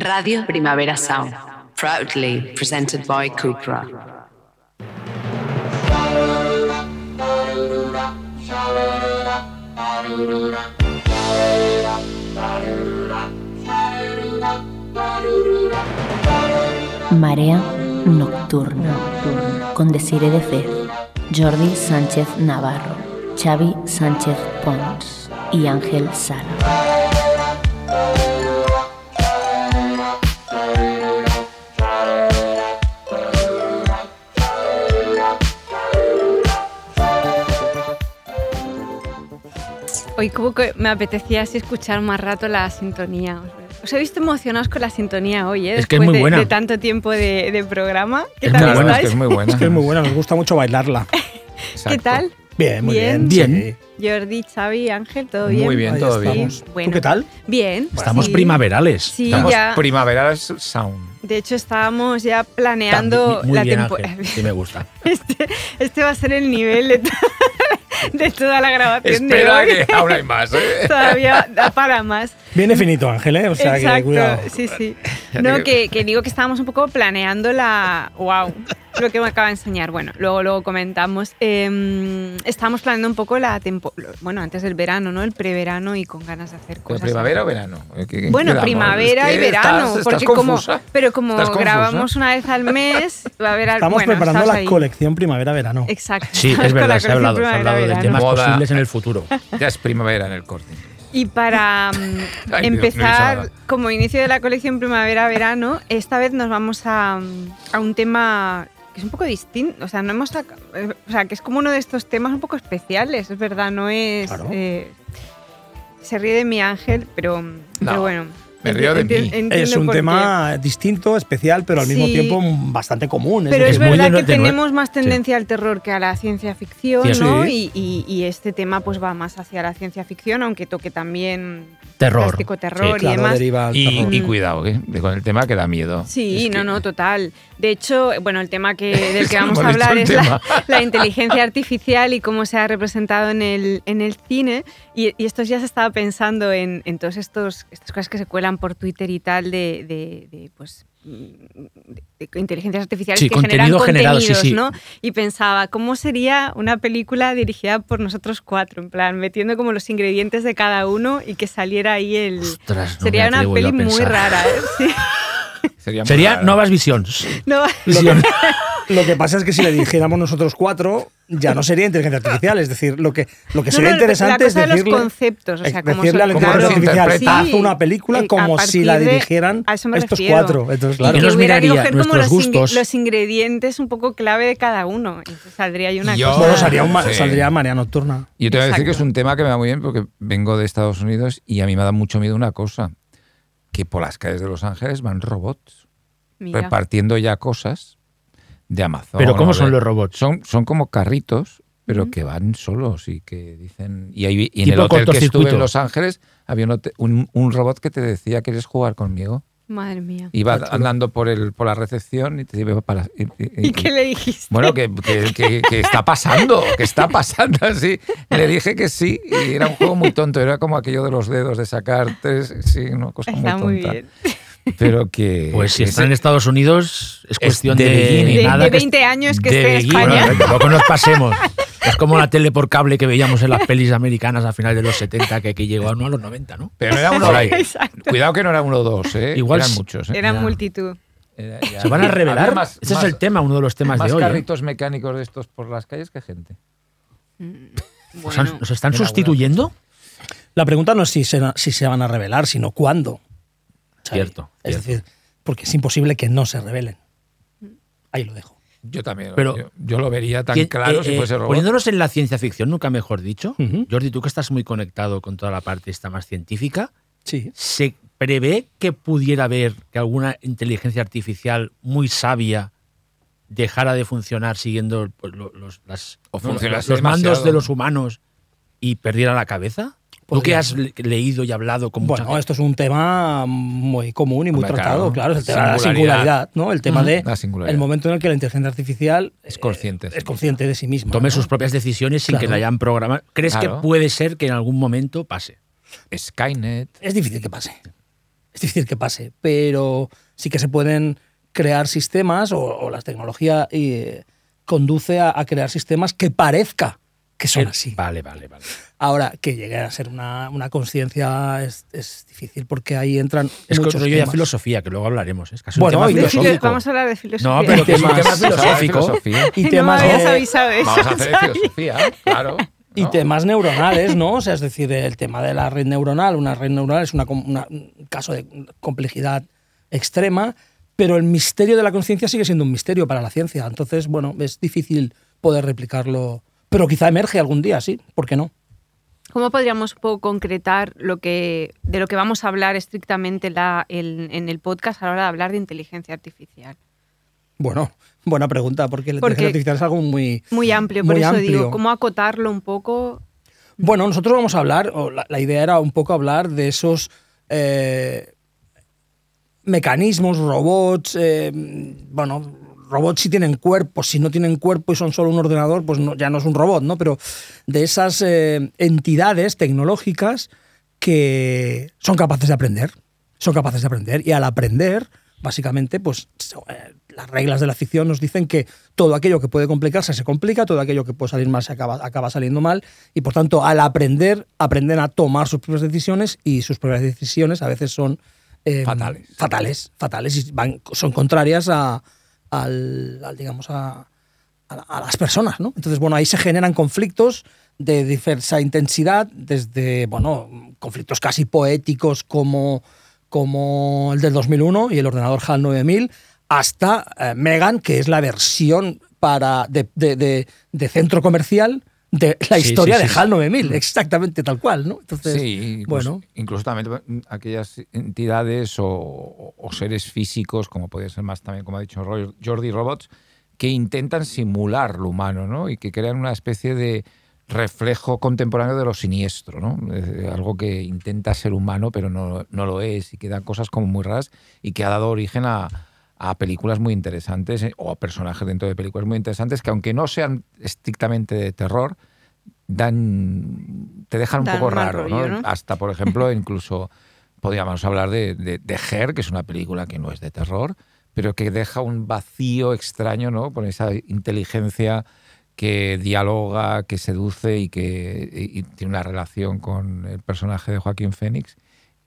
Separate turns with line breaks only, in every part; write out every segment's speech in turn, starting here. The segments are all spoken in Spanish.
Radio Primavera Sound, proudly presented by Cupra.
Marea Nocturna. Con Desire de Fe. Jordi Sánchez Navarro. Xavi Sánchez Pons. Y Ángel Sara.
Hoy como que me apetecía así escuchar más rato la sintonía. Os he visto emocionados con la sintonía hoy, ¿eh?
Es que es
Después
muy
de-
buena.
De, tanto tiempo de, de programa. ¿Qué
Es
tal
muy buena,
estáis?
es que es muy buena.
Es que es muy buena, nos gusta mucho bailarla.
¿Qué
Exacto.
tal?
Bien, muy bien.
Bien.
sí.
Bien.
Jordi, Xavi, Ángel, ¿todo
Muy
bien?
bien,
Ahí
todo bien.
estamos.
Bueno.
¿Tú qué tal?
Bien.
Estamos
sí.
primaverales.
Sí,
Estamos
ya.
primaverales sound.
De hecho, estábamos ya planeando
También, muy
la
bien,
temporada.
Ángel, sí me gusta.
Este, este va a ser el nivel de, to- de toda la grabación
Espera
de hoy.
que ahora hay más, ¿eh?
Todavía da para más.
Bien definito, Ángel, ¿eh? O sea, que
Exacto,
cuidado.
sí, sí.
Ya
No,
te-
que, que digo que estábamos un poco planeando la... ¡Wow! Lo que me acaba de enseñar. Bueno, luego, luego comentamos. Eh, estábamos planeando un poco la tempo... lo- Bueno, antes del verano, ¿no? El preverano y con ganas de hacer
¿Pero
cosas.
primavera o verano? ¿Qué- qué- qué
Bueno,
quedamos?
primavera
Es
y
que
verano.
estás-
porque
estás
como,
confusa.
pero como
Estás confusa.
grabamos una vez al mes, va a haber al-
Estamos
bueno,
preparando
estamos
la
ahí.
colección primavera-verano.
Exacto.
Sí,
estamos
es
con la
verdad, se ha hablado, se ha
colección
hablado de
primavera-verano.
temas
Moda.
posibles en el futuro.
Ya es primavera en el corte. Inglés.
Y para mm,
Ay, Dios,
empezar,
no he dicho
como inicio de la colección primavera-verano, esta vez nos vamos a, mm, a un tema que es un poco distinto. O sea, no hemos saca- eh, o sea, que es como uno de estos temas un poco especiales, es verdad, no es.
Claro.
eh, se ríe de mi ángel, pero, mm, pero bueno.
me río de
enti-
mí.
entiendo
Es un
por qué.
tema distinto, especial, pero al mismo
Sí.
tiempo mm, bastante común.
Pero
decir,
es
muy
verdad
de
que
norte, ¿no?
tenemos más tendencia al terror que a la ciencia ficción,
Sí,
¿no?
sí.
Y, y- y este tema pues va más hacia la ciencia ficción, aunque toque también
Terror.
fantástico terror y
claro,
demás.
deriva al
Y,
terror.
y cuidado, ¿eh? De- con el tema que da miedo.
Sí,
Es
no,
que-
no, total. De hecho, bueno, el tema que, del que
No
vamos a
hemos dicho
hablar
el
es la,
tema.
la inteligencia artificial y cómo se ha representado en el, en el cine. Y, y esto ya se estaba pensando en, en todas estas cosas que se cuelan por Twitter y tal de, de- de, pues, mm, de- de inteligencias artificiales
Sí,
que generan
contenido generado, sí,
contenidos,
sí.
¿no? Y pensaba, ¿cómo sería una película dirigida por nosotros cuatro? En plan, metiendo como los ingredientes de cada uno y que saliera ahí el...
Ostras, no
sería
me
una
atrevo yo a
peli muy
pensar.
rara, ¿eh? Sí.
Sería, muy
Sería
raro.
nuevas visiones.
Eh,
No,
Visiones.
Lo que pasa es que si le dijéramos nosotros cuatro, ya no sería inteligencia artificial. Es decir, lo que, lo que
No,
sería
no,
interesante
la
es
cosa de los
decirle,
conceptos, o sea,
es
cómo
decirle
se-
a la
cómo
inteligencia
se
artificial,
interpreta.
haz una película
Eh, a
como si la
partir de-
dirigieran
a eso me
estos
refiero.
cuatro. Entonces,
Y
claro.
que nos
hubiera que
miraría
coger como los,
nuestros
ing-
gustos.
los ingredientes un poco clave de cada uno. Entonces saldría ahí una
Yo-
cosa.
Bueno, sería un ma-
Sí.
saldría Marea Nocturna.
Yo te voy a decir
Exacto.
que es un tema que me da muy bien porque vengo de Estados Unidos y a mí me da mucho miedo una cosa, que por las calles de Los Ángeles van robots
Mira.
repartiendo ya cosas de Amazon.
Pero
o
¿cómo son
de-
los robots?
Son, son como carritos, pero
Ujú.
que van solos y que dicen... Y, ahí- y en
Tipo
el hotel que
cortocircuito.
estuve en Los Ángeles había un, hotel- un- un robot que te decía, ¿quieres jugar conmigo?
Madre mía.
Iba
chulo.
andando por, el, por la recepción y te iba para... y- y-
¿Y qué le dijiste?
bueno, que, que- que- que está pasando, que está pasando así. Le dije que sí y era un juego muy tonto, era como aquello de los dedos, de sacar tres, sí, una cosa
Está muy
muy tonta.
bien.
Pero que...
Pues si
que
están en
se-
Estados Unidos, es cuestión
de
de,
beginning.
De,
nada
de
que-
20 años que
de
esté en
beginning.
España.
Bueno, tampoco nos pasemos. Es como la tele por cable que veíamos en las pelis americanas a finales de los 70, que aquí llegó a, no, a los 90, ¿no?
Pero no era uno
Por ahí.
Exacto.
Cuidado que no era uno o dos, ¿eh.
Igual
Eran
s-
muchos, ¿eh?
Era
Ya.
multitud.
Era- ya-
¿Se van a
había
revelar?
más-
Ese
más-
es el tema, uno de los temas
más
de hoy. ¿eh?
carritos mecánicos de estos por las calles que gente.
¿Nos han-
Bueno,
¿Nos están
Mira, bueno.
sustituyendo?
La pregunta no es si se, si se van a revelar, sino cuándo. Xavi.
Cierto,
Es
cierto.
decir, porque es imposible que no se revelen. Ahí lo dejo.
Yo también,
Pero-
yo, yo lo vería tan
Que-
claro
eh,
si
eh,
fuese robot.
Poniéndonos en la ciencia ficción, nunca mejor dicho,
Ujú.
Jordi, tú que estás muy conectado con toda la parte esta más científica,
Sí.
¿se prevé que pudiera haber que alguna inteligencia artificial muy sabia dejara de funcionar siguiendo pues, lo- los, las-
O
no,
funcionase
los mandos
demasiado.
de los humanos y perdiera la cabeza? ¿Tú que
Podría.
has le- leído y hablado con mucha
Bueno,
gente?
esto es un tema muy común y muy
Hombre,
tratado,
claro.
claro, es el tema de la
Singularidad.
singularidad, ¿no? El tema
Ujú.
de
La singularidad.
el momento en el que la inteligencia artificial
Es consciente.
eh, es consciente de sí misma.
Tome
¿no?
sus propias decisiones sin
Claro.
que la hayan programado. ¿Crees
Claro.
que puede ser que en algún momento pase?
Skynet.
Es difícil que pase. es difícil que pase, pero sí que se pueden crear sistemas o, o la tecnología eh, conduce a, a crear sistemas que parezca que son
Eh,
así.
Vale, vale, vale.
Ahora, que llegue a ser una, una conciencia es, es difícil porque ahí entran
Es que
muchos
otro rollo de
temas.
filosofía, que luego hablaremos. ¿eh? Es casi
Bueno,
un
y
tema
de
De filo-
filosófico.
Vamos a hablar de filosofía.
No, pero que es un
Temas
tema filosófico.
filosofía.
Y
No
temas,
me habías
eh,
avisado de eso.
Vamos a hacer
Xavi.
filosofía, claro.
Y
¿no?
temas neuronales, ¿no? O sea, es decir, el tema de la red neuronal. Una red neuronal es una com- una- un caso de complejidad extrema, pero el misterio de la conciencia sigue siendo un misterio para la ciencia. Entonces, bueno, es difícil poder replicarlo, pero quizá emerge algún día, sí, ¿por qué no?
¿Cómo podríamos un poco concretar lo que, de lo que vamos a hablar estrictamente la- el- en el podcast a la hora de hablar de inteligencia artificial?
Bueno, buena pregunta, porque la
Porque-
inteligencia artificial es algo muy...
Muy amplio, por
Muy
eso
amplio.
digo, ¿cómo acotarlo un poco?
Bueno, nosotros vamos a hablar, o la, la idea era un poco hablar de esos eh, mecanismos, robots, eh, bueno, robots si tienen cuerpo, si no tienen cuerpo y son solo un ordenador, pues no- ya no es un robot, ¿no? Pero de esas eh, entidades tecnológicas que son capaces de aprender, son capaces de aprender y al aprender, básicamente, pues so- eh, las reglas de la ficción nos dicen que todo aquello que puede complicarse se complica, todo aquello que puede salir mal se acaba, acaba saliendo mal y por tanto al aprender aprenden a tomar sus propias decisiones y sus propias decisiones a veces son eh,
Fatales.
fatales, fatales y van, son contrarias a, al, al, digamos, a, a, la- a las personas, ¿no? Entonces, bueno, ahí se generan conflictos de diversa intensidad, desde, bueno, conflictos casi poéticos como, como el del 2001 y el ordenador HAL 9000, hasta eh, Megan, que es la versión para, de, de- de- de centro comercial de la
Sí,
historia
sí,
de
sí.
HAL 9000, exactamente tal cual, ¿no? Entonces,
sí, incluso,
bueno.
incluso también mm, aquellas entidades o, o- o seres físicos, como podría ser más también, como ha dicho Roy- Jordi Robots, que intentan simular lo humano, ¿no? Y que crean una especie de reflejo contemporáneo de lo siniestro, ¿no? Eh, algo que intenta ser humano, pero no, no lo es, y que dan cosas como muy raras y que ha dado origen a, a películas muy interesantes eh, o a personajes dentro de películas muy interesantes que aunque no sean estrictamente de terror, dan te dejan un
Dan
poco
mal
raro,
rollo,
¿no?
¿no?
Hasta, por ejemplo, incluso podríamos hablar de, de, de Her, que es una película que no es de terror, pero que deja un vacío extraño, ¿no? Con esa inteligencia que dialoga, que seduce y que y- y tiene una relación con el personaje de Joaquín Fénix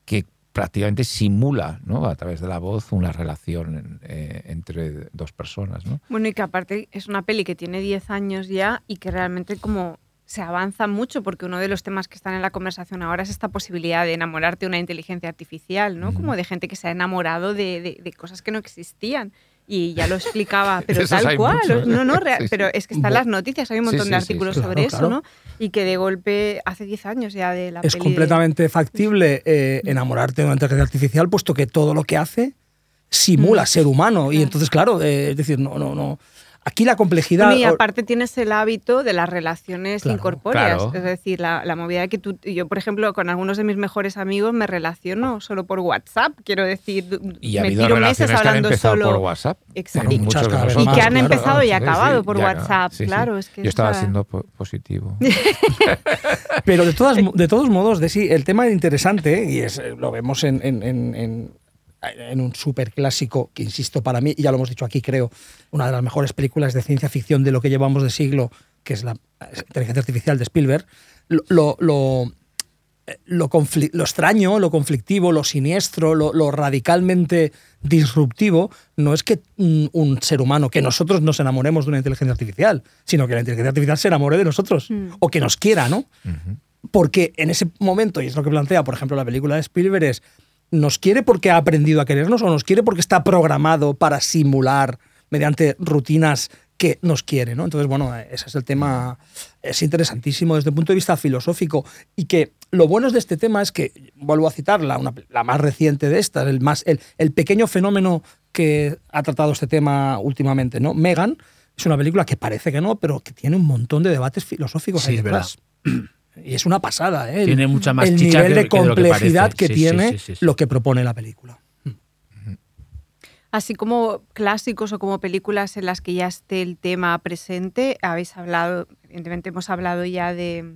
que prácticamente simula, ¿no? A través de la voz una relación eh, entre dos personas, ¿no?
Bueno, y que aparte es una peli que tiene 10 años ya y que realmente como se avanza mucho, porque uno de los temas que están en la conversación ahora es esta posibilidad de enamorarte de una inteligencia artificial, ¿no?
Ujú.
Como de gente que se ha enamorado de, de- de cosas que no existían. Y ya lo explicaba, pero
esos hay
tal cual.
muchos, ¿eh?
No, no, real-
Sí, sí.
pero es que están las noticias, hay un
Sí,
montón
sí,
de
sí,
artículos
sí,
sobre
claro, claro.
eso, ¿no? Y que de golpe hace 10 años ya de la
es
peli de-
completamente factible eh, enamorarte de una inteligencia artificial, puesto que todo lo que hace simula
Mm.
ser humano. Y
Claro.
entonces, claro, eh, es decir, no, no, no. Aquí la complejidad.
Bueno, y
o-
aparte tienes el hábito de las relaciones
Claro,
incorpóreas,
claro.
es decir, la, la movida que tú, yo por ejemplo con algunos de mis mejores amigos me relaciono solo por WhatsApp, quiero decir, du-
Y ha
me
habido
tiro meses
relaciones que han
hablando
empezado
solo.
por WhatsApp.
Exacto.
Bueno,
Y
muchos de
muchas
nosotros,
cada vez más,
claro,
Y que han
empezado y
sí,
acabado
sí,
por
ya,
WhatsApp,
sí, sí.
claro, es que
Yo estaba
esa-
siendo po- positivo.
Pero de, todas, de todos modos, de sí, el tema interesante, y es, eh, lo vemos en, en- en- en- en un superclásico que, insisto, para mí, y ya lo hemos dicho aquí, creo, una de las mejores películas de ciencia ficción de lo que llevamos de siglo, que es la eh, inteligencia artificial de Spielberg, lo, lo, lo- eh, lo confli- lo extraño, lo conflictivo, lo siniestro, lo, lo radicalmente disruptivo, no es que mm, un ser humano, que nosotros nos enamoremos de una inteligencia artificial, sino que la inteligencia artificial se enamore de nosotros,
Mm.
o que nos quiera, ¿no?
Ujú.
Porque en ese momento, y es lo que plantea, por ejemplo, la película de Spielberg, es ¿nos quiere porque ha aprendido a querernos o nos quiere porque está programado para simular mediante rutinas que nos quiere? ¿no? Entonces, bueno, eh, ese es el tema, es interesantísimo desde el punto de vista filosófico y que lo bueno de este tema es que, vuelvo a citarla, una- la más reciente de estas, el, más, el, el pequeño fenómeno que ha tratado este tema últimamente, ¿no? Megan es una película que parece que no, pero que tiene un montón de debates filosóficos
Sí,
ahí
es verdad.
detrás. Y es una pasada, ¿eh? El-
Tiene mucha más
el
chicha
nivel
que-
de
que lo que
complejidad
parece.
que,
Sí, sí,
tiene
sí, sí, sí.
lo que propone la película.
Así como clásicos o como películas en las que ya esté el tema presente, habéis hablado, evidentemente hemos hablado ya de,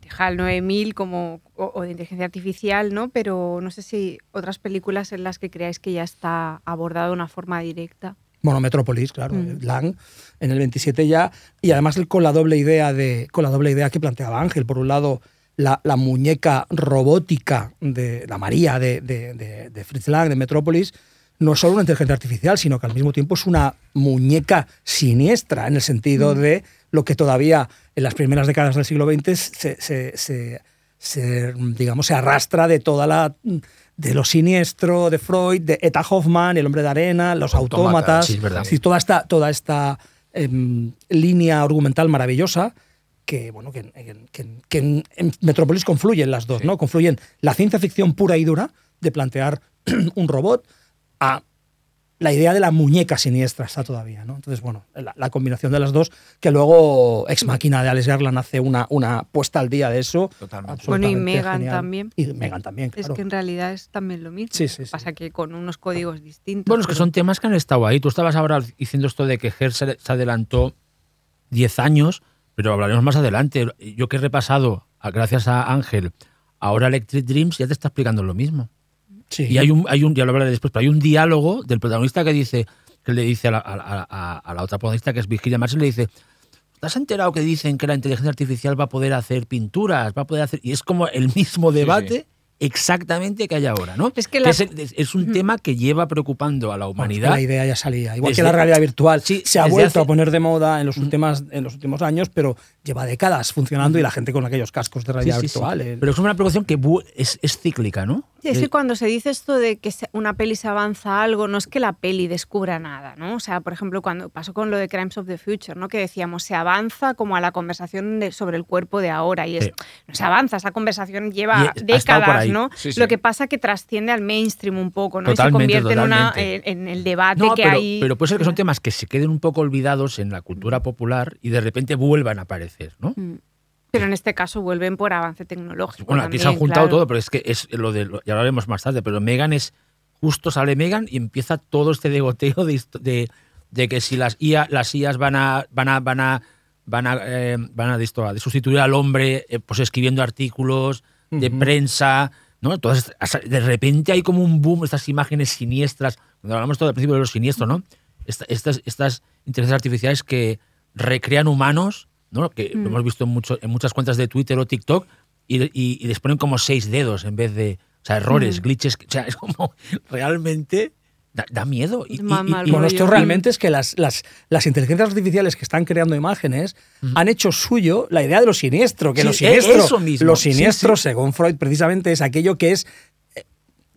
Tejal 9000 como, o, o de inteligencia artificial, ¿no? Pero no sé si otras películas en las que creáis que ya está abordado de una forma directa.
Bueno, Metrópolis, claro,
Mm.
Lang, en el 27 ya, y además con la doble idea de, con la doble idea que planteaba Ángel, por un lado la, la muñeca robótica de la María de, de, de- de Fritz Lang, de Metrópolis, no es solo una inteligencia artificial, sino que al mismo tiempo es una muñeca siniestra, en el sentido de lo que todavía en las primeras décadas del siglo XX se, se- se- se, digamos, se arrastra de toda la de lo siniestro, de Freud, de Eta Hoffman, el hombre de arena, los
Autómatas,
autómatas,
sí, es verdad.
Sí, toda esta, toda esta em, línea argumental maravillosa que, bueno, que, en- que en- que en, en Metrópolis confluyen las dos, ¿no? Confluyen la ciencia ficción pura y dura de plantear un robot a la idea de la muñeca siniestra está todavía, ¿no? Entonces, bueno, la, la combinación de las dos, que luego Ex Máquina de Alex Garland hace una, una puesta al día de eso.
Totalmente.
Bueno, y
absolutamente
Megan
genial.
también.
Y Megan también,
Es
claro.
que en realidad es también lo mismo.
Sí, sí, sí.
Pasa que con unos códigos distintos.
Bueno, es que
pero-
son temas que han estado ahí. Tú estabas ahora diciendo esto de que Hertz se se adelantó 10 años, pero hablaremos más adelante. Yo que he repasado, a- gracias a Ángel, ahora Electric Dreams ya te está explicando lo mismo.
Sí.
Y hay un, hay un, ya lo hablaré después, pero hay un diálogo del protagonista que dice, que le dice a la, a la- a- a la otra protagonista, que es Virginia Marshall, le dice, ¿te has enterado que dicen que la inteligencia artificial va a poder hacer pinturas, va a poder hacer... Y es como el mismo debate exactamente que hay ahora, ¿no?
Es que la-
es, el- es- es un tema que lleva preocupando a la
Bueno, es que
humanidad.
la idea ya salía. Igual
Desde-
que la realidad virtual
Sí,
se ha
desde
vuelto
hace-
a poner de moda en los, últimas, en los últimos años, pero lleva décadas funcionando y la gente con aquellos cascos de
Sí,
realidad
sí, sí.
virtual. el-
Pero es una preocupación que bu- es, es cíclica, ¿no?
Sí, Es
Eh,
que cuando se dice esto de que se- una peli se avanza a algo, no es que la peli descubra nada, ¿no? O sea, por ejemplo, cuando pasó con lo de Crimes of the Future, ¿no? Que decíamos, se avanza como a la conversación de- sobre el cuerpo de ahora. Y es,
Sí.
no se avanza, esa conversación lleva
Y ha estado por
décadas,
ahí.
¿no?
Sí, sí.
Lo que pasa que trasciende al mainstream un poco, ¿no? y se
Totalmente,
convierte en,
totalmente.
una, eh, en, en el debate
No,
que
pero,
hay.
pero puede ser que son temas que se queden un poco olvidados en la cultura popular y de repente vuelvan a aparecer, ¿no?
Mm. Pero en este caso vuelven por avance tecnológico.
Bueno, aquí se han
también,
juntado
claro.
todo, pero es que es lo de. lo- ya lo haremos más tarde, pero Megan es. Justo sale Megan y empieza todo este degoteo de, histo- de, de que si las, IA, las IAs van a. van a. van a. van a, eh, van a, de esto, a sustituir al hombre, eh, pues escribiendo artículos de prensa. ¿no? Entonces, hasta- de repente hay como un boom, estas imágenes siniestras. Cuando hablamos todo al principio de los siniestros, ¿no? Esta- estas, estas inteligencias artificiales que recrean humanos, ¿no? Que
Mm.
lo hemos visto en, mucho- en muchas cuentas de Twitter o TikTok y, y- y les ponen como seis dedos en vez de. O sea, errores, glitches. O sea, es como realmente da, da miedo. Y, y-
Mal,
y-
mal
y-
Bueno,
rollo.
esto realmente es que las, las, las inteligencias artificiales que están creando imágenes han hecho suyo la idea de lo siniestro, que
Sí,
lo
e-
siniestro,
eso mismo.
lo
Sí,
siniestro,
sí.
según Freud, precisamente es aquello que es eh,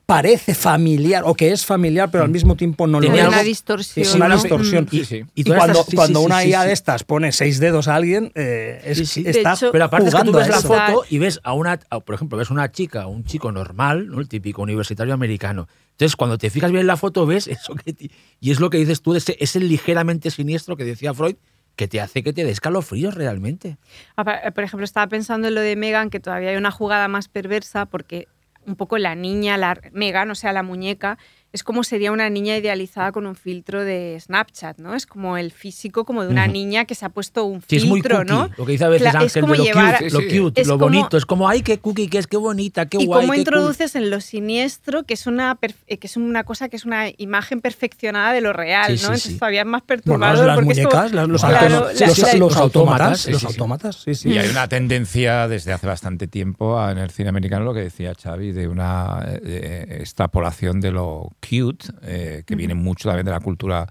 parece familiar o que es familiar, pero al mismo tiempo no lo
Tiene
es.
algo-
una
Sí,
distorsión.
es una
¿no?
distorsión.
Sí, sí.
Y,
todas
cuando,
estas- sí,
cuando
sí,
una
sí,
IA
sí.
de estas pone seis dedos a alguien, eh, es-
Sí, sí. De
está
hecho-
Pero aparte es que tú
jugando a
ves la
eso.
Exacto.
foto y ves a una, a, por ejemplo, ves una chica, un chico normal, ¿no? el típico universitario americano. Entonces, cuando te fijas bien en la foto, ves eso que ti- y es lo que dices tú, de ese, ese ligeramente siniestro que decía Freud, que te hace que te des calofríos realmente.
Apa- eh, Por ejemplo, estaba pensando en lo de Megan, que todavía hay una jugada más perversa, porque un poco la niña, la Megan, o sea, la muñeca, es como sería una niña idealizada con un filtro de Snapchat, ¿no? Es como el físico como de una
Ujú.
niña que se ha puesto un
Sí, es muy
filtro,
cookie,
¿no?
lo que dice a veces
Cla- es
Ángel, de
como
lo
llevar-
cute, lo,
Sí, sí.
cute,
Es
lo
como-
bonito, es como, ay, qué cookie, que es, qué bonita, qué
y
guay.
cómo
qué cool".
introduces en lo siniestro, que es una perf- eh, que es una cosa que es una imagen perfeccionada de lo real,
Sí,
¿no?
sí,
Entonces
sí.
todavía es más
Bueno,
perturbador
las, las
porque es como-
muñecas, las- los,
Claro,
autómatos,
la-
los,
la-
los autómatas,
Sí,
los
sí, sí.
autómatas, sí, sí.
Y hay una tendencia desde hace bastante tiempo a- en el cine americano, lo que decía Xavi, de una eh, extrapolación de lo cute, eh, que viene mucho también de la cultura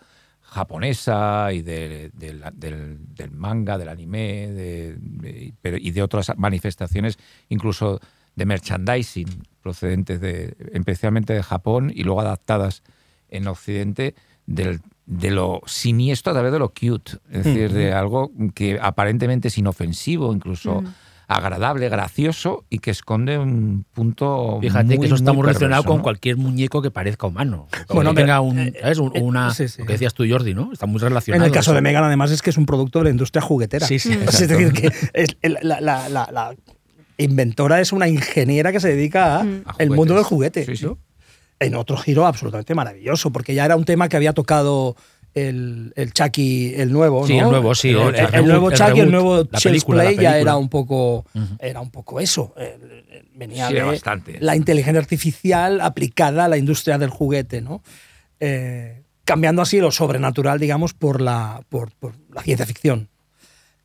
japonesa y de- de la- del, del manga, del anime, de- de- pero- y de otras manifestaciones, incluso de merchandising procedentes de, especialmente de Japón y luego adaptadas en Occidente del- de lo siniestro a través de lo cute, es decir, de algo que aparentemente es inofensivo, incluso agradable, gracioso y que esconde un punto.
Fíjate
muy,
que eso está muy relacionado
perverso,
con
¿no?
cualquier muñeco que parezca humano. O
Bueno,
que
pero-
tenga un, ¿sabes? Un-
eh,
una,
sí, sí.
lo que decías tú, Jordi, ¿no? Está muy
En
relacionado.
el caso
eso.
de Megan, además, es que es un producto de la industria juguetera.
Sí, sí,
es decir, que es- el- la, la- la- la inventora es una ingeniera que se dedica al
A
el
juguetes.
mundo del juguete.
Sí, sí.
¿no? En otro giro absolutamente maravilloso, porque ya era un tema que había tocado el, el Chucky, el nuevo,
Sí,
¿no?
el nuevo, sí,
El,
el-
el
el
nuevo
reboot,
Chucky, el
el
nuevo
reboot, la
Child's
película, la
Play ya era
película.
un poco,
Ujú.
era un poco eso. El- el- Venía
Sí,
de
era bastante.
la inteligencia artificial aplicada a la industria del juguete, ¿no? Eh, cambiando así lo sobrenatural, digamos, por la, por, por la ciencia ficción.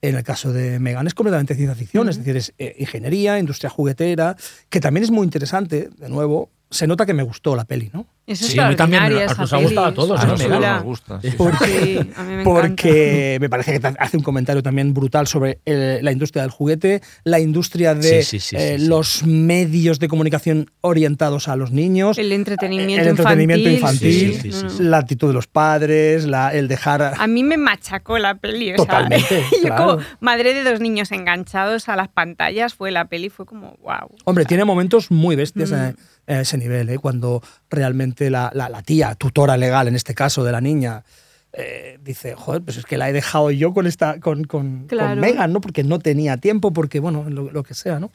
En el caso de Megan es completamente ciencia ficción, es decir, es eh, ingeniería, industria juguetera, que también es muy interesante, de nuevo, se nota que me gustó la peli, ¿no?
Es
Sí, a mí también me-
extraordinaria
nos
esa
ha gustado a
peli,
todos,
A
es
¿no?
una
nosotros
chula.
nos gusta. sí.
Porque,
Sí, a mí me
porque me parece que hace un comentario también brutal sobre eh, la industria del juguete, la industria de
Sí, sí, sí,
eh,
sí, sí.
los medios de comunicación orientados a los niños. Eh,
El entretenimiento,
el entretenimiento
infantil,
sí,
sí,
no,
sí,
no.
sí.
la actitud de los padres, la- el dejar...
A mí me machacó la peli. O sea,
Totalmente,
yo
claro.
como madre de dos niños enganchados a las pantallas, fue la peli, fue como, wow.
Hombre, tiene momentos muy bestias eh, a ese nivel, ¿eh? cuando realmente la, la- la tía, tutora legal en este caso de la niña, eh, dice, joder, pues es que la he dejado yo con esta, con, con,
Claro.
Megan, ¿no? Porque no tenía tiempo, porque bueno, lo, lo que sea, ¿no?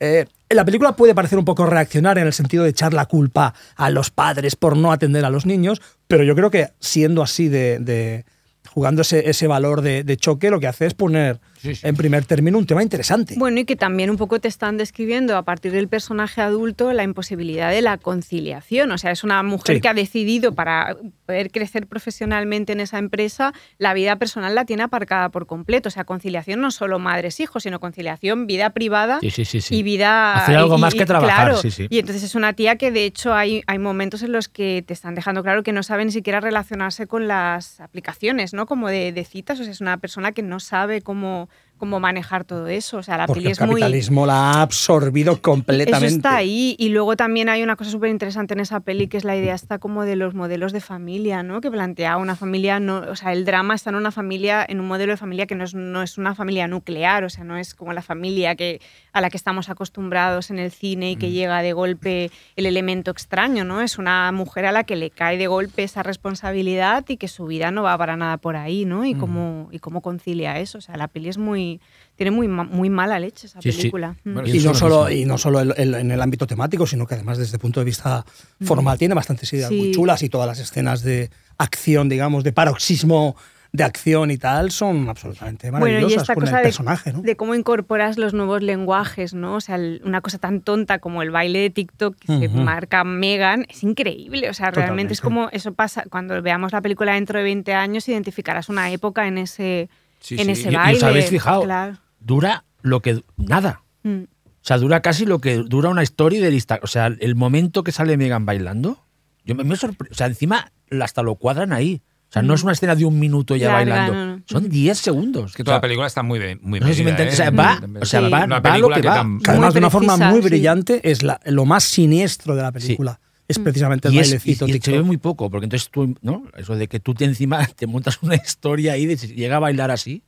Eh, la película puede parecer un poco reaccionar en el sentido de echar la culpa a los padres por no atender a los niños, pero yo creo que siendo así de, de- jugando ese, ese valor de, de choque, lo que hace es poner
Sí, sí.
en primer término un tema interesante.
Bueno, y que también un poco te están describiendo a partir del personaje adulto la imposibilidad de la conciliación. O sea, es una mujer
Sí.
que ha decidido para poder crecer profesionalmente en esa empresa, la vida personal la tiene aparcada por completo. O sea, conciliación no solo madres-hijos, sino conciliación vida privada
Sí, sí, sí, sí.
y vida...
Hacer algo
y- y-
más que
y-
trabajar,
claro.
sí, sí.
Y entonces es una tía que de hecho hay, hay momentos en los que te están dejando claro que no sabe ni siquiera relacionarse con las aplicaciones, ¿no? Como de, de citas, o sea, es una persona que no sabe cómo, cómo manejar todo eso. O sea, la
Porque
peli
el
es muy...
capitalismo la ha absorbido completamente.
Eso está ahí. Y luego también hay una cosa súper interesante en esa peli, que es la idea está como de los modelos de familia, ¿no? Que plantea una familia, no, o sea, el drama está en una familia, en un modelo de familia que no es, no es una familia nuclear, o sea, no es como la familia que, a la que estamos acostumbrados en el cine y
Mm.
que llega de golpe el elemento extraño, ¿no? Es una mujer a la que le cae de golpe esa responsabilidad y que su vida no va para nada por ahí, ¿no?
Mm.
Y cómo, y cómo concilia eso. O sea, la peli es muy... Tiene muy, ma- muy mala leche esa
Sí, sí.
película. Mm.
Bueno,
Y
Pienso
no
lo
solo,
mismo.
y no solo el- el- en el ámbito temático, sino que además desde el punto de vista formal tiene bastantes ideas
Mm. Sí.
muy chulas y todas las escenas de acción, digamos, de paroxismo de acción y tal, son absolutamente maravillosas con el
de,
personaje, ¿no?
de cómo incorporas los nuevos lenguajes, ¿no? O sea, el- una cosa tan tonta como el baile de TikTok que se
Ujú.
marca Megan es increíble. O sea, realmente es como
Totalmente.
eso pasa. Cuando veamos la película dentro de 20 años, identificarás una época en ese,
Sí,
en
sí.
ese
Y- y os
baile.
habéis fijado.
Claro.
Dura lo que. Nada.
Mm.
O sea, dura casi lo que dura una story del Instagram. O sea, el momento que sale Megan bailando, yo me, me sorpre- O sea, encima hasta lo cuadran ahí. O sea, no es una escena de un minuto ya
Larga,
bailando.
no, no.
Son 10 segundos.
Es que
O
toda
sea,
la película está muy bien. Muy
No sé si me
medida,
entendéis. O sea,
¿eh?
va- o sea, va-
Una
va lo
película
que
que
va.
tam-
Que además, de una
precisa,
forma muy
sí.
brillante, es la- lo más siniestro de la película. Es
Mm.
precisamente el
y, es, y-
bailecito
y se
TikTok.
ve muy poco, porque entonces tú, ¿no? Eso de que tú te encima te montas una historia ahí de si llega a bailar así,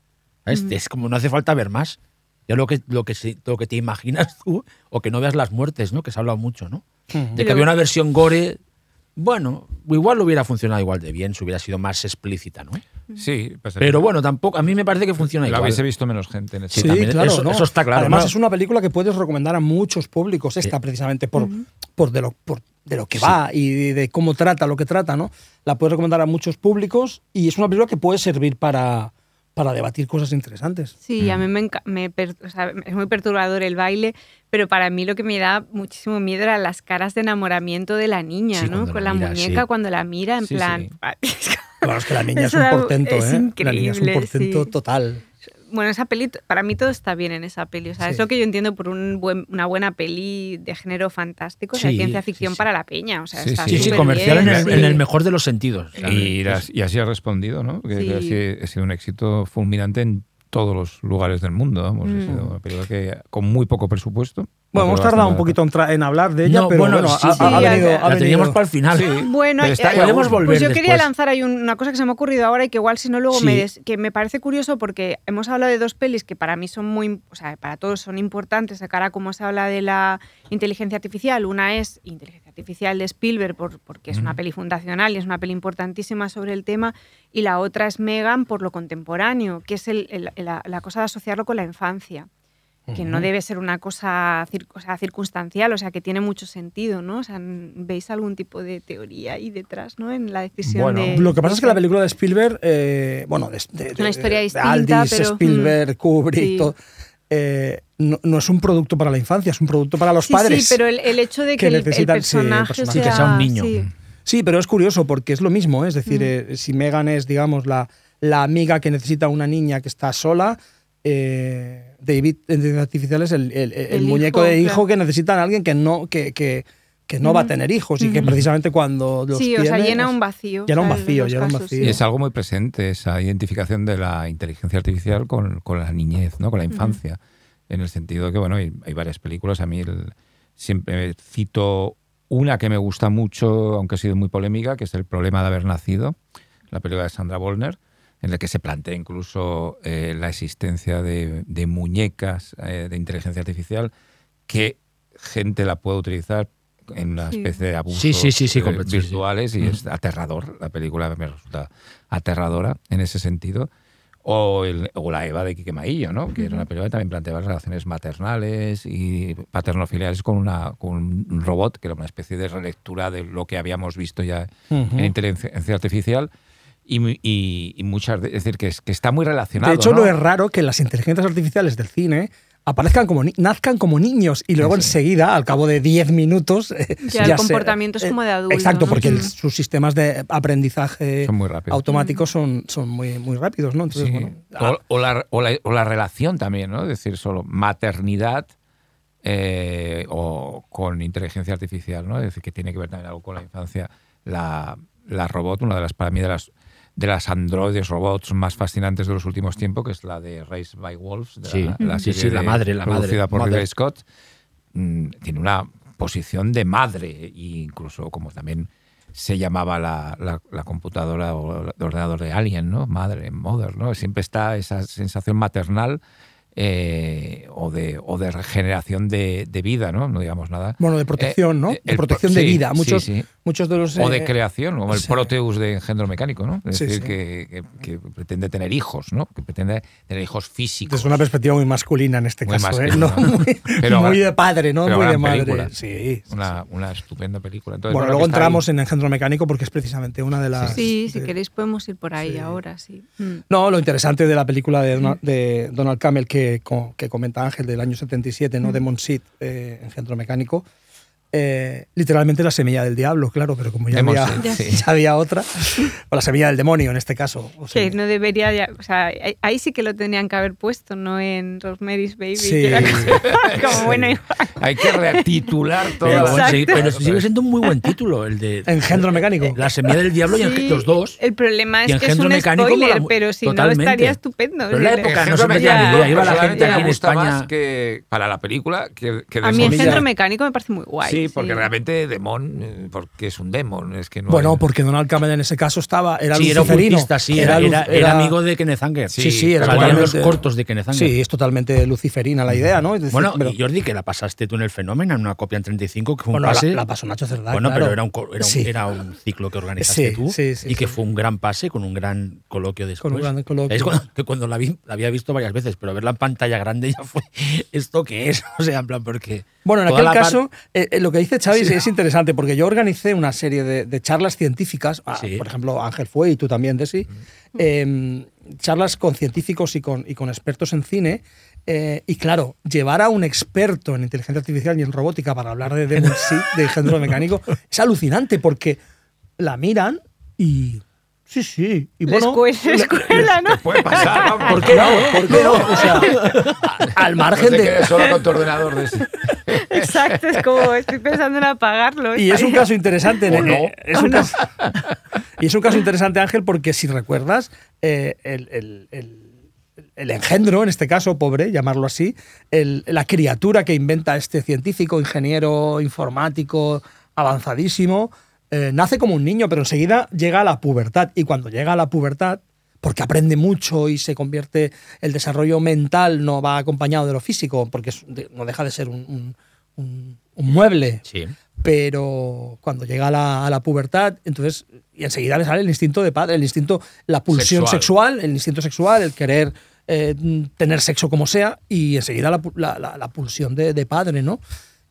¿sabes? Es como no hace falta ver más. Ya lo que, lo que, se- lo que te imaginas tú, o que no veas las muertes, ¿no? Que se ha hablado mucho, ¿no? De
Y
que había
luego-
una versión gore, bueno, igual lo hubiera funcionado igual de bien, si hubiera sido más explícita, ¿no?
Sí, pasa que
Pero bueno, tampoco, a mí me parece que funciona
la
igual.
habéis visto menos gente en este el
Sí,
Sí,
también,
claro.
eso-
¿no? Eh,
eso está claro,
Además,
¿no?
es una película que puedes recomendar a muchos públicos, esta precisamente por, por, de lo, por de lo que va y de cómo trata lo que trata, ¿no? La puedes recomendar a muchos públicos y es una película que puede servir para, para debatir cosas interesantes.
Sí, a mí me, enca- me per- o sea, es muy perturbador el baile, pero para mí lo que me da muchísimo miedo eran las caras de enamoramiento de la niña,
Sí,
¿no?
cuando
Con
la
la
mira,
muñeca
sí.
cuando la mira, en
Sí,
plan...
sí.
Claro, es que la niña es
Eso
un
da-
portento,
es
¿eh? la niña es un
increíble,
portento
sí.
total.
Bueno, esa peli, t- para mí todo está bien en esa peli. O sea,
Sí.
es lo que yo entiendo por un buen, una buena peli de género fantástico, o sea,
Sí,
ciencia
sí,
ficción
sí.
para la peña. O sea,
Sí,
está
Sí, sí,
superbién,
comercial en el,
sí.
en el mejor de los sentidos. O sea,
Y,
es-
as- y así ha respondido, ¿no? Que, que
Sí.
ha sido- ha sido un éxito fulminante en todos los lugares del mundo. Vamos. Ha
Mm.
sido una película que con muy poco presupuesto.
Bueno, hemos
pero
tardado un
bastante-
poquito en, tra- en hablar de ella,
No,
pero bueno,
sí,
ha,
sí,
ha
sí,
venido.
la-
ha
la teníamos
venido.
para el final.
Bueno,
Pero está-
podemos volver
pues yo quería
después.
lanzar ahí un- una cosa que se me ha ocurrido ahora y que igual si no luego
Sí.
me des- que me parece curioso porque hemos hablado de dos pelis que para mí son muy, o sea, para todos son importantes de cara a cómo se habla de la inteligencia artificial. Una es Inteligencia Artificial de Spielberg por- porque es una peli fundacional y es una peli importantísima sobre el tema y la otra es Megan por lo contemporáneo, que es el- el- la, la cosa de asociarlo con la infancia. que no debe ser una cosa cir- o sea, circunstancial, o sea, que tiene mucho sentido, ¿no? O sea, ¿veis algún tipo de teoría ahí detrás, ¿no? En la decisión
Bueno,
de...
Lo que pasa es que la película de Spielberg, eh, bueno, de, de-
Es una
de-
historia
de
distinta,
Aldis,
pero, mm,
Spielberg, Kubrick,
sí.
todo, eh, no, no es un producto para la infancia, es un producto para los
Sí,
padres.
sí, pero el, el hecho de
que
que, el- el,
necesitan, sí, el
personaje,
personaje.
Que sea un niño.
sí.
Sí, pero es curioso porque es lo mismo, ¿eh? es decir,
Mm.
eh, si Megan es, digamos, la, la amiga que necesita una niña que está sola, eh, David en Inteligencia Artificial es el, el- el
El
muñeco
hijo,
de hijo
claro.
que necesita a alguien que no, que, que, que no va a tener hijos y que precisamente cuando los
Sí, o sea,
tiene,
llena
es-
un vacío.
llena un
o sea, en
vacío,
los
llena un
casos,
vacío.
sí.
Y es algo muy presente, esa identificación de la inteligencia artificial con, con la niñez, ¿no? con la infancia. En el sentido de que, bueno, hay, hay varias películas. A mí el- siempre cito una que me gusta mucho, aunque ha sido muy polémica, que es El problema de haber nacido, la película de Sandra Bollner, en la que se plantea incluso eh, la existencia de, de muñecas eh, de inteligencia artificial que gente la puede utilizar en una
Sí.
especie de abusos
Sí, sí, sí, sí,
eh,
completo, sí, sí.
virtuales y es aterrador. La película me resulta aterradora en ese sentido. O, el- o la Eva de Quique Maillo, ¿no? que era una película que también planteaba las relaciones maternales y paternofiliales con, una, con un robot, que era una especie de relectura de lo que habíamos visto ya
Ujú.
en inteligencia artificial. Y, mu- y- y muchas de- es decir, que, es- que está muy relacionado.
De hecho,
¿no?
no es raro que las inteligencias artificiales del cine aparezcan como ni- nazcan como niños y luego enseguida, al cabo de 10 minutos, eh,
Ya el
se- eh,
comportamiento es como de adulto,
Exacto,
¿no?
porque el-
Mm.
sus sistemas de aprendizaje
Son muy rápidos.
automáticos son, son muy, muy rápidos, ¿no? Entonces,
Sí.
bueno,
o,
ah.
o la, o la- o la relación también, ¿no? Es decir, solo maternidad eh, o con inteligencia artificial, ¿no? Es decir, que tiene que ver también algo con la infancia. La, la robot, una de las, para mí, de las de las androides robots más fascinantes de los últimos tiempos, que es la de Race by Wolves, de
Sí.
la, la
Sí,
serie
sí, la
de-
madre, la madre,
producida por
madre.
Ridley Scott, mm, tiene una posición de madre, e incluso como también se llamaba la, la- la computadora o el ordenador de Alien, ¿no? Madre, mother, ¿no? Siempre está esa sensación maternal eh, o, de, o de regeneración de, de vida, ¿no? No digamos nada.
bueno, de protección,
Eh,
¿no?
eh,
De
el pro-
protección de
sí,
vida.
sí,
Muchos,
sí.
muchos de los...
O de
eh,
creación, como el
sí.
Proteus de género mecánico, ¿no? Es
Sí,
decir,
sí.
Que, que- que pretende tener hijos, ¿no? Que pretende tener hijos físicos.
desde una perspectiva muy masculina en este
Muy
caso,
masculina,
¿eh? No,
¿no?
muy,
Pero
muy
gran-
de padre, ¿no?
pero
Muy de
gran
madre.
película.
Sí, sí,
una, una estupenda película. Entonces,
Bueno,
que
luego
está
entramos
ahí.
en Engendro Mecánico porque es precisamente una de las...
Sí, si
de-
queréis podemos ir por ahí ahora, sí. Mm.
No, lo interesante de la película de Donald, de Donald Camel que, co- que comenta Ángel del año 77, ¿no? de Monsit, eh, Engendro Mecánico, eh, literalmente la semilla del diablo, claro, pero como ya,
De
había,
Monsit, sí.
ya había otra, o la semilla del demonio en este caso. o sea,
Que no debería, ya- o sea, ahí- ahí sí que lo tenían que haber puesto, no en Rosemary's Baby.
Sí.
que era como, como, bueno,
Hay que retitular todo.
Pero, bueno,
Exacto.
sí, pero sigue siendo un muy buen título el de
Engendro Mecánico.
La semilla del diablo y
sí,
Engen- los dos.
El problema es
Y
que es
Engendro
un
Mecánico mola
spoiler,
mu-
pero si
totalmente.
no estaría estupendo.
Pero en la
O sea,
época no
Ejemplo
se metía
mecánico,
ni idea, iba la
personalmente
gente
me
aquí en
gusta más
España.
que para la película que, que de
A mí el
Mon.
centro mecánico me parece muy guay.
Sí, porque realmente Demon, eh, porque es un demon, es que no.
Bueno,
hay-
porque Donald Camel en ese caso estaba, era
Sí, era
luciferino.
ocultista, sí, era,
luz-
era- era amigo de Kenneth Anger.
Sí, sí, era
Salían los
totalmente-
cortos de Kenneth Anger.
Sí, es totalmente luciferina la idea, ¿no? Es decir,
Bueno,
pero-
y Jordi, que la pasaste tú en el fenómeno, en una copia en 35, que fue un
Bueno, la-
pase.
la pasó Nacho Cerdá,
Bueno,
claro.
pero era un, co- era un-
Sí.
era un ciclo que organizaste
Sí,
tú
sí, sí,
y que
sí.
fue un gran pase con un gran coloquio
Con
después.
un gran coloquio.
Es cuando, que cuando la vi, la había visto varias veces, pero verla en pantalla grande ya fue, ¿esto qué es? O sea, en plan, porque...
Bueno, en
toda
aquel
la par-
caso, eh, eh, lo que dice Xavi es interesante, porque yo organicé una serie de, de charlas científicas, ah,
Sí.
por ejemplo, Ángel fue y tú también, Desi, eh, charlas con científicos y con, y con expertos en cine, eh, y claro, llevar a un experto en inteligencia artificial y en robótica para hablar de Demon Seed, de género mecánico, es alucinante, porque la miran y... Sí, sí. Y
La
bueno,
escuela, la escuela, ¿no?
Puede pasar, vamos.
¿Por qué no? ¿Por qué no? O sea, a- al
No
margen
te
de...
quedes solo con tu ordenador de ese.
Exacto, es como estoy pensando en apagarlo. ¿eh?
Y es un
estaría-
caso interesante.
O no.
eh, Es un caso, y es un caso interesante, Ángel, porque si recuerdas, eh, el, el- el- el engendro, en este caso, pobre, llamarlo así, el- la criatura que inventa este científico, ingeniero, informático, avanzadísimo, eh, nace como un niño, pero enseguida llega a la pubertad. Y cuando llega a la pubertad, porque aprende mucho y se convierte, el desarrollo mental no va acompañado de lo físico, porque es- de- no deja de ser un- un- un- un mueble
Sí.
pero cuando llega a la, a la pubertad, entonces y enseguida le sale el instinto de padre, el instinto, la pulsión
Sexual.
sexual, el instinto sexual, el querer eh, tener sexo como sea y enseguida la, pu- la- la- la pulsión de, de padre, ¿no?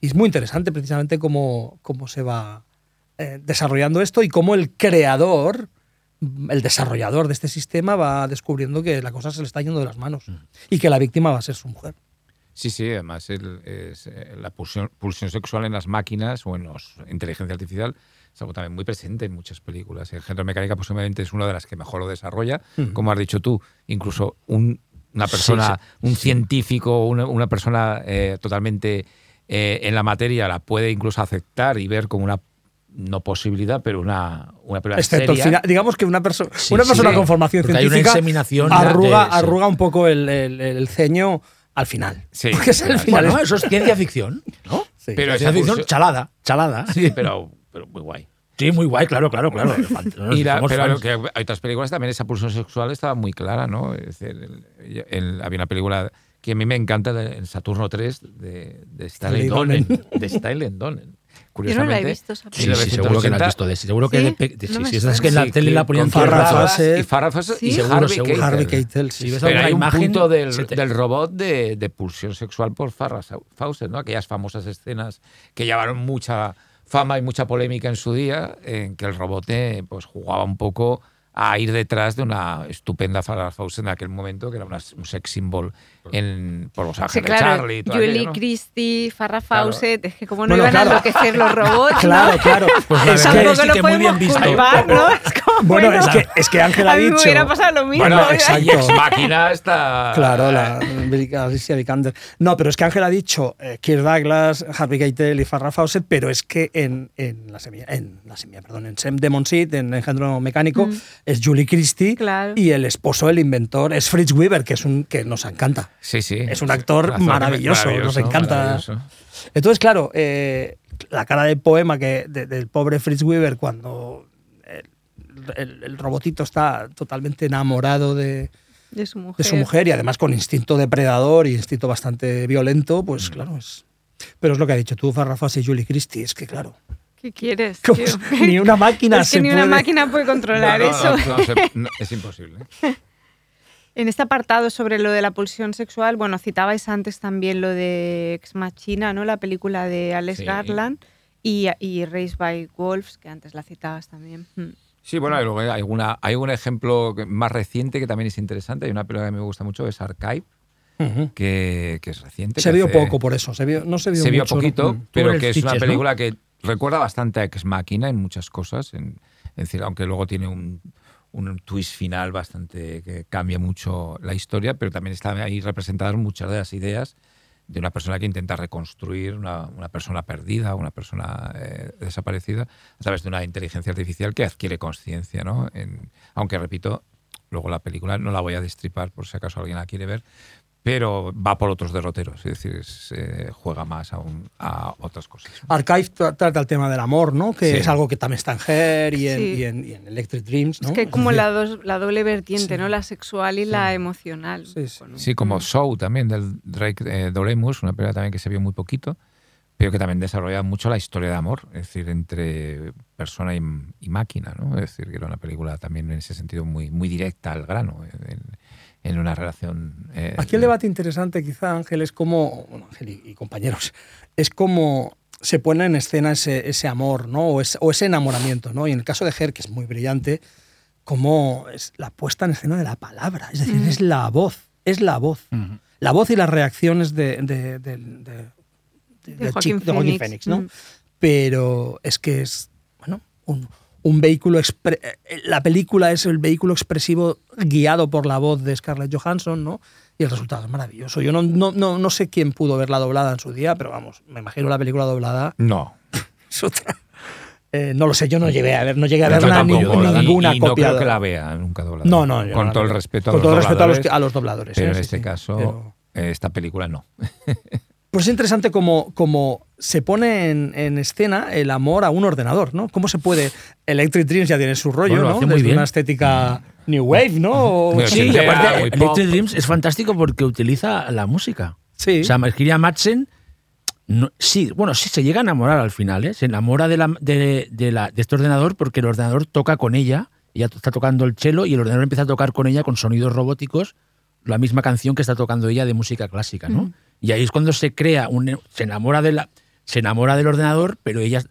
Y es muy interesante precisamente cómo, cómo se va eh, desarrollando esto y cómo el creador, mm, el desarrollador de este sistema va descubriendo que la cosa se le está yendo de las manos y que la víctima va a ser su mujer.
Sí, sí, además el- es, eh, la pulsión, pulsión sexual en las máquinas o en los inteligencia artificial es algo también muy presente en muchas películas. El género mecánica posiblemente es una de las que mejor lo desarrolla, como has dicho tú, incluso un- una
Sí,
persona,
sí,
un
sí.
científico, una, una persona eh, totalmente eh, en la materia la puede incluso aceptar y ver como una no posibilidad, pero una, una prueba
Excepto al
seria.
final, digamos que una, persona
Sí,
una
sí,
persona
sí.
con formación
Porque hay una
científica
inseminación
arruga,
de- sí.
arruga un poco el, el- el ceño al final.
Sí,
Porque es el
al
final.
Bueno, eso es ciencia ficción, ¿no?
Sí.
Pero esa
ciencia ficción
pulsión-
chalada, chalada. Sí.
Sí, pero, pero muy guay.
muy guay, claro, claro, claro. Nos
Y la-
somos
pero
fans.
que hay otras películas también esa pulsión sexual estaba muy clara, ¿no? Es decir, el- el- había una película que a mí me encanta, de- en Saturno 3, de, de Stanley
Stanley
Donen.
Donen.
De Stanley
Yo no
Donen.
la he
Curiosamente.
visto esa
Sí, sí, seguro que la has
1980,
visto. de- Seguro que
Sí,
de, pe- de-
no
sí,
me
sí, esas
suena.
que en la
Sí,
tele la ponían
con
Farrah
Farrah
Fawcett.
y Farrah Fawcett y
Sí.
Harvey
Seguro, seguro.
Keitel.
Harvey Keitel, sí,
Si
sí.
ves
Pero
alguna
hay un
imagen,
punto del,
se te-
del robot de, de pulsión sexual por Farrah Sau- Fawcett, ¿no? Aquellas famosas escenas que llevaron mucha fama y mucha polémica en su día, en que el robot eh, pues, jugaba un poco a ir detrás de una estupenda Farrah Fawcett en aquel momento, que era una- un sex symbol en, por Los
Sí,
Ángeles,
claro,
Charlie y todo
Julie
aquello, ¿no?
Christie, Farrah
Claro.
Fawcett, es que como no
Bueno,
iban
claro.
a enloquecer los robots,
Claro,
¿no?
claro.
Pues la
Es
verdad
que-
Tampoco
es que
lo
muy
podemos
bien visto.
culpar, ¿no? Es como,
Bueno,
bueno,
es que, es que Ángel
a
ha
mí
dicho.
me hubiera pasado lo mismo. ¿eh?
Bueno,
Bueno,
esa
exacto.
Ex Máquina está...
Claro, la Vic- Alicia Vikander. No, pero es que Ángel ha dicho eh, Kirk Douglas, Harvey Keitel y Farrah Fawcett, pero es que en, en la semilla, en la semilla, perdón, en Sam Demon Seed, en Engendro Mecánico, es Julie Christie
Claro.
y el esposo, el inventor, es Fritz Weaver, que es un que nos encanta.
Sí, sí.
Es un actor maravilloso, nos encanta.
maravilloso.
Entonces, claro, eh, la cara de poema que de- del pobre Fritz Weaver cuando el, el- el robotito está totalmente enamorado de,
de su mujer.
de su mujer y además con instinto depredador y instinto bastante violento, pues
Mm.
claro, es... Pero es lo que ha dicho tú, Farrah Fawcett y Julie Christie, es que claro,
¿Qué quieres?
¿cómo
tío?
es? ni una máquina
Es que
se
ni
puede...
una máquina puede controlar
No, no,
eso.
no, no, se- no, es imposible.
En este apartado sobre lo de la pulsión sexual, bueno, citabais antes también lo de Ex Machina, ¿no? La película de Alex
Sí.
Garland y, y Raised by Wolves, que antes la citabas también. Mm.
Sí, bueno, hay, luego hay una- hay un ejemplo que- más reciente que también es interesante. Hay una película que me gusta mucho, es Archive,
Ujú.
que, que es reciente.
Se
que
vio
hace-
poco por eso, se vio, no se vio
Se vio
mucho, ¿no?
poquito,
Mm.
pero
el
que es una
Stitches, ¿no?
película que recuerda bastante a Ex Máquina en muchas cosas. en- es decir, aunque luego tiene un, un twist final bastante que cambia mucho la historia, pero también están ahí representadas muchas de las ideas de una persona que intenta reconstruir una, una persona perdida, una persona eh, desaparecida, a través de una inteligencia artificial que adquiere conciencia, ¿no? En- aunque repito, luego la película no la voy a destripar por si acaso alguien la quiere ver, pero va por otros derroteros, es decir, se juega más a, un- a otras cosas.
Archive tra- trata el tema del amor, ¿no? Que
Sí.
es algo que también está en Her y en,
Sí.
y en- y en Electric Dreams, ¿no?
Es que hay como la, dos- la doble vertiente,
Sí.
¿no? La sexual y la emocional.
Sí, sí.
Bueno,
Sí,
Mm.
como Show también del Drake eh, Doremus, una película también que se vio muy poquito, pero que también desarrolla mucho la historia de amor, es decir, entre persona y, y máquina, ¿no? Es decir, que era una película también en ese sentido muy, muy directa al grano, en, en una relación... eh,
Aquí el debate interesante, quizá, Ángel, es como, bueno, Ángel y, y compañeros, es como se pone en escena ese, ese amor, ¿no? O, es- o ese enamoramiento, ¿no? Y en el caso de Her, que es muy brillante, como es la puesta en escena de la palabra, es decir, es la voz, es la voz. La voz y las reacciones de, de- del- de- de- del
Joaquín
chico- de Joaquín
Phoenix,
Phoenix, ¿no?
mm.
Pero es que es, bueno, un, un vehículo... expre- eh, la película es el vehículo expresivo guiado por la voz de Scarlett Johansson, ¿no? Y el resultado es maravilloso. Yo no, no, no, no sé quién pudo verla doblada en su día, pero vamos, me imagino la película doblada.
No,
es otra. Eh, no lo sé, yo no llegué a ver, no llegué a
Yo
verla ni-
tampoco, y-
ninguna
y no
copia.
creo que la vea nunca doblada.
No, no, yo
Con
no
todo el
la-
respeto a
con
los
todo el respeto a los,
dobladores,
a los dobladores.
Pero
¿eh?
en
Sí,
este
sí.
caso,
Pero-
eh, esta película no.
Pues es interesante como, como se pone en, en escena el amor a un ordenador, ¿no? ¿Cómo se puede? Electric Dreams ya tiene su rollo,
Bueno, lo
¿no?
hace muy
Desde
bien.
una estética New Wave, ¿no? O-
Muy
Sí, y
ochentera,
aparte,
muy pop.
Electric Dreams es fantástico porque utiliza la música.
Sí.
O sea, Margiria Madsen, no- sí, bueno, sí se llega a enamorar al final, ¿eh? Se enamora de, la- de- de la- de este ordenador porque el ordenador toca con ella, ella to- está tocando el cello y el ordenador empieza a tocar con ella con sonidos robóticos la misma canción que está tocando ella de música clásica, ¿no?
Mm.
Y ahí es cuando se crea, un, se, enamora de la, se enamora del ordenador, pero ella,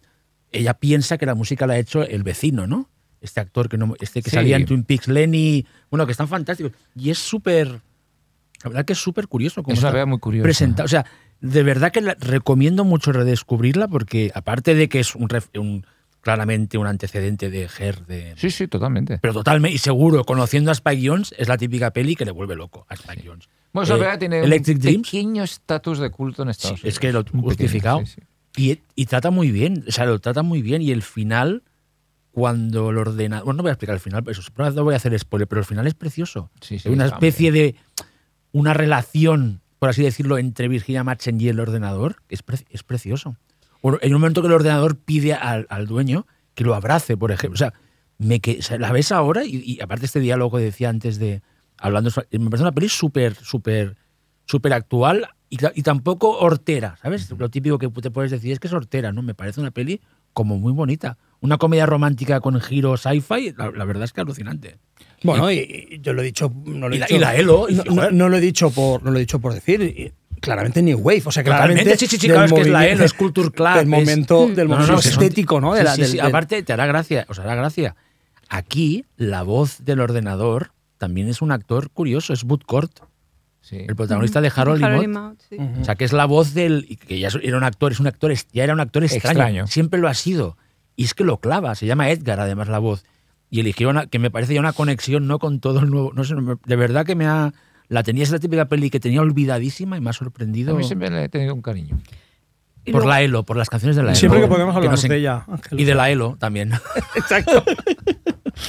ella piensa que la música la ha hecho el vecino, ¿no? Este actor que, no, este que
Sí.
salía en Twin Peaks, Lenny, bueno, que están fantásticos. Y es súper, la verdad que es súper curioso. cómo
Es una
está
vea muy curiosa.
presenta- O sea, de verdad que la- recomiendo mucho redescubrirla porque aparte de que es un, ref- un- claramente un antecedente de Her, de,
Sí, sí, totalmente.
pero totalmente, y seguro, conociendo a Spike Jones, es la típica peli que le vuelve loco a Spike Jones.
Bueno, esa
Eh,
película tiene
Electric
un
Dreams,
pequeño estatus de culto en Estados
sí,
Unidos.
es que lo
Un pequeño,
justificado.
sí, sí.
Y, y trata muy bien, o sea, lo trata muy bien. Y el final, cuando el ordenador. Bueno, no voy a explicar el final, pero eso, no voy a hacer spoiler, pero el final es precioso.
Sí, sí,
es una
está muy
especie de. Una relación, por así decirlo, entre Virginia Madsen y el ordenador. Es, pre- es precioso. O en un momento que el ordenador pide al, al dueño que lo abrace, por ejemplo. O sea, me que, o sea, la ves ahora y, y aparte este diálogo que decía antes de. Hablando. Me parece una peli súper, súper súper actual y, ta- y tampoco hortera, ¿sabes? Lo típico que te puedes decir es que es hortera, ¿no? Me parece una peli como muy bonita. Una comedia romántica con giro sci-fi, la, la verdad es que alucinante.
Bueno, y, y yo lo he dicho. No lo he
Y la-
dicho-
y la Elo, y-
no, no-
joder.
no lo he dicho por, no lo he dicho por decir. y claramente New Wave. O sea,
Totalmente,
claramente.
sí, sí, sí,
del
claro, es que es la
movimiento-
Elo, es Culture Club,
Del
es- Mm.
momento, del
No, no,
momento
no, que son-
estético, ¿no? De
Sí,
la-
sí,
del-
sí,
del-
Aparte, te hará gracia, os hará gracia. Aquí, la voz del ordenador también es un actor curioso, es Woodcourt,
Sí.
el protagonista de Harold y
Harold y
Maude.
Maude, sí.
Ujú.
O sea, que es la voz del. y que ya es- era un actor, es un actor, es- ya era un actor extraño,
Extraño.
Siempre lo ha sido. Y es que lo clava, se llama Edgar, además, la voz. Y eligieron, a- que me parece ya una conexión, no con todo el nuevo. No sé, me- de verdad que me ha. La tenía, es la típica peli que tenía olvidadísima y me ha
A
sorprendido
mí siempre le he tenido un cariño.
Y
por
luego-
la Elo, por las canciones de la Elo.
Siempre que podemos
hablar
hablamos de ella, Ángel.
Y de la Elo también.
Exacto.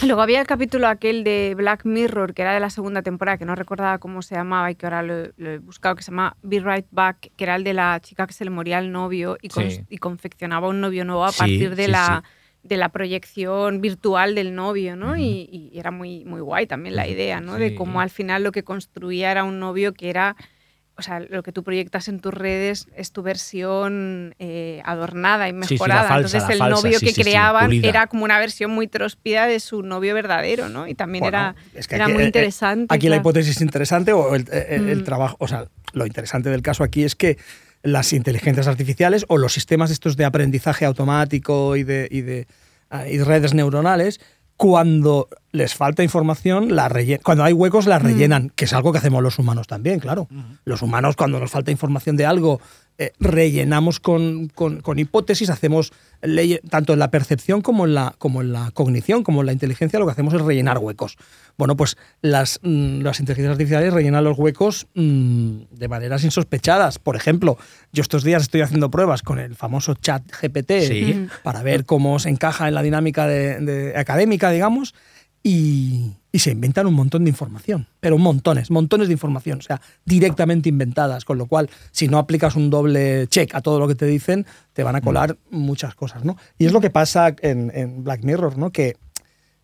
Luego había el capítulo aquel de Black Mirror, que era de la segunda temporada, que no recordaba cómo se llamaba y que ahora lo, lo he buscado, que se llama Be Right Back, que era el de la chica que se le moría el novio y, cons-
Sí.
y confeccionaba un novio nuevo a
Sí,
partir de,
sí,
la, de la proyección virtual del novio, ¿no? Y- y, era muy, muy guay también la idea, ¿no? De
Sí.
cómo al final lo que construía era un novio que era... O sea, lo que tú proyectas en tus redes es tu versión eh, adornada y
Sí, sí, la
mejorada.
falsa,
Entonces
la
el
falsa,
novio
sí,
que
sí, sí,
creaban
pulida.
era como una versión muy tróspida de su novio verdadero, ¿no? Y también
Bueno,
era,
es que
era
aquí,
muy
eh, eh,
interesante.
Aquí la
claro.
hipótesis interesante o el, el- el
Mm.
trabajo, o sea, lo interesante del caso aquí es que las inteligencias artificiales o los sistemas estos de aprendizaje automático y de, y de ah, y redes neuronales, cuando les falta información, la relle- cuando hay huecos
Mm.
la rellenan, que es algo que hacemos los humanos también, claro. Los humanos cuando nos falta información de algo, eh, rellenamos con, con- con hipótesis, hacemos leyes, tanto en la percepción como en la, como en la cognición, como en la inteligencia, lo que hacemos es rellenar huecos. Bueno, pues las, mm, las inteligencias artificiales rellenan los huecos mm, de maneras insospechadas. Por ejemplo, yo estos días estoy haciendo pruebas con el famoso chat GPT
Sí.
Mm.
para ver cómo se encaja en la dinámica de- de- académica, digamos, y, y se inventan un montón de información, pero montones, montones de información, o sea, directamente inventadas, con lo cual, si no aplicas un doble check a todo lo que te dicen, te van a colar muchas cosas, ¿no? Y es lo que pasa en, en Black Mirror, ¿no? Que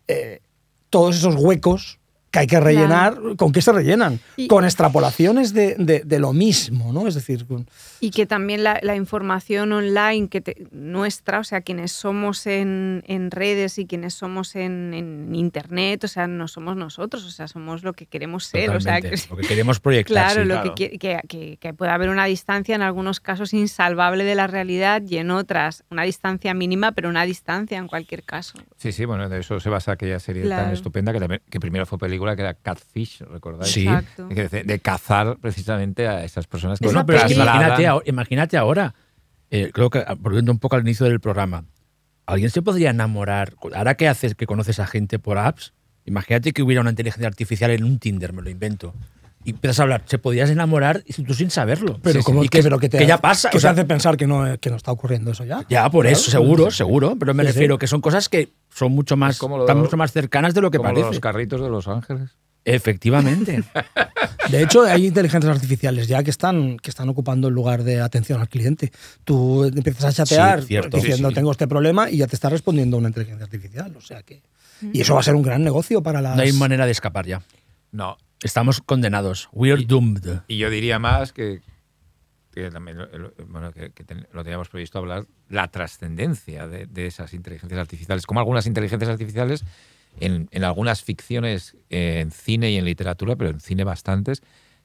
eh, todos esos huecos que hay que rellenar, ¿con qué se rellenan?
Y-
con extrapolaciones de, de- de lo mismo, ¿no? Es decir, con-
Y que también la, la información online que te- nuestra, o sea, quienes somos en, en redes y quienes somos en, en Internet, o sea, no somos nosotros, o sea, somos lo que queremos ser. O sea,
Totalmente.
que-
Lo que queremos proyectar.
Claro,
sí.
lo Que, qui- que, que- que puede haber una distancia en algunos casos insalvable de la realidad y en otras una distancia mínima, pero una distancia en cualquier caso.
Sí, sí, bueno, de eso se basa aquella serie tan
Claro.
estupenda que, también- que primero fue película, que era Catfish, ¿recordáis?
Sí.
Exacto.
Que De, de cazar precisamente a esas personas que
Bueno,
se
pero es que
trasladan.
imagínate, ahora- imagínate ahora, eh, creo que ah, volviendo un poco al inicio del programa, alguien se podría enamorar, ahora que haces que conoces a gente por apps, imagínate que hubiera una inteligencia artificial en un Tinder, me lo invento. Y empiezas a hablar, se podrías enamorar y tú sin saberlo.
pero
Sí,
como
sí. Y
que, pero que te,
que ya
hace-
pasa.
que
o
te
sea,
hace pensar que no, eh, que no está ocurriendo eso ya.
ya, por eso,
Claro.
seguro, seguro. Pero me
Sí, sí.
refiero que son cosas que son mucho más,
como lo-
están mucho más cercanas de lo que
como
parece.
los carritos de Los Ángeles.
Efectivamente.
De hecho, hay inteligencias artificiales ya que están, que están ocupando el lugar de atención al cliente. Tú empiezas a chatear
Sí, cierto.
diciendo
Sí, sí.
tengo este problema y ya te está respondiendo una inteligencia artificial. O sea que. Y eso va a ser un gran negocio para las.
no hay manera de escapar ya.
No,
Estamos condenados. We are doomed.
y yo diría más que, que también lo- lo- bueno, que- que ten- lo teníamos previsto hablar, la trascendencia de, de esas inteligencias artificiales, como algunas inteligencias artificiales en, en algunas ficciones, eh, en cine y en literatura, pero en cine bastantes,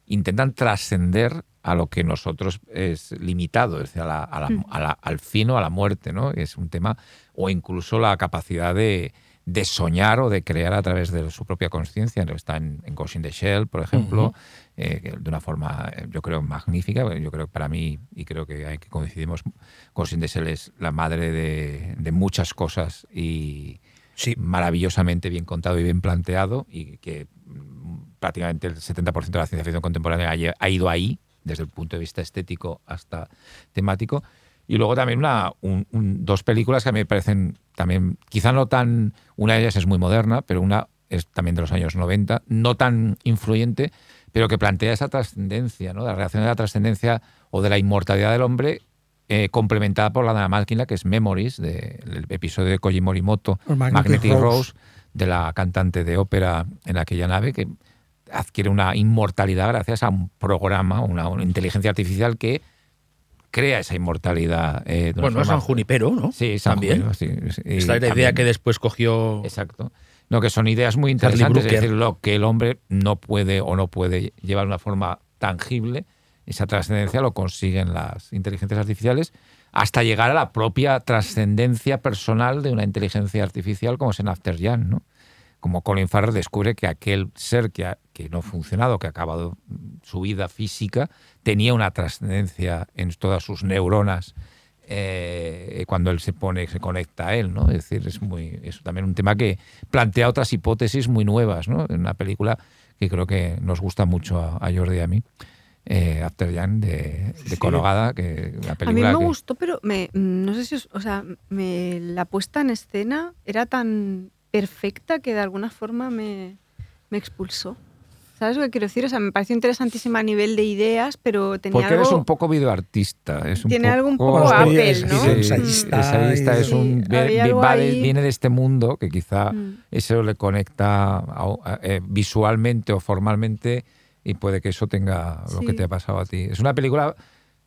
intentan trascender a lo que nosotros es limitado, es decir, a la- a la- a la- al fino, a la muerte, ¿no? Es un tema, o incluso la capacidad de, de soñar o de crear a través de su propia conciencia. ¿no? Está en, en Ghost in the Shell, por ejemplo, eh, que de una forma, eh, yo creo, magnífica. Bueno, Yo creo que para mí, y creo que hay que coincidimos, Ghost in the Shell es la madre de, de muchas cosas y
Sí.
maravillosamente bien contado y bien planteado y que mm, prácticamente el 70% de la ciencia ficción contemporánea ha lle- ha ido ahí, desde el punto de vista estético hasta temático. Y luego también una, un- un- dos películas que a mí me parecen también, quizá no tan, una de ellas es muy moderna, pero una es también de los años 90, no tan influyente, pero que plantea esa trascendencia, ¿no? la relación de la trascendencia o de la inmortalidad del hombre eh, complementada por la de la máquina, que es Memories, de- del episodio de Koji Morimoto,
Por
Magnetic,
Magnetic
Rose.
Rose,
de la cantante de ópera en aquella nave, que adquiere una inmortalidad gracias a un programa, una, una inteligencia artificial que crea esa inmortalidad. eh, de una
Bueno,
forma-
San Junipero, ¿no?
Sí, San
También.
Junipero, sí, sí, y
Esta es la idea
también-
que después cogió.
Exacto. No, que son ideas muy
Charlie
interesantes. Es
Brooker.
decir, lo que el hombre no puede o no puede llevar de una forma tangible, esa trascendencia lo consiguen las inteligencias artificiales, hasta llegar a la propia trascendencia personal de una inteligencia artificial como es en After Young, ¿no? Como Colin Farrell descubre que aquel ser que, ha- que no ha funcionado, que ha acabado su vida física, tenía una trascendencia en todas sus neuronas eh, cuando él se pone, se conecta a él, ¿no? Es decir, es muy es también un tema que plantea otras hipótesis muy nuevas, ¿no? En una película que creo que nos gusta mucho a, a Jordi y a mí, eh, After Jan de, de Cologada, que una
A mí
película
me
que
gustó, pero me, mm, no sé si os, o sea, me, la puesta en escena era tan perfecta que de alguna forma me, me expulsó. ¿Sabes lo que quiero decir? O sea, me pareció interesantísima a nivel de ideas, pero tenía
porque
algo...
eres un poco videoartista, es un
Tiene algo un
poco
poco
Bueno,
Apple,
es-
¿no?
Sí,
es-
sí,
ensayista
ensayista,
y-
es un
Sí,
ve-
había
ve-
algo
va de-
ahí.
viene de este mundo que quizá
Mm.
eso le conecta a- a- eh, visualmente o formalmente y puede que eso tenga lo que
Sí.
te ha pasado a ti. Es una película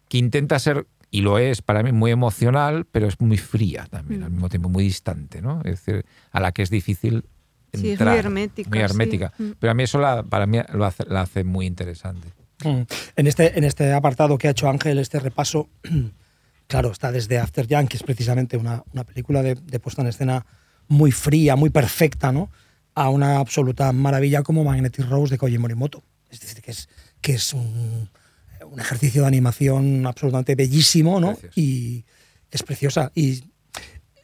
que intenta ser y lo es para mí muy emocional, pero es muy fría también,
Mm.
al mismo tiempo muy distante, ¿no? Es decir, a la que es difícil
Sí, es
entrar,
muy hermética,
muy
sí.
hermética.
Mm.
Pero a mí eso la- para mí lo hace, la hace muy interesante.
Mm. En este, en este apartado que ha hecho Ángel, este repaso, claro, está desde After Young, que es precisamente una, una película de, de puesta en escena muy fría, muy perfecta, ¿no? A una absoluta maravilla como Magnetic Rose de Koji Morimoto. Es decir, que es, que es un, un ejercicio de animación absolutamente bellísimo, ¿no?
Precioso.
Y es preciosa. Y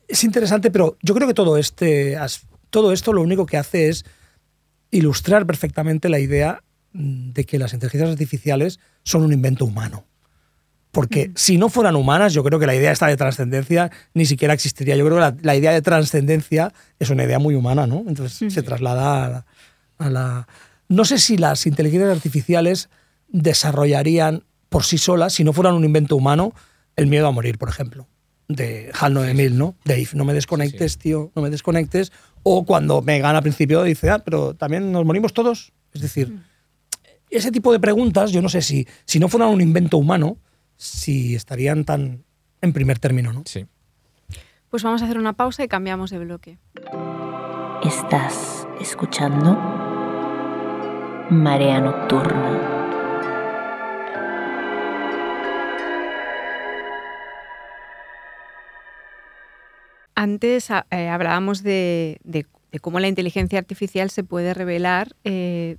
es interesante, pero yo creo que todo, este, as- todo esto lo único que hace es ilustrar perfectamente la idea mm, de que las inteligencias artificiales son un invento humano. Porque si no fueran humanas, yo creo que la idea esta de trascendencia ni siquiera existiría. Yo creo que la, la idea de trascendencia es una idea muy humana, ¿no? Entonces se traslada a la, a la- No sé si las inteligencias artificiales desarrollarían por sí solas, si no fueran un invento humano, el miedo a morir, por ejemplo. De HAL 9000, ¿no? Dave, no me desconectes, tío, no me desconectes. O cuando Megan al principio dice, ah, pero también nos morimos todos. Es decir, ese tipo de preguntas, yo no sé si, si no fueran un invento humano, si estarían tan en primer término, ¿no?
Sí.
Pues vamos a hacer una pausa y cambiamos de bloque.
Estás escuchando Marea Nocturna.
Antes a- eh, hablábamos de, de- de cómo la inteligencia artificial se puede revelar, eh,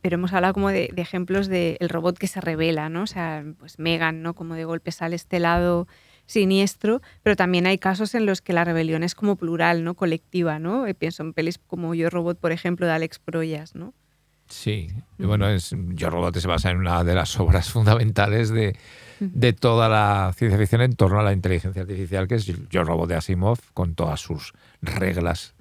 pero hemos hablado como de, de ejemplos del robot que se revela, ¿no? O sea, pues Megan, ¿no? Como de golpe sale este lado siniestro, pero también hay casos en los que la rebelión es como plural, ¿no? Colectiva, ¿no? Eh, pienso en pelis como Yo Robot, por ejemplo, de Alex Proyas, ¿no?
Sí, y bueno, es, Yo Robot se basa en una de las obras fundamentales de, de toda la ciencia ficción en torno a la inteligencia artificial, que es Yo Robot de Asimov, con todas sus reglas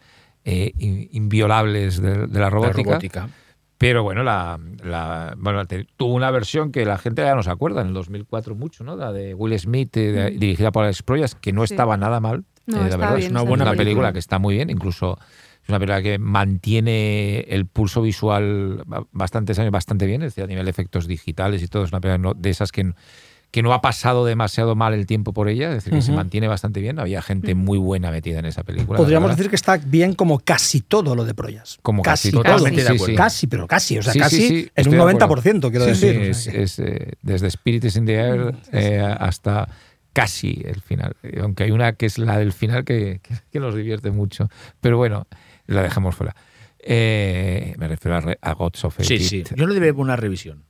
eh, in- inviolables de, de la robótica.
La robótica.
Pero bueno, la, la- bueno te- tuvo una versión que la gente ya no se acuerda, en el 2004 mucho, ¿no? La de Will Smith, eh, de- dirigida por Alex Proyas, que no
Mm. Sí.
estaba nada mal. eh,
No,
la
está
verdad,
bien,
es una
está
buena
bien.
película. que está muy bien, incluso es una película que mantiene el pulso visual ba- bastantes años bastante bien, es decir, a nivel de efectos digitales y todo, es una película no- de esas que, que no ha pasado demasiado mal el tiempo por ella, es decir, que se
Ujú.
mantiene bastante bien. Había gente muy buena metida en esa película. la
Podríamos
verdad.
decir que está bien como casi todo lo de Proyas.
Como casi
todo.
totalmente
Casi.
de acuerdo.
Casi, pero casi. O sea,
Sí, sí,
casi
sí,
en
estoy
un
de
90%, quiero
Sí, sí,
decir. O
es-
sea,
es, eh, desde Spirit is in the Air eh, hasta casi el final. Eh, Aunque hay una que es la del final que, que- que nos divierte mucho. Pero bueno, la dejamos fuera. Eh, me refiero a, Re- a Gods of
Sí,
Egypt.
sí. Yo le debo una revisión.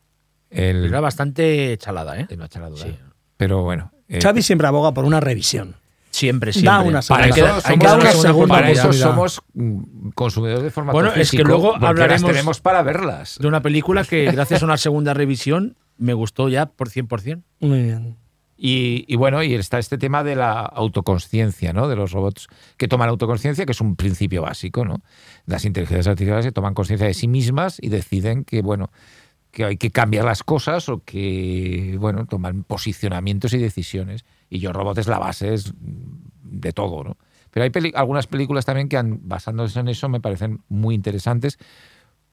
El-
Era bastante chalada, ¿eh?
el Bachaladura.
Sí.
Pero bueno. eh,
Xavi siempre aboga por una revisión.
Siempre,
Da
siempre.
una
Para
segunda.
que-
Nosotros
hay que
somos
darle
una
una
segunda
para eso
oportunidad.
somos mm, consumidores de formato
Bueno, es que
físico,
luego
porque
hablaremos-
las tenemos para verlas.
de una película que gracias a una segunda revisión me gustó ya por 100%.
Muy bien.
Y, y bueno, y está este tema de la autoconsciencia, ¿no? De los robots que toman autoconsciencia, que es un principio básico, ¿no? Las inteligencias artificiales que toman conciencia de sí mismas y deciden que, bueno, que hay que cambiar las cosas o que, bueno, toman posicionamientos y decisiones. Y yo, robot es la base es de todo, ¿no? Pero hay peli- algunas películas también que, han, basándose en eso, me parecen muy interesantes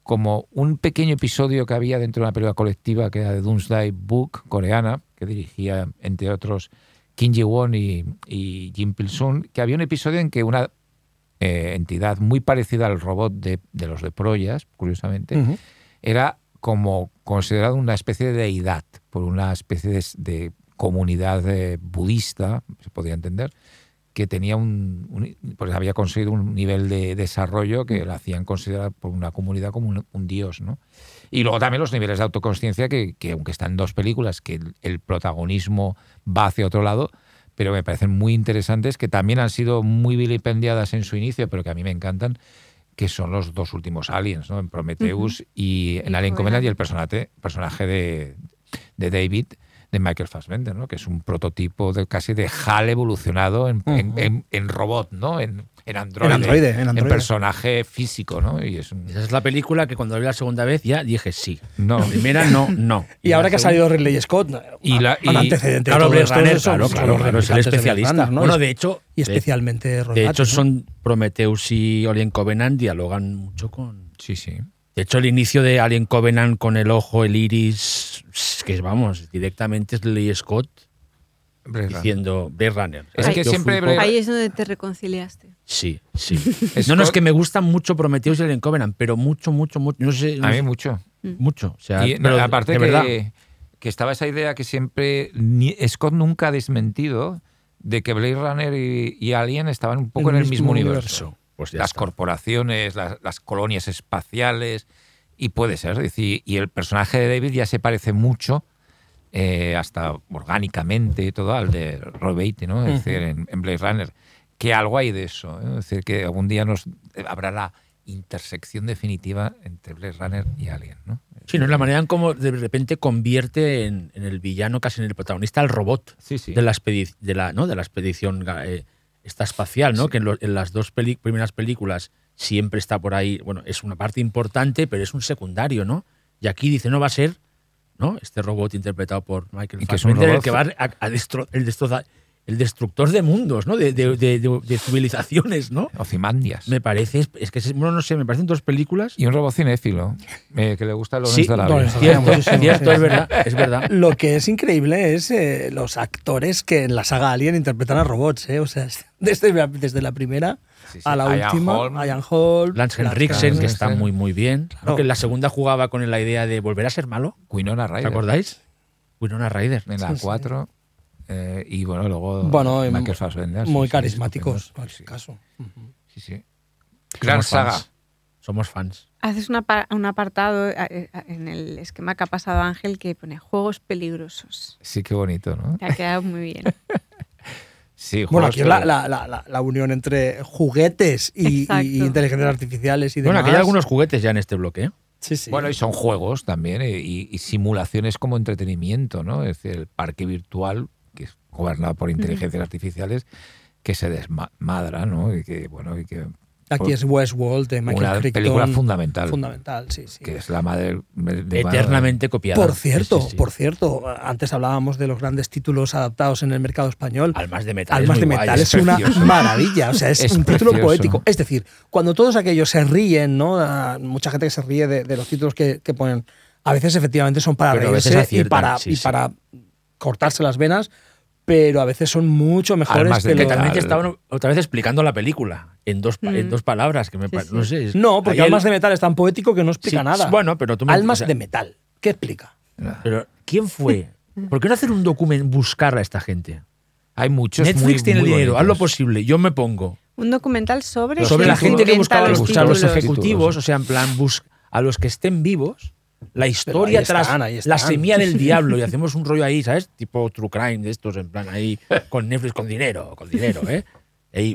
como un pequeño episodio que había dentro de una película colectiva que era de Doomsday Book coreana, que dirigía, entre otros, Kim Ji-won y, y Jim Pilsun, que había un episodio en que una eh, entidad muy parecida al robot de, de los de Proyas, curiosamente,
Ujú.
era como considerado una especie de deidad por una especie de, de comunidad eh, budista, se podía entender, que tenía un, un- pues había conseguido un nivel de desarrollo que la hacían considerar por una comunidad como un, un dios, ¿no? Y luego también los niveles de autoconsciencia que, que aunque están en dos películas, que el, el protagonismo va hacia otro lado, pero me parecen muy interesantes, que también han sido muy vilipendiadas en su inicio, pero que a mí me encantan, que son los dos últimos aliens, ¿no? En Prometheus y en
Y
Alien
Covenant.
Covenant y el personaje, personaje de, de David, de Michael Fassbender, ¿no? Que es un prototipo de, casi de HAL evolucionado en, en-
Ujú.
en- en robot, ¿no? En, en androide.
androide, en androide.
personaje físico, ¿no? Y es un...
Esa es la película que cuando la vi la segunda vez ya dije sí.
No.
La primera no, no.
Y, ahora que ha
la segunda-
salido Ridley Scott,
Y la-
un
y-
antecedente de
Claro,
todo
Blade
esto,
Runner,
son-
claro,
son
claro, claro,
replicantes
es el
de Blade
especialista.
Runner, ¿no?
Bueno, de hecho,
y
de-
especialmente
De
Roy
hecho,
Batty, ¿no?
son Prometheus y Alien Covenant dialogan mucho con.
Sí, sí.
De hecho, el inicio de Alien Covenant con el ojo, el iris, es que vamos, directamente es Lee Scott
Hombre, es raro.
diciendo Blade Runner.
Es
Yo
que
fui
siempre
un
Blade-
poco-
Ahí es donde te reconciliaste.
Sí, sí. no, no, es que me gustan mucho Prometheus y Alien Covenant, pero mucho, mucho, mucho. No sé, no
A mí
sé,
mucho.
mucho. O sea,
y
pero
no, aparte
de
que,
verdad.
que estaba esa idea que siempre ni- Scott nunca ha desmentido de que Blade Runner y, y Alien estaban un poco en el mismo universo.
Pues ya
Las
está.
corporaciones, las, las colonias espaciales, y puede ser. es decir, y el personaje de David ya se parece mucho, eh, hasta orgánicamente y todo, al de Roy Beatty, ¿no? Es decir, en, en Blade Runner. Que algo hay de eso. ¿eh? Es decir, que algún día nos eh, habrá la intersección definitiva entre Blade Runner y Alien, ¿no?
Sí, no es la manera en cómo de repente convierte en, en el villano, casi en el protagonista, al robot
Sí, sí.
de, la expedi- de, la, ¿no? de la expedición eh, esta espacial, ¿no? Que en, lo- en las dos peli- primeras películas siempre está por ahí. Bueno, es una parte importante, pero es un secundario, ¿no? Y aquí dice, no va a ser. ¿no? Este robot interpretado por Michael
Y que es un
Fassbender, el
robot.
que va a, a destro- el, destroza- el destructor de mundos, ¿no? De, de- de- de- de civilizaciones, ¿no?
Ocimandias.
Me parece, es- es que, es- bueno, no sé, me parecen dos películas
Y un robot cinéfilo eh, que le gusta los
Sí,
Lawrence
Arabia.
Arabia.
Cierto,
Sí, sí, sí,
cierto,
sí.
es verdad, es
Ah.
verdad.
Lo que es increíble es eh, los actores que en la saga Alien interpretan a robots, ¿eh? O sea, es- desde, la- desde la primera
Sí, sí.
a la
Ian
última,
Holm.
Ian Holm,
Lance Henriksen, que está
Henriksen.
muy, muy bien.
Claro.
Que en la segunda jugaba con la idea de volver a ser malo,
Winona
¿os
Ryder.
acordáis? Winona Ryder.
En la 4. eh, y bueno, luego
Bueno, y
Michael Fassbender. sí,
muy
sí,
carismáticos, en
estupendo. Sí,
cualquier caso.
sí, sí. Gran saga.
Fans. Somos fans.
Haces una pa- un apartado eh, eh, en el esquema que ha pasado Ángel que pone juegos peligrosos.
Sí, qué bonito, ¿no?
Te ha quedado muy bien.
Sí,
Bueno,
juegos
aquí es la,
que-
la- la- la- la unión entre juguetes y,
Exacto.
y inteligencias artificiales y demás.
Bueno, aquí hay algunos juguetes ya en este bloque. ¿eh?
Sí, sí.
Bueno, y son juegos también eh, y, y simulaciones como entretenimiento, ¿no? Es decir, el parque virtual, que es gobernado por inteligencias artificiales, que se desmadra, ¿no? Y que, bueno, y que
Aquí es Westworld de Michael
una
Crichton.
película fundamental,
Fundamental, sí, sí.
que es la madre... de-
Eternamente copiadas.
Por cierto,
Sí, sí, sí.
por cierto, antes hablábamos de los grandes títulos adaptados en el mercado español.
Almas de metal.
Almas
es
de
muy guay,
metal es,
es
una
precioso.
maravilla, o sea, es,
Es
un título
precioso.
poético. Es decir, cuando todos aquellos se ríen, ¿no? Ah, Mucha gente que se ríe de, de los títulos que, que ponen, a veces efectivamente son para
Pero a veces
reírse y
aciertan,
para,
sí,
y
sí.
para cortarse las venas, pero a veces son mucho mejores
Armas de
que
Que
lo-
Total.
también te estaban otra vez explicando la película en dos, pa- en
Mm.
dos palabras. que me pa-
sí.
No sé. es-
No, porque
ahí
Almas
el-
de Metal es tan poético que no explica
Sí,
nada.
bueno, pero tú me-
Almas
o sea-
de Metal. ¿Qué explica?
Pero, ¿quién fue? ¿Por qué no hacer un documento, buscar a esta gente?
Hay muchos
Netflix
muy,
tiene
muy
el dinero, haz lo
bonitos.
posible, yo me pongo.
Un documental sobre,
Los
sobre la
títulos.
gente que
Inventa
buscaba los,
los
a los
títulos.
ejecutivos, o sea, en plan, bus- a los que estén vivos, la historia
ahí están,
tras
ahí
la
están.
semilla del diablo y hacemos un rollo ahí, ¿sabes? Tipo True Crime de estos, en plan ahí, con Netflix, con dinero, con dinero, ¿eh? Ahí,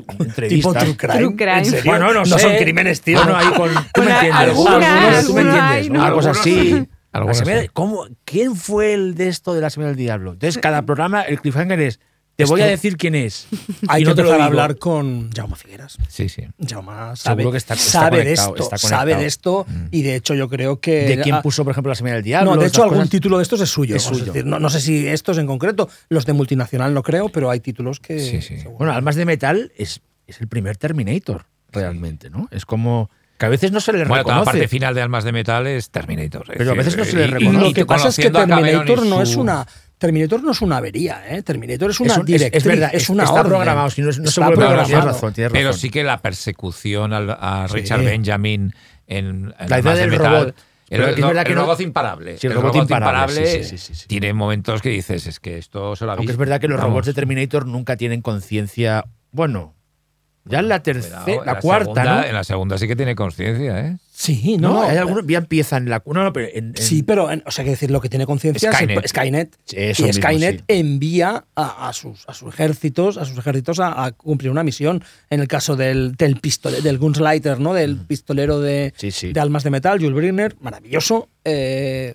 Tipo
entrevistas.
True Crime.
True Crime.
¿En serio?
Bueno, no, sé.
son crímenes, tío.
Bueno, ahí con, tú me
Bueno,
entiendes.
alguna,
Algunos, tú
alguna
me entiendes.
hay,
Una
¿no?
cosa así. La
Algunos
semilla-
sí.
¿cómo- ¿Quién fue el de esto de la semilla del diablo? Entonces, cada programa, el cliffhanger es, te voy a decir quién es.
Hay
Y
que
no te lo
empezar a
digo.
hablar con Jaume Figueras.
Sí, sí.
Jaume sabe,
Seguro que está- está
sabe de
conectado,
esto,
está
sabe
conectado. Mm.
de esto y de hecho yo creo que...
¿De quién
ah,
puso, por ejemplo, la semilla del diablo?
No, de
Estas
hecho algún
cosas.
título de estos es suyo.
Es
Es
suyo.
decir, no, no sé si estos en concreto, los de multinacional no creo, pero hay títulos que...
Sí, sí.
seguro.
Bueno, Almas de Metal es, es el primer Terminator, realmente, ¿no? Es como que a veces no se le
Bueno, toda la
reconoce.
parte final de Almas de Metal es Terminator. es
Pero a veces no se le
y- y-
reconoce.
y
Lo que
tú
pasa es que
conociendo a Cameron y
Terminator no es
su-
una... Terminator no es una avería, ¿eh? Terminator es
un-
una
es- es
directriz, es,
verdad, es-
una
está
orden.
programado, si no es- no se
Está
vuelve
Claro,
Pero tienes
programado.
razón, tienes
Pero
razón.
sí que la persecución al- a
Sí.
Richard Benjamin en, en
La idea
Almas de
del
Metal,
robot.
El,
Pero que es
no-
verdad que
el
no-
robot imparable.
Sí, el
el
robot
robot,
imparable,
imparable,
sí, sí, sí, sí.
tiene momentos que dices, es que esto se lo ha
Aunque
visto,
es verdad que los
vamos.
robots de Terminator nunca tienen conciencia. Bueno, ya en la
Cuidado,
tercera,
en
la, cuarta,
segunda-
¿no?
En la segunda sí que tiene conciencia, ¿eh?
Sí,
No, eh,
no,
hay algunos ya empiezan la no, no, pero en, en-
Sí, pero, en- o sea, que decir, lo que tiene conciencia es el-
Skynet.
Skynet.
Sí, eso
y
mismo,
Skynet
sí.
envía a, a sus, a sus ejércitos, a sus ejércitos a, a cumplir una misión. En el caso del, del pistole- del Gunslighter, ¿no? Del pistolero de,
Sí, sí.
de almas de metal, Jules Brigner, maravilloso. eh,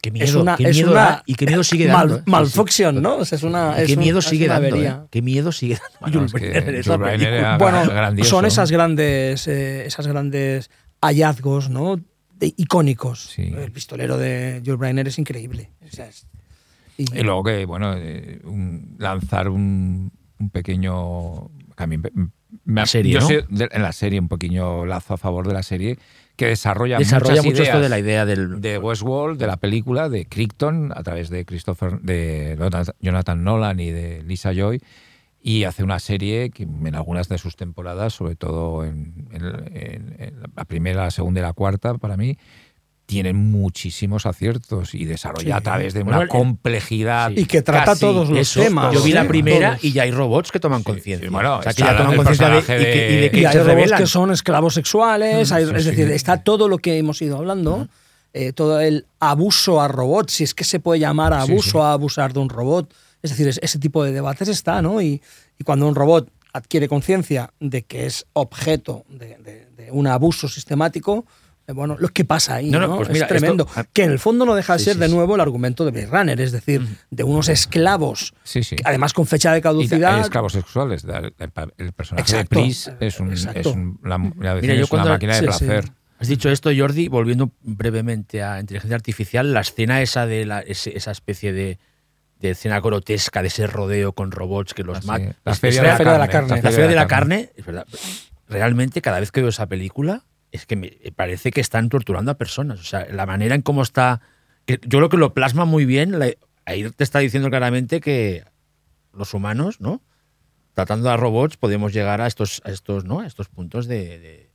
qué miedo,
es una,
qué
es
miedo
una
da y qué miedo sigue
mal-
dando. ¿eh? Sí, sí.
malfunction, ¿no? O sea, es una.
Y
es
qué
un-
miedo
es
sigue
una
dando, ¿eh?
avería.
Qué miedo sigue dando.
Bueno,
Jules
es que
Briner en esa
Jules Briner
película.
era-
bueno,
grandioso.
son esas grandes, eh, esas grandes hallazgos, ¿no? De- icónicos.
Sí.
El pistolero de Jules Briner es increíble. O sea, es- y-
Y luego que, bueno, eh, un- lanzar un, un pequeño... que a mí me- me-
La serie,
yo
¿no?
soy de- en la serie, un pequeño lazo a favor de la serie, que desarrolla,
Desarrolla
muchas
mucho esto
ideas
de la idea del.
de Westworld, de la película, de Crichton, a través de Christopher, de Jonathan Nolan y de Lisa Joy, y hace una serie que en algunas de sus temporadas, sobre todo en, en- en- en la primera, la segunda y la cuarta, para mí, tienen muchísimos aciertos y desarrolla
Sí.
a través de
Bueno,
una
el-
complejidad.
Y que trata
casi-
todos los
eso,
temas.
Yo vi la
Todos.
primera y ya hay robots que toman conciencia.
sí, bueno,
o sea, que
está
ya
la-
toman
el
conciencia de,
personaje
y que- y
de-
de que
y hay
se
robots
rebelan.
que son esclavos sexuales, hay-
sí,
es
sí.
decir, está todo lo que hemos ido hablando, eh, todo el abuso a robots, si es que se puede llamar
Sí,
abuso
sí.
a abusar de un robot, es decir, es- ese tipo de debates está, ¿no? Y, y cuando un robot adquiere conciencia de que es objeto de, de- de un abuso sistemático, eh, bueno, lo que pasa ahí,
No,
¿no?
no, pues mira,
es tremendo.
esto-
Que en el fondo no deja de
Sí,
ser
sí,
de
sí.
nuevo el argumento de Blade Runner, es decir, de unos esclavos,
Sí, sí.
que además con fecha de
Y da-
caducidad.
hay esclavos sexuales. da- El, el personaje
Exacto.
de Pris es, un, es
Exacto.
un- la, la
Mira, yo
es una
cuando-
máquina de
sí, sí.
placer.
Has dicho esto, Jordi, volviendo brevemente a inteligencia artificial, la escena esa de la, ese- esa especie de, de escena grotesca, de ese rodeo con robots que los
Así,
matan.
Ah, la
Pues Es-
feria
es
de la
real-
feria de la
carne.
carne.
la feria de la carne, es verdad. Realmente, cada vez que veo esa película, es que me parece que están torturando a personas. O sea, la manera en cómo está. que Yo creo que lo plasma muy bien. la- Ahí te está diciendo claramente que los humanos, ¿no? Tratando a robots, podemos llegar a estos, a estos, ¿no? A estos puntos de- de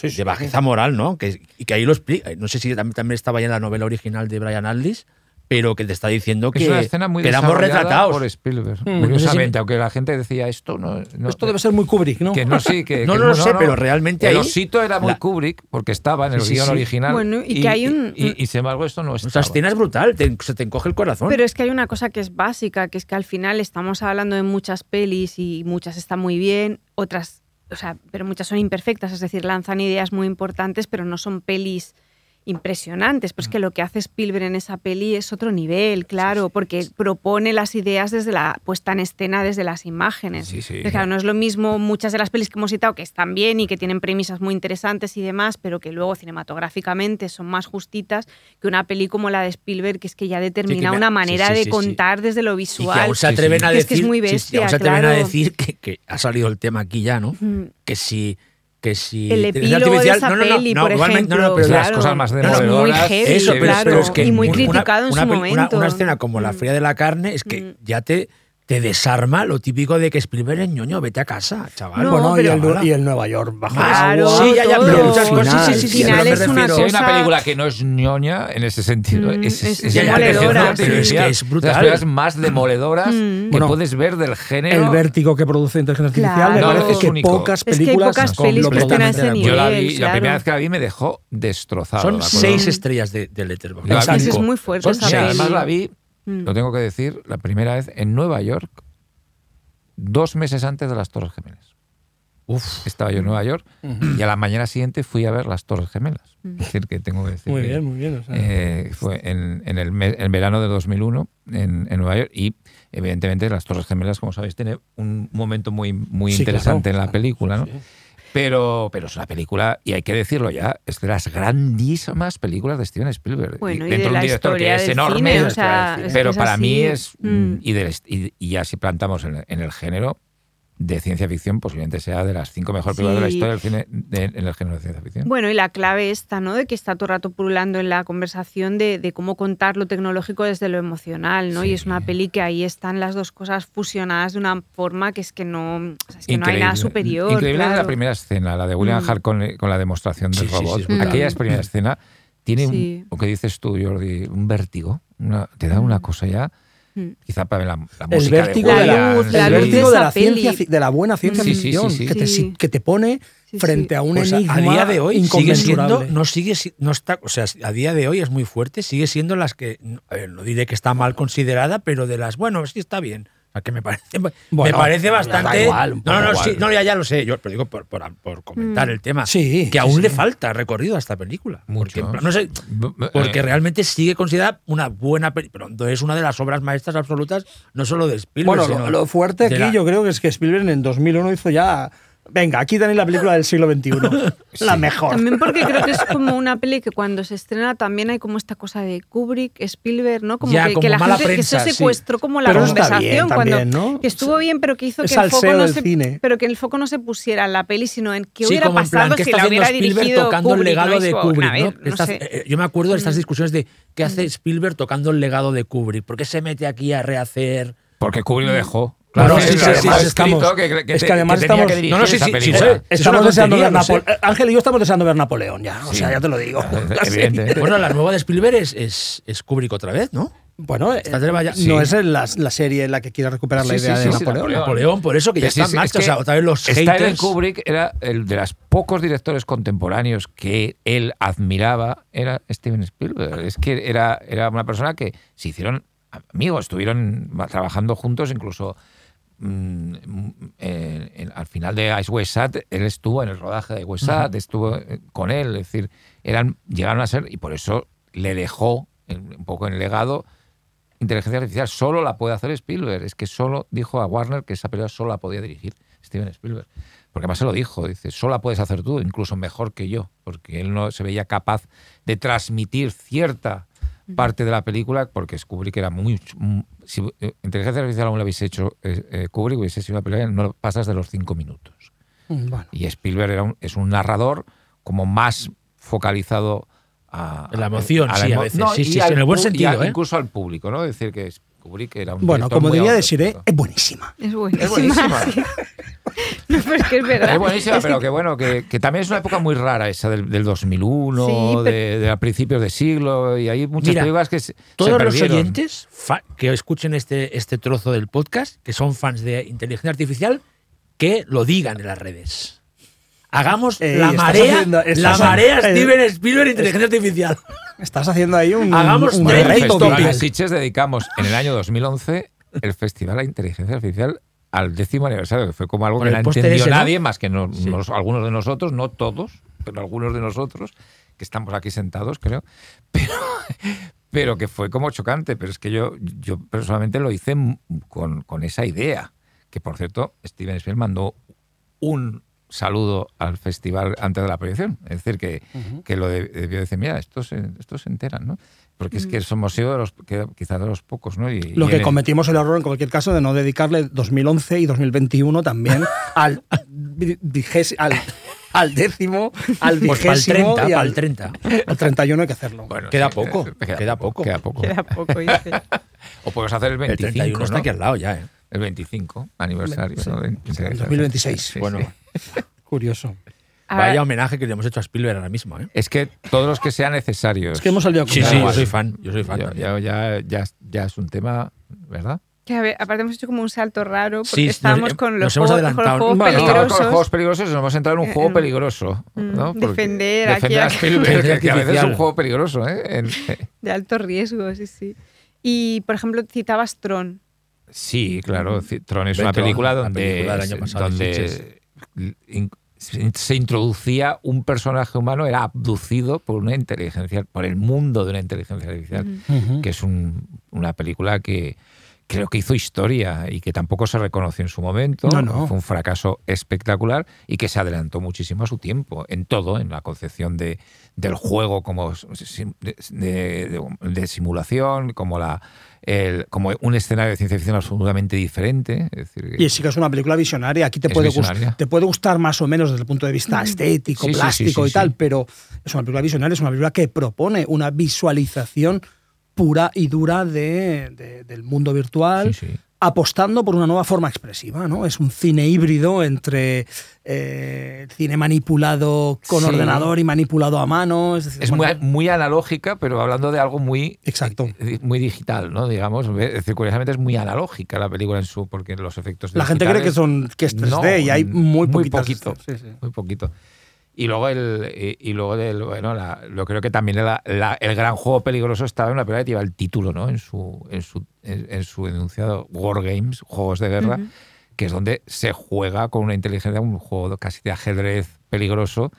de bajeza moral, ¿no? Que, y que ahí lo explica. No sé si tam- también estaba ya en la novela original de Brian Aldiss, pero que te está diciendo
Es
que,
una escena muy
que éramos
desarrollada
retratados.
por Spielberg.
Mm.
Curiosamente, aunque la gente decía esto no, no-
Esto debe ser muy Kubrick, ¿no?
que no sí que
No
que
lo sé, pero realmente
el
ahí-
osito era muy
la-
Kubrick porque estaba en el
Sí, sí,
guión
sí.
original.
Bueno, y que hay un-
y, y sin embargo esto no
Esa
estaba.
escena es brutal, te- se te encoge el corazón.
Pero es que hay una cosa que es básica, que es que al final estamos hablando de muchas pelis y muchas están muy bien, otras, o sea, pero muchas son imperfectas, es decir, lanzan ideas muy importantes, pero no son pelis impresionantes. Pues que
Mm.
lo que hace Spielberg en esa peli es otro nivel, claro, porque propone las ideas desde la puesta en escena, desde las imágenes.
Sí, sí.
Entonces, claro, no es lo mismo muchas de las pelis que hemos citado que están bien y que tienen premisas muy interesantes y demás, pero que luego cinematográficamente son más justitas que una peli como la de Spielberg, que es que ya determina
me-
una manera
sí, sí,
de
sí, sí.
contar desde lo
y que
visual.
aún se
sí,
atreven
sí.
a
Es que
decir.
es muy
sí, sí,
bestia,
aún se atreven a
claro.
decir que, que ha salido el tema aquí ya, ¿no?
Mm.
Que si que si
El
inteligencia
epílogo de
artificial-
esa
no, no, no,
peli,
no,
por
igualmente-
ejemplo,
no, no, pero
Es
claro,
las cosas más
es muy
demoledoras
heavy,
eso, pero,
claro,
pero es que
y muy
una-
criticado en
una
su
peli- una-
momento.
Una, escena como La
Mm.
Fría de la Carne es que
Mm.
ya te, te desarma lo típico de que Spielberg es ñoño, vete a casa, chaval.
No,
bueno, y
pero-
el, Nu- y el Nueva York bajo el
Claro,
agua.
sí, ya, ya,
pero
todo.
muchas cosas, sí, sí, sí,
El final
pero me
es una
refiero-
Si hay una
cosa-
película que no es ñoña en ese sentido,
Mm,
es, es,
es
la inteligencia
demoledora, sí. Pero es que es brutal.
Las películas más demoledoras
Mm.
que
Bueno,
puedes ver del género.
El vértigo que produce inteligencia artificial,
Claro.
me
No,
parece
es
que
único.
pocas
Es que hay
películas
pocas
con
pelis
lo
que estén a
protagonista.
ese
Completamente de
Yo
nivel.
acuerdo.
la vi, la
claro.
primera vez que la vi me dejó destrozado.
Son
¿de acuerdo?
seis estrellas de, de Letterboxd.
La
Eso
vi
es
con-
muy fuerte.
Son
esa
seis.
peli.
Además la vi,
Mm.
lo tengo que decir, la primera vez en Nueva York, dos meses antes de las Torres Gemelas. Uf. Estaba yo en Nueva York y a la mañana siguiente fui a ver las Torres Gemelas.
Mm.
Es decir, que tengo que decir
Muy
que-
bien, muy bien. o sea.
eh, fue en, en el, me- en verano de 2001 en, en Nueva York y evidentemente las Torres Gemelas, como sabéis, tiene un momento muy, muy
Sí,
interesante
claro,
en la
claro,
película, ¿no?
sí, sí.
Pero, pero es una película, y hay que decirlo ya, es de las grandísimas películas de Steven Spielberg.
Bueno, y
dentro
de
un
la
director que
historia
es
del
enorme,
cine, o
es
sea,
que
es
pero
que
para mí
así.
es,
Mm.
y, del est- y- y ya si plantamos en, en el género de ciencia ficción, posiblemente sea de las cinco mejores películas de la
Sí.
historia del cine, de- en el género de ciencia ficción.
Bueno, y la clave está, ¿no? De que está todo el rato pululando en la conversación de, de cómo contar lo tecnológico desde lo emocional, ¿no?
Sí.
Y es una peli que ahí están las dos cosas fusionadas de una forma que es que no, o sea, es que no hay nada superior.
Increíble es la
claro.
primera escena, la de William
Mm.
Hart con, con la demostración del
Sí, sí, sí,
robot.
es brutal.
Aquella es primera escena tiene, un-
Sí.
lo que dices tú, Jordi, un vértigo. una- te da una cosa ya,
Mm.
quizá para la, la
el
música
vértigo
de,
de la,
Williams,
luz, la
el
sí.
luz
vértigo
de
de
esa
la ciencia
peli.
fi- de la buena ciencia
Sí, sí, sí,
ficción
sí.
que te
Sí.
que te pone
Sí,
frente a un
Pues a-
enigma
a día de hoy sigue siendo,
inconmensurable.
no sigue, si- no está, o sea, a día de hoy es muy fuerte, sigue siendo las que, a ver, no diré que está mal considerada, pero de las, bueno, sí está bien. O sea, que me parece,
Bueno,
me parece
da
bastante.
igual, un poco
no, no, no,
igual.
sí, no, ya, ya lo sé, yo pero digo por, por- por comentar el tema.
Sí,
que
sí,
aún
sí.
le falta recorrido a esta película.
Mucho.
Porque, en plan, no sé,
B- eh,
porque realmente sigue considerada una buena película, pero es una de las obras maestras absolutas, no solo de Spielberg.
Bueno,
sino
lo, lo fuerte
de
aquí
la-
yo creo que es que Spielberg en 2001 hizo ya. Venga, aquí tenéis la película del siglo XXI. la mejor.
También porque creo que es como una peli que cuando se estrena también hay como esta cosa de Kubrick, Spielberg, ¿no? Como
Ya,
que,
como
que la
mala
gente que
prensa,
se
sí.
secuestró como la
Pero eso está
conversación
bien
cuando
también, ¿no?
que estuvo bien, pero que hizo
es
que el foco
salseo
no
del
se
cine.
pero que el foco no se pusiera en la peli, sino en qué
Sí,
hubiera
como en
pasado
plan, ¿qué
si
está
la
haciendo
hubiera
Spielberg
dirigido
tocando el
Kubrick,
legado
¿no?
de
Eso,
Kubrick?
a ver,
¿no?
no
Estas-
sé.
eh, yo me acuerdo de estas discusiones de ¿qué hace Spielberg tocando el legado de Kubrick? ¿Por qué se mete aquí a rehacer?
porque Kubrick lo dejó.
Claro,
es que
sí, sí, sí,
además
sí,
escrito
estamos-
que, que
es
te-
que además
tenía
estamos-
que dirigir
No, no, sí,
esa
sí, sí,
película.
sí, Es una
Estamos deseando ver
tontería, no
Napoleón. Ángel y yo estamos deseando ver Napoleón ya. O
Sí.
sea, ya te lo digo. Así.
Evidente.
Bueno, la nueva de Spielberg es, es, es Kubrick otra vez, ¿no?
Bueno, eh,
Está treva ya-
no
sí.
es la, la serie en la que quiere recuperar la
Sí, sí,
idea
sí,
de
sí,
Napoleón.
Napoleón.
Napoleón, por eso que ya
Sí,
está
sí,
en marcha.
es
o sea,
que
otra vez los
Stanley
haters.
Kubrick era el de los pocos directores contemporáneos que él admiraba, era Steven Spielberg. Es que era, era una persona que se hicieron amigos, estuvieron trabajando juntos, incluso mm, mm, en- en- al final de Ice West Side, él estuvo en el rodaje de West Side, estuvo eh, con él, es decir, eran, llegaron a ser, y por eso le dejó en- un poco en el legado inteligencia artificial solo la puede hacer Spielberg. Es que solo dijo a Warner que esa película solo la podía dirigir Steven Spielberg. Porque además se lo dijo, dice, solo la puedes hacer tú, incluso mejor que yo, porque él no se veía capaz de transmitir cierta parte de la película, porque es Kubrick era muy... ch- mm, Si eh, inteligencia artificial aún la hubiese hecho eh, eh, Kubrick, hubiese sido una película que no lo pasas de los cinco minutos.
Mm, Bueno.
Y Spielberg era un- es un narrador como más focalizado a
En la emoción, sí, a
emo-
veces. Sí,
y
sí,
al
sí, en el buen
pu- y
sentido,
al-
¿eh?
Incluso al público, ¿no? Es decir, que es- Kubrick era un
Bueno,
director
como
muy
diría Desiré,
¿eh?
autocrítico.
es buenísima.
Es buenísima.
Es buenísima.
sí. No, pero es que es verdad.
Es buenísima,
Es que
pero que bueno, que, que también es una época muy rara esa del, del 2001,
Sí, pero-
de, de a principios de siglo, y hay muchas
Mira,
películas que se, se
Todos los
perdieron.
oyentes fa- que escuchen este, este trozo del podcast, que son fans de inteligencia artificial, que lo digan en las redes. Hagamos
Ey,
la
estás
marea,
haciendo-
la
estás-
marea
eh,
Steven Spielberg inteligencia artificial.
Estás haciendo ahí un,
Hagamos
un
Bueno, en el
reto
topic.
Festival de
viral.
Sitges dedicamos en el año 2011 el Festival de Inteligencia Artificial al décimo aniversario, que fue como algo
Con
que
el
no
póster
entendió
ese, ¿no?
nadie, más que no- nos- algunos de nosotros, no todos, pero algunos de nosotros, que estamos aquí sentados, creo, pero, pero que fue como chocante. Pero es que yo, yo personalmente lo hice m- con, con esa idea, que por cierto, Steven Spielberg mandó un saludo al festival antes de la proyección. Es decir, que, que lo de- debió decir, mira, estos se, estos se enteran, ¿no? Porque es
Mm.
que somos sido de los, que- quizás de los pocos, ¿no? Y-
Lo
y
que
en el-
cometimos el error en cualquier caso de no dedicarle 2011 y 2021 también al, vi- vigés- al, al décimo, al
Pues para el
vigésimo
30,
y
para
al,
el 30.
al 31 hay que hacerlo.
Bueno,
Queda poco, queda poco.
Queda poco.
Queda poco, dice.
O puedes hacer el
El
25.
31 está
¿no?
aquí al lado ya, ¿eh?
El 25 aniversario.
Sí,
¿no?
el 2026.
Sí, sí.
Bueno,
Curioso.
A
vaya
ver,
homenaje que le hemos hecho a Spielberg ahora mismo, ¿eh?
Es que todos los que sean necesarios.
Es que hemos salido a
Sí,
comprar
sí, yo
agua.
soy fan, yo soy fan.
Ya,
también.
ya, ya, ya, ya es un tema, ¿verdad?
que a ver, aparte hemos hecho como un salto raro porque
Sí, nos-
estábamos con los
nos hemos
juegos, con los
adelantado.
juegos
Bueno,
Estamos con los
peligrosos.
juegos peligrosos y nos hemos entrado en un
Eh,
juego
eh,
peligroso. ¿no?
mm,
Porque
defender aquí
defender
a-
a Spielberg, que, a veces es
Artificial.
un juego peligroso. ¿eh? En-
De alto riesgo, sí, sí. Y, por ejemplo, citabas Tron.
Sí, claro. ci- Tron es
Ve
una
Tron,
película
la
donde,
película del año pasado de
donde
Sitges.
in- se se introducía un personaje humano, era abducido por una inteligencia, por el mundo de una inteligencia artificial,
Mm.
que es un- una película que creo que hizo historia y que tampoco se reconoció en su momento.
No, no.
Fue un fracaso espectacular y que se adelantó muchísimo a su tiempo, en todo, en la concepción de, del juego como sim- de, de- de simulación, como la el- como un escenario de ciencia ficción absolutamente diferente. Es decir, que-
Y sí que es una película visionaria. Aquí te
Es
puede, gust-
visionaria.
te puede gustar más o menos desde el punto de vista estético,
Sí, sí, sí,
plástico
sí,
y tal,
sí.
pero es una película visionaria, es una película que propone una visualización pura y dura de- de- del mundo virtual.
Sí, sí.
apostando por una nueva forma expresiva, ¿no? Es un cine híbrido entre eh, cine manipulado con
Sí.
ordenador y manipulado a mano. Es, decir,
Es muy,
bueno,
muy analógica, pero hablando de algo muy
Exacto.
eh, muy digital, ¿no? Digamos, es decir, curiosamente es muy analógica la película en su porque los efectos
La gente cree que
digitales-
son que es 3D y
No, mm,
hay muy, poquitas-
poquito,
Sí, sí.
muy poquito. Y luego el y, y luego del bueno, la- lo creo que también la- la- el gran juego peligroso estaba en la película que lleva el título, ¿no? En su en su en, en su enunciado War Games, juegos de guerra, que es donde se juega con una inteligencia un juego casi de ajedrez peligroso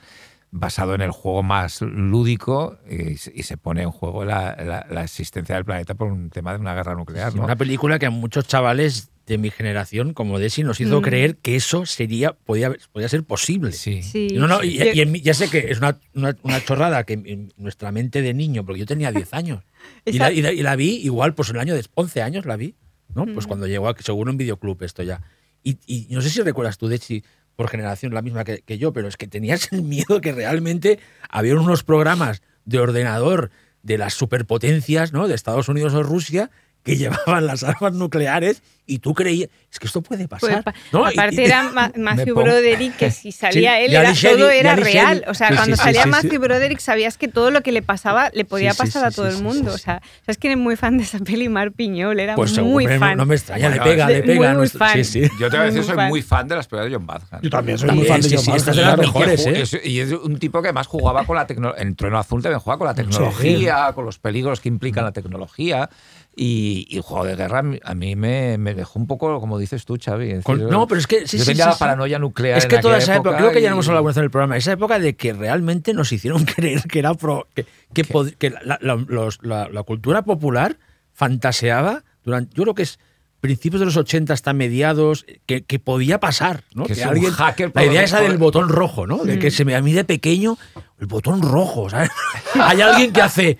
basado en el juego más lúdico y, se- y se pone en juego la, la- la existencia del planeta por un tema de una guerra nuclear,
Sí,
¿no?
Una película que a muchos chavales de mi generación, como Desi, nos hizo
Mm.
creer que eso sería, podía, podía ser posible.
Sí.
Sí.
No, no, y,
Yo-
y en mí- ya sé que es una, una- una chorrada que en nuestra mente de niño, porque yo tenía 10 años, y,
Esa-
la, y la- y la vi igual, pues el año de 11 años la vi, ¿no?
Mm.
Pues cuando llegó, a, seguro un videoclub esto ya. Y, y no sé si recuerdas tú, Desi, por generación la misma que, que yo, pero es que tenías el miedo que realmente había unos programas de ordenador de las superpotencias, ¿no? De Estados Unidos o Rusia que llevaban las armas nucleares y tú creías, es que esto puede pasar.
Pues, pa-
¿no? Y-
Aparte
y-
era Ma- Matthew
pongo-
Broderick que si salía él
y Ali
era,
Sheedy,
todo
y
era
Ali
real.
Sheedy.
O sea,
Sí, sí,
cuando
sí,
salía
sí,
Matthew
sí.
Broderick sabías que todo lo que le pasaba le podía
Sí, sí,
pasar
sí,
a todo
sí,
el
sí,
mundo.
sí,
O sea, sabes que eres muy fan de esa peli Mar Piñol, era
Pues seguro,
muy
hombre,
fan.
No me extraña, le
Bueno,
pega,
es
le
de- muy,
pega.
muy
nuestro-
fan.
Sí, sí.
Yo te voy a decir,
Muy
soy
fan.
muy fan de las películas de John Badham.
Yo también soy muy
También,
fan de
sí,
John
sí,
Barnes,
esta es de las
claro.
mejores.
Y que ju-
¿eh?
es- Y es un tipo que además jugaba con la tecnología. En Trueno Azul también jugaba con la tecnología, con los peligros que implica la tecnología. Y, y Juego de Guerra a mí- a mí me, me dejó un poco, como dices tú, Xavi. es
Con-
decir,
no, pero es que sí,
yo
sí,
tenía
sí,
la
sí.
paranoia nuclear.
Es que
en
toda
aquella
esa época,
época
creo que ya
y-
lo hemos hablado alguna vez en el programa, esa época de que realmente nos hicieron creer que era pro- que, que pod- que la, la- los- la- la cultura popular fantaseaba durante, yo creo que es principios de los 80 hasta mediados, que, que podía pasar, ¿no?
Que es un hacker
la idea
por-
esa del
por-
botón rojo, ¿no? De que se me a mí de pequeño el botón rojo, ¿sabes? Hay alguien que hace,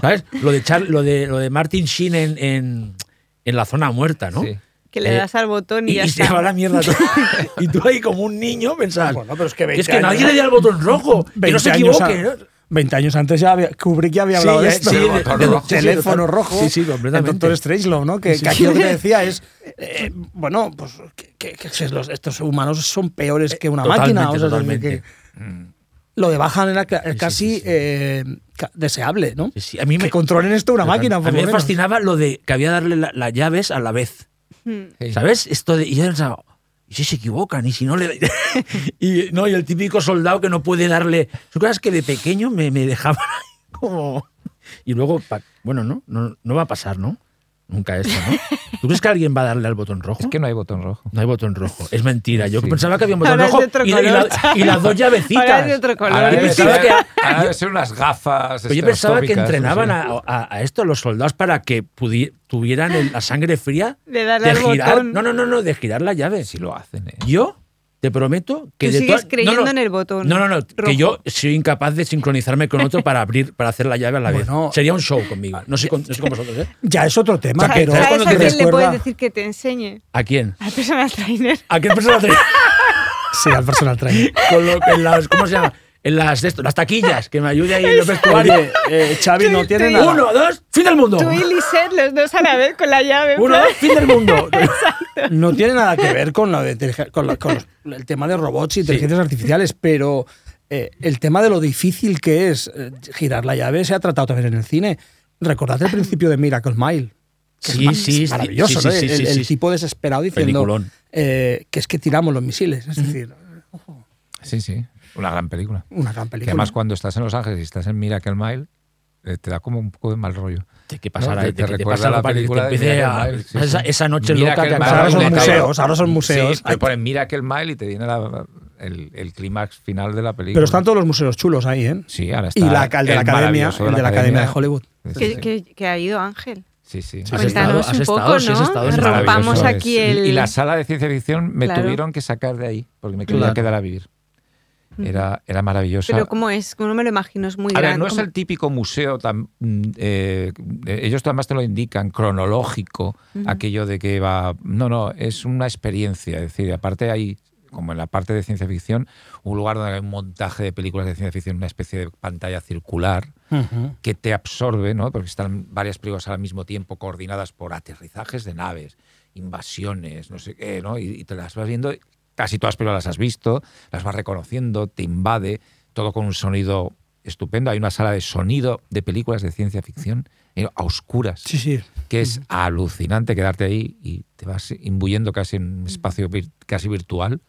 ¿sabes? Lo de Char- lo de lo de Martin Sheen en, en, en la zona muerta, ¿no?
Sí.
Que le
Eh,
das al botón y,
Y,
ya
y se
está.
va a la mierda todo. y tú ahí como un niño pensabas.
Bueno, pero es que 20
es que
años-
nadie le dio al botón rojo. Que no
20
se
años
equivoque.
a-
¿no?
20 años antes ya había, Kubrick ya había hablado
Sí,
de
ya-
esto.
sí,
del
de-
botón
del-
rojo,
sí, del
teléfono
botón-
rojo.
sí, sí, completamente.
El doctor Strangelove, ¿no? Que,
Sí, sí.
que aquí lo que te decía es, eh, bueno, pues que, que- que si los- estos humanos son peores que una
Totalmente,
máquina. o sea, que-
totalmente.
lo de Bajan era cla- casi
sí, sí.
eh, ca- deseable, ¿no?
Sí, sí, a mí
Que
me,
controlen esto una máquina,
a
por
mí
lo
me
menos.
fascinaba lo de que había darle la- las llaves a la vez.
Sí.
¿Sabes? Esto de, y yo pensaba, ¿y si se equivocan? ¿Y si no le.? y, no, y el típico soldado que no puede darle. Son cosas que de pequeño me, me dejaban ahí como. Y luego, pa- bueno, ¿no? ¿no? No va a pasar, ¿no? Nunca esto, ¿no? ¿Tú crees que alguien va a darle al botón rojo?
Es que no hay botón rojo.
No hay botón rojo. Es mentira. Yo
Sí.
pensaba que había un botón
Ahora es
rojo
de otro
y, y la-
color,
y las dos
Ahora es
llavecitas.
de otro color.
Ahora
yo
debe
pensaba
ser-
que-
ahora debe ser unas gafas.
Pero yo pensaba que
estereoscópicas,
entrenaban
no sé.
a, a- a esto los soldados para que pudi- tuvieran el- la sangre fría
De darle
de
al
girar.
botón.
No, no, no, no, de girar la llave.
Sí lo hacen, ¿eh?
Yo Te prometo que
Tú
de
sigues
todas-
creyendo en el botón
No, no, no. Que
rojo.
yo soy incapaz de sincronizarme con otro para abrir, para hacer la llave a la vez.
Bueno.
Sería un show conmigo. No sé con, no sé con vosotros, ¿eh?
Ya es otro tema,
¿Sabes-
pero
¿Sabes a quién le
recuerda-
puedes decir que te enseñe?
¿A quién?
Al personal trainer.
¿A qué persona te-
Sí, al personal trainer.
con lo- en las, ¿Cómo se llama? En las, esto, las taquillas, que me ayude ahí en los vestuarios.
Oye, eh, Xavi no tiene
Tú-
nada.
Uno, dos, fin del mundo.
Tú y Lisette, los dos a la vez con la llave. en
Uno,
plan-
dos, fin del mundo.
No tiene nada que ver con, la de inteligen- con, la- con los- el tema de robots y inteligencias artificiales, pero eh, el tema de lo difícil que es eh, girar la llave se ha tratado también en el cine. Recordad el principio de Miracle Mile. que es
Sí,
mar-
sí,
es maravilloso,
sí,
¿no?
sí, sí,
el,
sí,
el
sí.
tipo desesperado diciendo
Peliculón.
eh, que es que tiramos los misiles. Es decir,
Sí, sí. Una gran película.
una gran
Que
película.
además cuando estás en Los Ángeles y estás en Miracle Mile, eh, te da como un poco de mal rollo.
Te- que pasara,
No, te- te
te, que te
recuerda
pasara
la
para que te
película de
empiece
Miracle
a-
Mile, sí,
esa,
sí.
esa noche
Mira
loca
que
que
el
O sea, ahora
Maravilloso.
son
Maravilloso.
museos, ahora son museos.
Sí, te ponen Miracle Mile y te viene la- el, el clímax final de la película.
pero están todos los museos chulos ahí, ¿eh?
Sí, ahora está.
Y la, el de la
el
academia,
maravilloso
el de la academia de Hollywood.
Sí,
Que,
sí.
que- que ha ido Ángel.
Sí, sí.
Sí, Has
Cuéntanos
estado- has
un poco,
estado, sí, has
¿no?
estado,
Es
Rompamos
maravilloso,
aquí
es. Y-
el.
Y, la sala de ciencia ficción me
Claro.
tuvieron que sacar de ahí, porque me quería
Claro.
quedar a vivir. Era, era maravillosa.
Pero cómo es, no me lo imagino, es muy
a ver,
grande.
no es
como-
el típico museo tan. mm, eh, ellos además te lo indican, cronológico, aquello de que va. No, no, es una experiencia. Es decir, aparte hay, como en la parte de ciencia ficción, un lugar donde hay un montaje de películas de ciencia ficción, una especie de pantalla circular que te absorbe, ¿no? Porque están varias películas al mismo tiempo coordinadas por aterrizajes de naves, invasiones, no sé qué, ¿no? Y, y te las vas viendo, casi todas las películas las has visto, las vas reconociendo, te invade, todo con un sonido estupendo. Hay una sala de sonido de películas de ciencia ficción eh, a oscuras,
Sí, sí.
que es alucinante quedarte ahí y te vas imbuyendo casi en un espacio vir- casi virtual.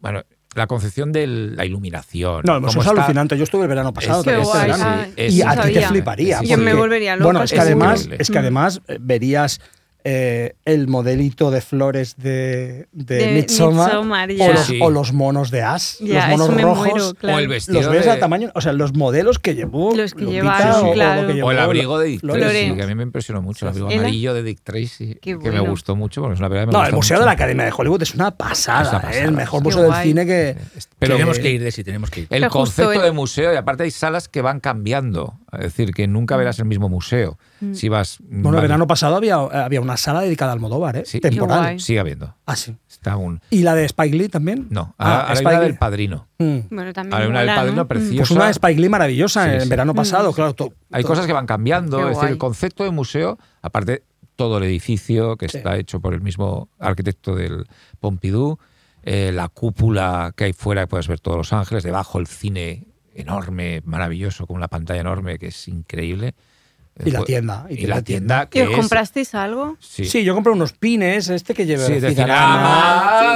Bueno, la concepción de la iluminación.
No, el museo
cómo
es
está-
alucinante. Yo estuve el verano pasado.
Qué
también este
guay, Ah,
verano.
sí, es
y a ti te
increíble.
fliparía.
Sí,
Yo me
porque-
volvería loca,
Bueno, es que
seguro.
además,
Increíble.
es que además eh, verías eh, el modelito de flores de, de,
De
Midsommar,
Midsommar,
o,
ya.
los,
Sí.
o los monos de As,
Ya,
los
eso
monos
me
rojos.
muero, claro.
O el vestido
Los ves
de-
al tamaño, o sea, los modelos que llevó.
Los que
Lupita
llevaron,
o- o
claro.
lo que llevó
O el abrigo de Dick
Flores.
Tracy,
Florence.
que a mí me impresionó mucho. El abrigo
¿Ela?
amarillo de Dick Tracy,
Qué
que me
bueno.
gustó mucho. Bueno, es una película que me
No,
gusta
el Museo
mucho.
de la Academia de Hollywood es una pasada.
Es una
¿eh?
pasada.
El mejor
Qué
museo del
guay.
cine que.
Pero
tenemos que ir, de sí, tenemos que ir.
el
Pero justo
concepto
el-
de museo, y aparte hay salas que van cambiando. Es decir, que
Mm.
nunca verás el mismo museo. Si vas.
Bueno,
vale,
el verano pasado había, eh, había una sala dedicada al Modóvar, ¿eh?
sí,
temporal.
Qué guay.
Sigue habiendo.
Ah, sí.
Está un.
¿Y la de Spike Lee también?
No,
Ah,
ahora, ahora hay
Spike
una
Lee.
del padrino.
Mm.
Bueno, también.
Ahora hay una
mola,
del
¿no?
padrino
Mm.
preciosa.
Pues una de Spike Lee maravillosa
Sí,
en el
sí.
verano pasado, claro. to-
Hay
to-
cosas que van cambiando.
Qué
es decir,
guay.
el concepto de museo, aparte todo el edificio que
Sí.
está hecho por el mismo arquitecto del Pompidou, eh, la cúpula que hay fuera, que puedes ver todos Los Ángeles, debajo el cine enorme, maravilloso, con una pantalla enorme que es increíble.
Y la tienda,
pues, Y, la tienda
¿Y
que
os
es-
comprasteis algo?
Sí,
Sí, yo compré unos pines, este que lleva.
Sí, de
Cinerama.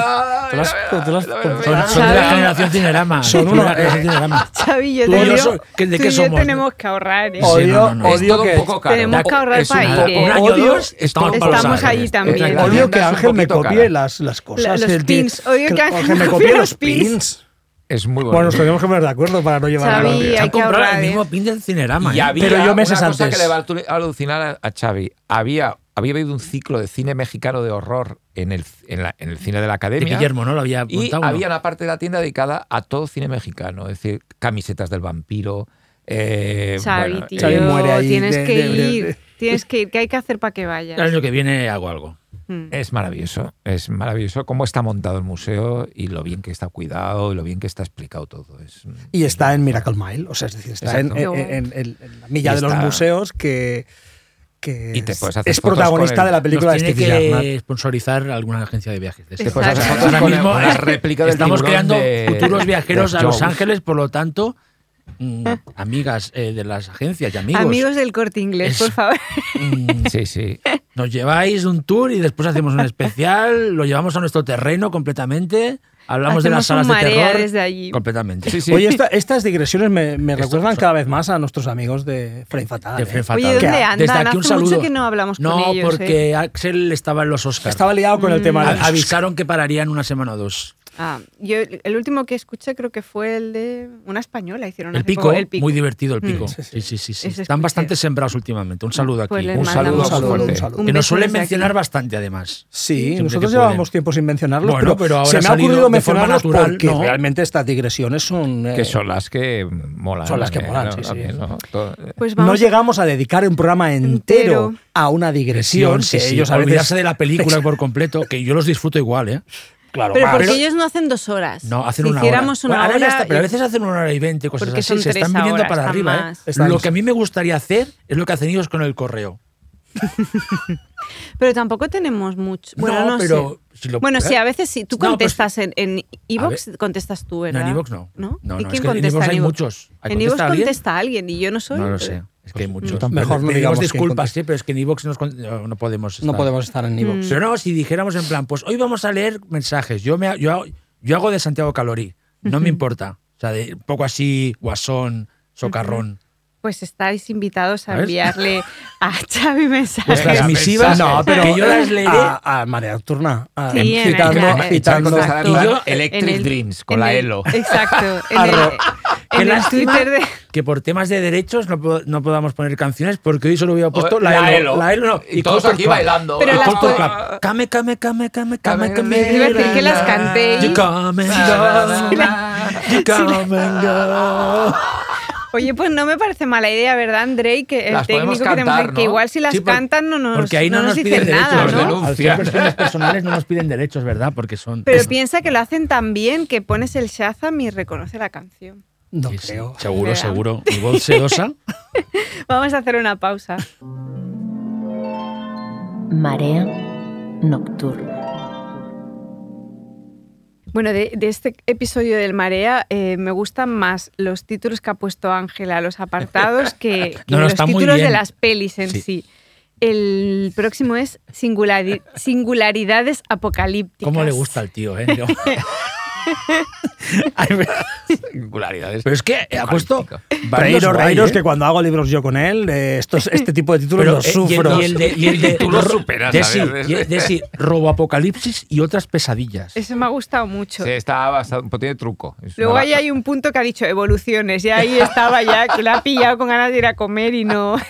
Cinerama.
Te las- te las-
Son, son de la generación Cinerama.
Son
de
unos-
la generación Cinerama.
Xavi, yo
Tú
te
y yo
digo-
so- ¿que- de
tú
qué
y yo
somos?
tenemos que ahorrar. ¿eh?
Oh,
Odio,
Sí, no, no, no.
Es todo
odio
un
que.
poco caro.
Tenemos que ahorrar
Es un
para
poco-
ir, ¿eh?
Un año
Odio-
dos, estamos para Los
Estamos ahí
Ángeles.
también.
Es-
Odio
la
que
tienda es un
Ángel me
poquito
copie
cara.
las, las cosas.
Los
el de-
pins. Odio que Ángel
me
me
copie
copie
los
los pins.
pins.
Es muy bueno.
Bueno, nos tenemos que poner de acuerdo para no llevar a la
Xavi,
odia.
hay
Han
que
comprado
ahorrar,
el
¿eh?
mismo pin del Cinerama.
Y
¿eh?
había
Pero yo meses
una cosa
antes.
que le va a alu- alucinar a- a Xavi. Había, había habido un ciclo de cine mexicano de horror en el, en la- en el cine de la
De
academia.
Guillermo, ¿no? Lo había
y
apuntado. ¿no?
había una parte de la tienda dedicada a todo cine mexicano, es decir, camisetas del vampiro. Eh,
Xavi,
bueno,
tío,
eh,
Xavi muere ahí
tienes
de-
que
de- de-
ir.
de-
Tienes que ir. ¿Qué hay que hacer para que
El
vayas?
año que viene hago algo.
Mm.
es maravilloso, es maravilloso cómo está montado el museo y lo bien que está cuidado y lo bien que está explicado todo. Es,
Y está en Miracle Mile, o sea, es decir, está en,
Exacto.
en- en- en- en la milla
Y
de los
está-
museos que, que
Y te
es,
puedes hacer
es
fotos
protagonista
con él.
de la película
Nos
de
tiene
Steve
que
Jarnat.
sponsorizar alguna agencia de viajes. de estas.
Te puedes hacer
Exacto.
fotos
Ahora
con
mismo
una
es-
réplica del
estamos
tiburón
creando
de-
futuros viajeros
de
a Los
Jaws.
Ángeles, por lo tanto, mm, amigas eh, de las agencias y amigos,
Amigos del corte inglés,
Es-
por favor.
mm,
Sí, sí.
nos lleváis un tour y después hacemos un especial, lo llevamos a nuestro terreno completamente, hablamos de las
Hacemos
salas
un
de
marea
terror
desde allí.
completamente.
Sí, sí.
Oye, esta- estas digresiones me, me recuerdan
son-
cada vez más a nuestros amigos de Frame Fatal.
De
¿eh?
Fren
Oye,
Fatal.
¿dónde
Que-
andan?
Desde aquí
Hace
un saludo.
mucho que no hablamos
no,
con ellos, ¿eh?
porque Axel estaba en los Oscars. Mm.
Estaba liado con el tema de
avisaron que pararían una semana o dos.
Ah, yo el último que escuché creo que fue el de una española, hicieron
El
hace
pico, ¿eh?
poco, el pico.
muy divertido el
Mm.
pico.
Sí, sí.
Sí, sí, sí. sí.
Ese
Están
escuché.
bastante sembrados últimamente. Un saludo aquí.
Pues les
Un saludo
mandamos
Un saludo,
un
fuerte.
saludo.
un
que nos
beso
suelen
desde
mencionar
aquí.
bastante, además.
Sí,
Siempre
nosotros
que pueden.
llevábamos tiempo sin mencionarlos,
Bueno, pero ahora
se me
ha
ha
salido
ocurrido
de forma
mencionarlos
natural,
porque
¿no?
realmente estas digresiones son... eh,
Que son las que molan.
Son las que
eh,
molan,
¿no?
sí, sí.
También, ¿no? Todo- eh,
Pues
no
vamos,
llegamos a dedicar un programa entero,
Entero.
a una digresión.
Sí,
que
sí,
ellos a veces-
olvidarse de la película por completo, que yo los disfruto igual, ¿eh?
Claro,
pero
va,
porque
pero-
ellos no hacen dos horas.
No, hacen
si
una
hiciéramos
hora.
una
Bueno, ahora
hora,
ya está, pero a veces hacen una hora y veinte, cosas
Porque
así.
son
se
tres
están viniendo
horas,
para
están
arriba, ¿eh?
más.
Están-
Lo que a mí me gustaría hacer es lo que hacen ellos con el correo.
pero tampoco tenemos mucho. Bueno, no,
pero
sé.
si lo- ¿eh?
Bueno, sí, a veces sí. Tú
No, pues-
contestas en en Evox, contestas tú,
No,
¿verdad?
en Evox no.
¿No?
no,
¿Y quién
no, es que en
contesta
Evox hay
en Evox?
muchos. ¿Hay-
En Evox
alguien?
contesta alguien y yo no soy.
No lo
pero-
sé. Es que hay muchos.
Pues tampoco. Mejor no
Le
digamos quién
disculpas,
contesta.
sí, pero es que en Evox no podemos
no
estar.
podemos estar
Mm.
en Evox.
Pero no, si dijéramos en plan, pues hoy vamos a leer mensajes. Yo, me, yo, yo hago de Santiago Calorí, no me importa. O sea, de, un poco así, guasón, socarrón. Eh,
Pues estáis invitados a
¿Sabes?
enviarle a Xavi mensajes.
Pues las
Venga,
misivas,
mensajes.
No, pero eh, ah.
que yo las leeré.
a, a Marea Nocturna. a-
Sí, en
citando,
el-
eh,
citando-
Xavi González
exacto.
Lara,
Y yo-
Electric
en el-
Dreams, con
en
la
el-
Elo.
Exacto. En el,
Arro-
Qué
en el
lástima
Twitter de.
que por temas de derechos no, po- no podamos poner canciones porque hoy solo hubiera puesto la,
La
Elo.
Elo.
La Elo no.
Y todos
Culture
aquí
Club.
bailando.
Pero
Y
las
Culture
po-
Club. Came, came, came, came, came,
Te
came.
iba a decir que las cantéis.
You come and go. You come and go.
Oye, pues no me parece mala idea, ¿verdad, Andrei? Que el
Las
técnico
podemos
que tenemos
cantar,
aquí, que
¿no?
igual si las
Sí, por-
cantan no nos,
Porque ahí no,
no nos
piden
dicen
derechos,
nada,
los
¿no?
denuncian.
Al ser personas personales no nos piden derechos, ¿verdad? Porque son.
Pero piensa que lo hacen tan bien que pones el Shazam y reconoce la canción.
No
Sí, sí,
creo.
Seguro,
¿Verdad?
seguro. Mi voz sedosa.
Vamos a hacer una pausa.
Marea nocturna.
Bueno, de, de este episodio del Marea eh, me gustan más los títulos que ha puesto Ángela a los apartados que, que
No, no,
los
está muy
títulos de
bien.
las pelis en
Sí.
sí. El próximo es singulari- singularidades apocalípticas.
¿Cómo le gusta al tío, eh? Yo- Ay, pero-
Singularidades.
Pero es que ha puesto. varios
Reiros,
guay,
reiros,
¿eh?
que cuando hago libros yo con él, eh, estos- este tipo de títulos
Pero,
los
eh, y el-
sufro.
Y el de. Y el de-
Tú lo superas,
Desi,
a ver.
y- Desi, Roboapocalipsis y otras pesadillas.
Eso me ha gustado mucho.
Sí, está basado, tiene truco. Es
Luego
una-
ahí hay un punto que ha dicho evoluciones y ahí estaba ya, que la ha pillado con ganas de ir a comer y no...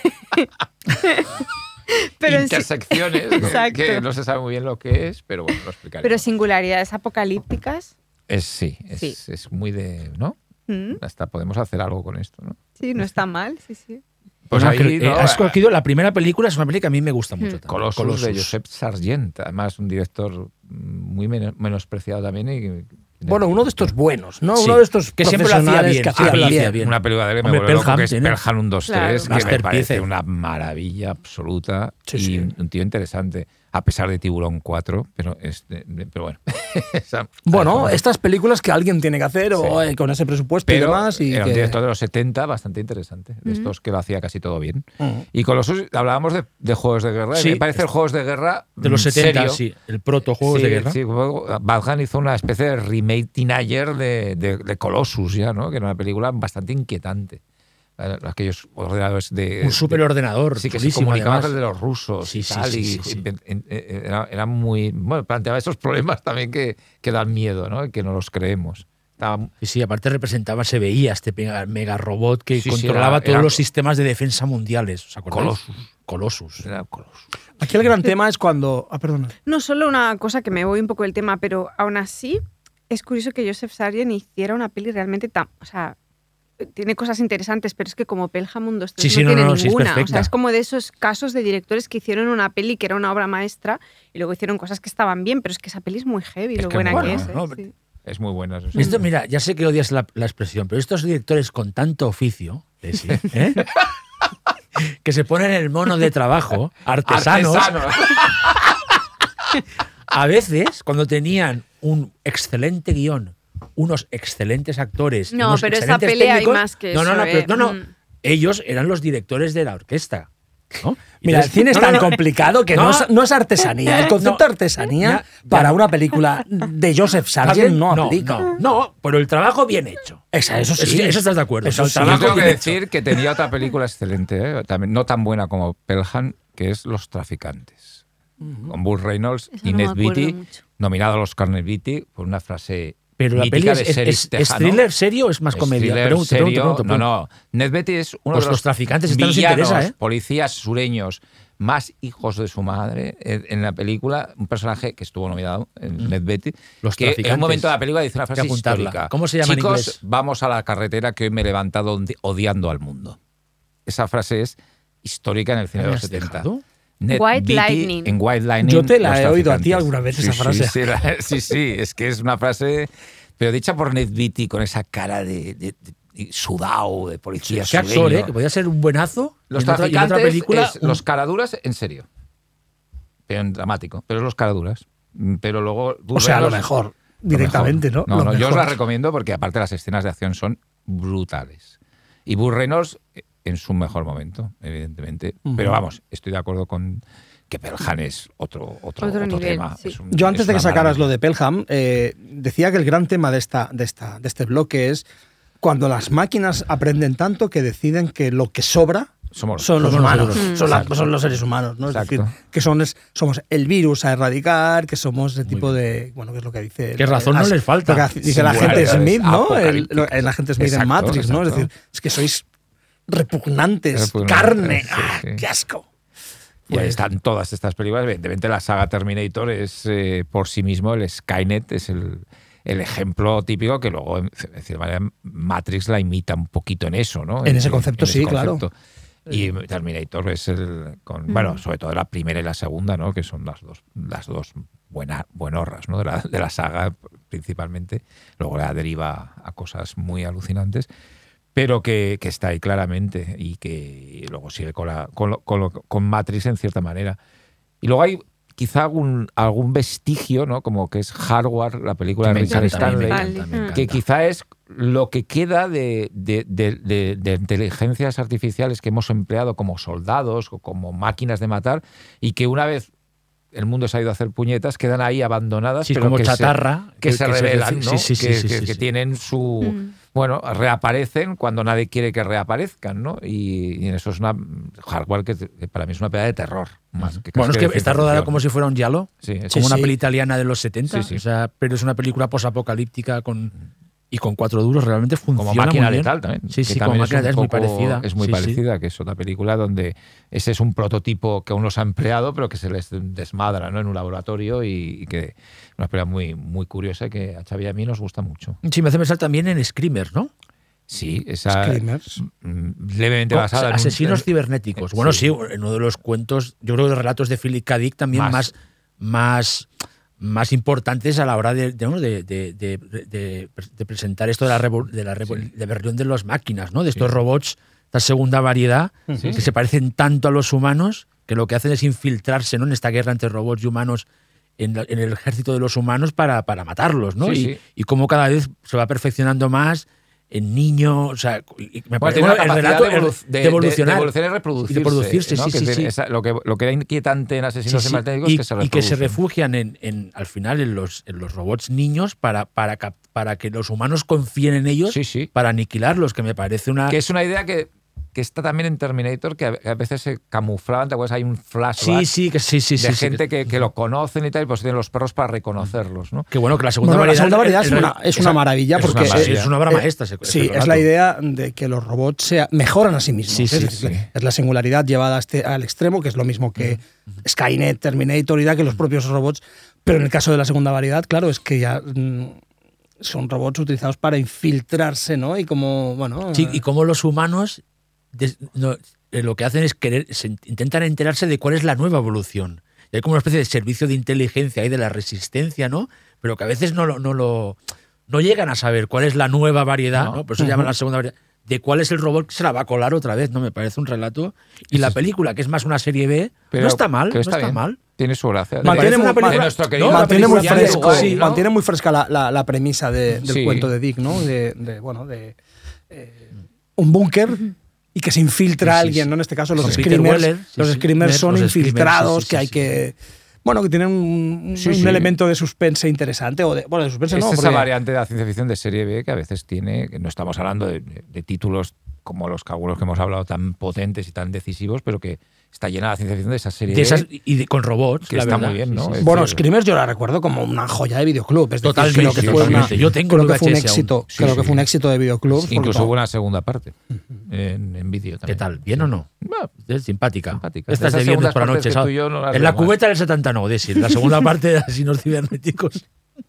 pero, en sí-
intersecciones
Exacto.
que no se sabe muy bien lo que es, pero bueno, lo explicaré.
pero singularidades apocalípticas.
es, sí, es,
Sí.
es muy de, ¿no?
¿Mm?
Hasta podemos hacer algo con esto, ¿no?
Sí, no está mal, sí, sí.
Pues
No,
ahí,
que- eh,
¿no?
has cogido la primera película, es una película que a mí me gusta
Hmm.
mucho. también.
Colossus, de
Colossus.
Josep Sargent, además un director muy men- menospreciado también. y-
Bueno, uno de estos buenos, ¿no?
Sí,
Uno de estos
que siempre lo hacía
profesionales
bien,
que hacía
siempre lo
bien.
hacía bien.
Una película de él que me
Hombre,
vuelve loco,
Pearl
que es
Jam, ¿eh?
Pearl Jam 1, 2, 3,
Claro.
que me
Masterpiece.
parece una maravilla absoluta
Sí,
y
sí.
un tío interesante, a pesar de Tiburón 4, pero, este, pero bueno. Esa-
Bueno,
esa-
este
estas películas que alguien tiene que hacer o
Sí.
eh, con ese presupuesto y
pero
demás. Y
era
que-
un director de los 70 bastante interesante, de estos que lo hacía casi todo bien.
Mm.
Y con los hablábamos de, de juegos de guerra, y
Sí.
me parece el juegos de guerra
De los
mm,
70,
serio.
sí. El proto Juegos
Sí,
de Guerra.
sí, luego Van Halen hizo una especie de remake teenager de, de- de Colossus ya, ¿no? Que era una película bastante inquietante. Eh, Aquellos ordenadores de...
Un superordenador.
de- eh, Sí, que se
chulísimo,
comunicaban
además.
de los rusos
Sí,
y
sí,
tal,
sí,
y-
sí, sí.
y- en- en- Era, era muy... Bueno, planteaba esos problemas también que, que dan miedo, ¿no? Y que no los creemos. Estaba-
Y sí, aparte representaba, se veía este mega, mega robot que
Sí, sí,
controlaba
era-
todos
era-
los sistemas de defensa mundiales. ¿Os acordáis?
Colossus.
Colossus.
era Colossus.
Aquí el gran tema es cuando. Ah, perdona.
No solo una cosa que me voy un poco del tema, pero aún así es curioso que Joseph Sargent hiciera una peli realmente tan... O sea, tiene cosas interesantes, pero es que como Pelham 2
Sí, sí,
no,
no,
tiene
no, sí, es
ninguna. o
perfecta.
sea, es como de esos casos de directores que hicieron una peli que era una obra maestra y luego hicieron cosas que estaban bien, pero es que esa peli es muy heavy,
Es
lo
que
buena
mola,
que es. ¿eh?
¿no?
Sí.
Es muy buena. eso sí.
Esto, mira, ya sé que odias la, la expresión, pero estos directores con tanto oficio, Desi, ¿eh? que se ponen el mono de trabajo, artesanos,
Artesano.
a veces cuando tenían un excelente guión, unos excelentes actores,
No,
unos
pero esa
excelentes
peli hay
técnicos-
más que
no, no,
eso,
no, pero-
¿eh?
no, no,
Mm.
ellos eran los directores de la orquesta. ¿no?
Mira, el
Entonces-
cine es
no, no,
tan
no.
complicado que no,
No.
es, no es artesanía. El concepto
No.
artesanía
Ya, ya.
para una película de Joseph Sargent
Alguien-
no aplica.
No, no, pero el trabajo bien hecho.
Esa- eso sí.
Es que eso estás de acuerdo.
Eso
El
sí.
Yo
trabajo
tengo que
bien hecho.
decir que tenía otra película excelente, ¿eh? También, no tan buena como Pearl Jam, que es Los Traficantes. Con Bull Reynolds
Esa
y
no me
Ned
acuerdo
Beatty,
mucho.
nominado a los Carnet Beatty por una frase
Pero la peli
mítica
es,
de Sheriff
es- es
Tejano.
thriller serio o es más
Es
comedia.
thriller
Pregunto,
serio.
pregunto, pregunto, pregunto.
No, no. Ned Betty es uno
Pues
de
los
los
traficantes, esta nos
villanos,
interesa, ¿eh?
policías sureños más hijos de su madre eh, en la película. Un personaje que estuvo nominado, eh, Ned Betty,
Mm. Los
que en
traficantes.
un momento de la película dice una frase
Hay que apuntarla.
histórica.
¿Cómo se llama en
Chicos,
inglés?
vamos a la carretera que hoy me he levantado odi- odiando al mundo. Esa frase es histórica en el cine de
¿Me
los
has
70.
dejado?
Ned
White
Beatty
Lightning.
En White Lightning.
Yo te la
Los
he oído a ti
traficantes.
alguna vez
Sí,
esa
sí,
frase.
Sí, la- sí, sí, es que es una frase, pero dicha por Ned Beatty con esa cara de, de- de sudado, de policía
Qué actor,
sureño.
¿eh? Que podía ser un buenazo. y
Los
en otra- y en
traficantes,
otra película,
es
un-
los caraduras, en serio. Pero en dramático. Pero es los caraduras. Mm, Pero luego...
O sea, lo
Los-
mejor, directamente,
mejor.
¿no?
No,
Lo
yo os
mejor.
la recomiendo porque aparte las escenas de acción son brutales. Y Burrenos en su mejor momento, evidentemente. Pero vamos, estoy de acuerdo con que Pelhan es otro,
Otro
otro, otro
nivel,
tema.
sí.
Es un-
Yo antes
es
de que
una
sacaras
maravilla.
lo de Pelham, eh, decía que el gran tema de, esta, de, esta, de este bloque es cuando las máquinas aprenden tanto que deciden que lo que sobra
Somos-
son los
somos
humanos,
nosotros.
son, la-
Exacto.
son los seres humanos, ¿no?
Exacto.
Es decir, que son, es- somos el virus a erradicar, que somos el tipo de... Bueno, que es lo que dice...
Qué razón no
as-
les falta.
lo que dice el agente
Singularidades
Smith, ¿no? El, lo-
apocalípticas.
el agente Smith en
Exacto,
Matrix, ¿no? Es
exacto.
decir, es que sois repugnantes,
Repugnantes,
carne,
sí,
ah,
sí.
qué asco.
Y Pues
Eh.
ahí están todas estas películas. Evidentemente, la saga Terminator es eh, por sí mismo el Skynet, es el, el ejemplo típico que luego, en en cierta manera, Matrix la imita un poquito en eso, ¿no? Eh,
En ese concepto, sí, claro. Eh. Mm.
Y Terminator es el. con- Bueno, sobre todo la primera y la segunda, ¿no? Que son las dos, las dos buena, buenorras, ¿no? De la, de la saga principalmente. Luego la deriva a cosas muy alucinantes pero que, que está ahí claramente y que luego sigue con, la, con, lo- con, lo- con Matrix en cierta manera. Y luego hay quizá algún, algún vestigio, ¿no? como que es Hardware, la película de
me
Richard
encanta, me
Stanley,
encanta, me encanta.
que quizá es lo que queda de, de- de- de- de inteligencias artificiales que hemos empleado como soldados o como máquinas de matar y que una vez el mundo se ha ido a hacer puñetas, quedan ahí abandonadas.
Sí,
pero
como
que se-
chatarra.
que, se revelan,
sí,
¿no?
sí, sí,
que,
sí,
que-
sí,
que
sí.
tienen su...
uh,
Mm.
Bueno, reaparecen cuando nadie quiere que reaparezcan, ¿no? Y, y eso es una... Hardware que, te- que para mí es una peda de terror. Más que
Bueno, es que está rodada como si fuera un giallo.
Sí, es
Es
como
como una
sí.
peli italiana de los 70,
Sí, sí.
o sea, pero es una película posapocalíptica con y con cuatro duros realmente funciona
como máquina
muy bien.
letal también.
Sí,
que
sí, como
también
máquina
un
letal es muy
poco-
parecida.
Es muy
Sí, sí.
parecida, que es otra película donde ese es un prototipo que aún no se ha empleado, pero que se les desmadra ¿no? en un laboratorio y, y que una película muy, muy curiosa que a Xavi y a mí nos gusta mucho.
Sí, me hace pensar también en Screamers, ¿no?
Sí, esa...
Screamers.
mm, Levemente basada en un-
asesinos
en-
cibernéticos.
eh,
Bueno,
sí.
sí. en uno de los cuentos, yo creo que los relatos de Philip K. Dick también
Más.
más más más, importantes a la hora de, de, bueno, de- de- de- de- de presentar esto de la, revo- de la revo- de rebelión de las máquinas, ¿no? De estos robots, esta segunda variedad que se parecen tanto a los humanos que lo que hacen es infiltrarse, ¿no? En esta guerra entre robots y humanos. En, la- en el ejército de los humanos para, para matarlos, ¿no?
Sí,
y,
sí.
y cómo cada vez se va perfeccionando más en niños, o sea, y- y me
Bueno,
parece-
tiene una
bueno, el
capacidad
relato
de, evolu- de-
de
de- de
evolucionar.
y reproducirse.
Y de producirse,
¿no?
sí,
Que
sí,
es-
sí.
esa- lo, que, lo que era inquietante en
Sí,
asesinos
sí,
cibernéticos
y,
es que se
y que se
reproducen.
refugian en, en- al final en los, en los robots niños para, para, cap- para que los humanos confíen en ellos
Sí, sí.
para aniquilarlos, que me parece una...
Que es una idea que, que está también en Terminator, que a, que a veces se camuflaban, ¿te acuerdas? Hay un flashback
sí, sí, que sí, sí, sí.
de
sí,
gente que, que lo conocen y tal, y pues tienen los perros para reconocerlos, ¿no?
que bueno, que la segunda
Bueno, la
variedad...
segunda variedad
el-
es
el-
una- es una
esa-
maravilla
es
porque-
Una maravilla,
eh,
es una obra
Eh,
maestra. ese- ese
sí, es
relato.
la idea de que los robots sea, mejoran a sí mismos. ¿eh?
Sí,
es,
sí,
decir,
sí.
es la singularidad llevada a este- al extremo, que es lo mismo que Skynet, Terminator y da que los propios robots. Pero en el caso de la segunda variedad, claro, es que ya mm, son robots utilizados para infiltrarse, ¿no? Y como, bueno.
Mm.
Sí, y cómo los humanos des- no, eh, lo que hacen es querer, se in- intentan enterarse de cuál es la nueva evolución. Y hay como una especie de servicio de inteligencia y de la resistencia, ¿no? Pero que a veces no lo, no lo no llegan a saber cuál es la nueva variedad, ¿no? Por eso llaman la segunda variedad. De cuál es el robot que se la va a colar otra vez, ¿no? Me parece un relato. Y la película, que es más una serie B,
Pero
no está mal,
que
no está
bien.
mal.
Tiene su gracia.
Mantiene
De-
una
de
película-
nuestro querido
no,
mantiene, muy
Patricio
fresco,
Arquette,
sí,
¿no?
mantiene muy fresca la, la- la premisa de- del
Sí.
cuento de Dick, ¿no? De, de, bueno, de eh, un búnker y que se infiltra
Sí, sí,
alguien,
sí.
¿no? En este caso, los
Con Peter
screamers.
Weller, sí,
los
sí.
screamers son
Los screamers,
infiltrados,
sí, sí,
que
sí,
hay
sí.
que. Bueno, que tienen un,
Sí,
un
sí.
elemento de suspense interesante. O de, bueno,
Este
de suspense
Es
no.
esa
porque-
variante de la ciencia ficción de serie B que a veces tiene, que no estamos hablando de, de títulos como los cálculos que hemos hablado, tan potentes y tan decisivos, pero que está llena la ciencia ficción de esa serie
De
B,
esas, y de- con robots,
que
la
está
verdad.
muy bien, ¿no?
Sí, sí.
Es
Bueno,
decir,
Screamers yo la recuerdo como una joya de videoclub. Es decir,
Totalmente,
creo que fue, una-
totalmente. Yo tengo
creo
los
que fue un
VHS aún.
éxito.
Sí,
creo
sí.
que fue un éxito de videoclub. porque
Incluso
todo-
hubo una segunda parte en, en vídeo
¿Qué
también.
tal? ¿Bien o no?
Bueno,
Es simpática.
Simpática.
Estas
Esas
de viernes
segundas
por la
partes
noche.
que
¿sabes?
tú y yo no las
en la
vemos.
cubeta del 70 no, decir, la segunda parte de Asinos Cibernéticos.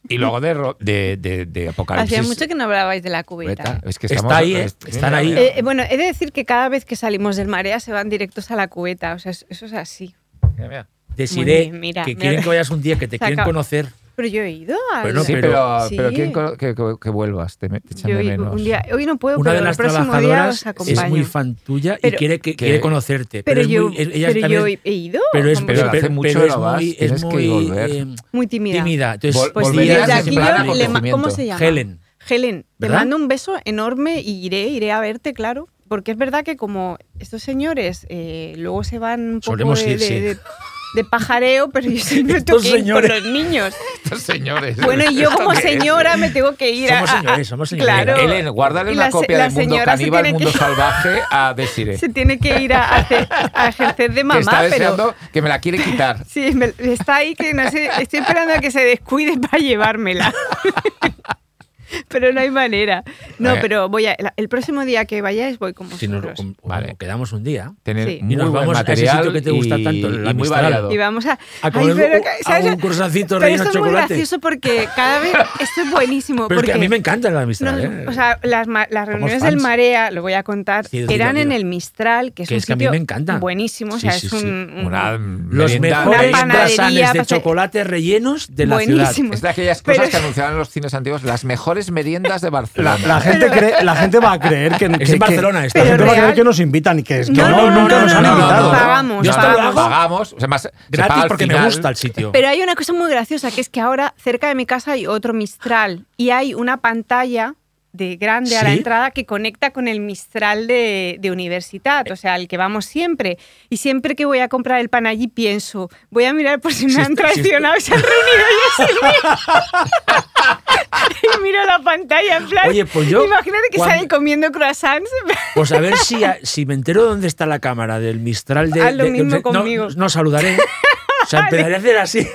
Y luego de, ro- de, de, de Apocalipsis.
Hacía mucho que no hablabais de la cubeta.
Es que
Está
estamos-
ahí, ¿eh?
es-
Están
mira,
ahí.
mira.
Eh, eh, bueno, he de decir que cada vez que salimos del marea se van directos a la cubeta. O sea, es- eso es así.
Mira, mira.
Deciré
bien, mira,
que
me-
quieren que vayas un día, que te
Se
quieren
acaba.
conocer.
Pero yo he ido a.
Bueno, No,
sí,
pero-
pero, pero
Sí.
¿quién co- que, que- que vuelvas? Te, me- te echan
Yo
de
hoy,
menos.
un día, hoy no puedo,
Una
pero
de
el
las
próximo día
trabajadoras
os acompaño.
es muy fan tuya y
Pero-
quiere, que,
Que-
quiere conocerte.
pero,
es
yo,
muy- es- ella
pero
también-
yo he he ido.
pero es,
como-
Pero
pero,
hace
pero-
mucho
pero
no
es
vas,
muy,
tienes
es
que
muy
volver.
eh,
muy tímida.
tímida. Entonces,
Vol-
Pues sí,
Volverías
desde
en
aquí
plan
yo le ma-
acogimiento.
¿Cómo se llama?
Helen.
Helen, te
¿Verdad?
mando un beso enorme y iré, iré a verte, claro. Porque es verdad que como estos señores eh, luego se van un poco
Solemos
de,
ir,
de-
sí.
de- de pajareo, pero yo siempre tengo
Estos
que ir con
señores.
los niños.
Estos señores.
Bueno, y yo
¿esto
como
qué es?
señora me tengo que ir a...
Somos señores, somos señores.
Claro.
Helen, guárdale
Y
una
la se-
copia
la
del mundo
señora se
caníbal,
tiene que-
mundo salvaje a Desiree.
Se tiene que ir a, hacer- a ejercer de
que está
mamá, pero...
deseando que me la quiere quitar.
Sí, me- está ahí que no sé, estoy esperando a que se descuide para llevármela. pero no hay manera. No,
Vale.
pero voy a, la- el próximo día que vayáis voy con
Si nos
vosotros.
con-
Vale.
nos quedamos un día.
Tener
Sí. Y
muy
nos
buen
vamos a ese
material
sitio que te gusta
y,
tanto, la
y muy
Mistral.
variado.
Y vamos a,
A comer
pero
un-
que-
a
¿sabes?
un croissantito
Pero
relleno de
esto es muy
chocolate.
gracioso porque cada vez esto es buenísimo
Pero es
porque
que a mí me encanta la amistad.
nos-
¿eh?
o sea, las, ma- las reuniones del
fans.
Marea, lo voy a contar,
Sí, dilo,
eran en
dilo.
el Mistral, que es
Que
un
es que a mí
sitio
me encanta.
buenísimo, o
Sí,
sea,
sí,
es
sí.
un, un-
Una
los
merienda-
mejores
Una panadería,
croissants de
pasa-
chocolate rellenos de la
buenísimo.
ciudad.
Es de aquellas cosas
Pero-
que anunciaban en los cines antiguos, las mejores meriendas de
La,
Barcelona.
la gente cree- la gente va a creer que. que-
en
que-
Barcelona esto.
La
Pero
gente va a creer
real.
que nos invitan y que, es que
No,
no,
no, no,
nunca
no,
nos
no,
han
no,
invitado.
no, pagamos,
Yo esto lo
pagamos.
Pagamos. O sea, más, se paga
Gratis
al
porque
final.
me gusta el sitio.
Pero hay una cosa muy graciosa, que es que ahora cerca de mi casa hay otro Mistral y hay una pantalla de grande a la
¿Sí?
entrada que conecta con el Mistral de, de universidad, o sea, al que vamos siempre. Y siempre que voy a comprar el pan allí pienso, voy a mirar por si me
Si
han
está- si
traicionado, se han reunido y es el mío. Y miro la pantalla en plan,
Oye, pues yo,
imagínate que
cuando-
salen comiendo croissants.
Pues a ver si, si me entero dónde está la cámara del Mistral de.
Haz lo
de-
mismo
no,
conmigo.
No, saludaré. O sea, empezaré a hacer así.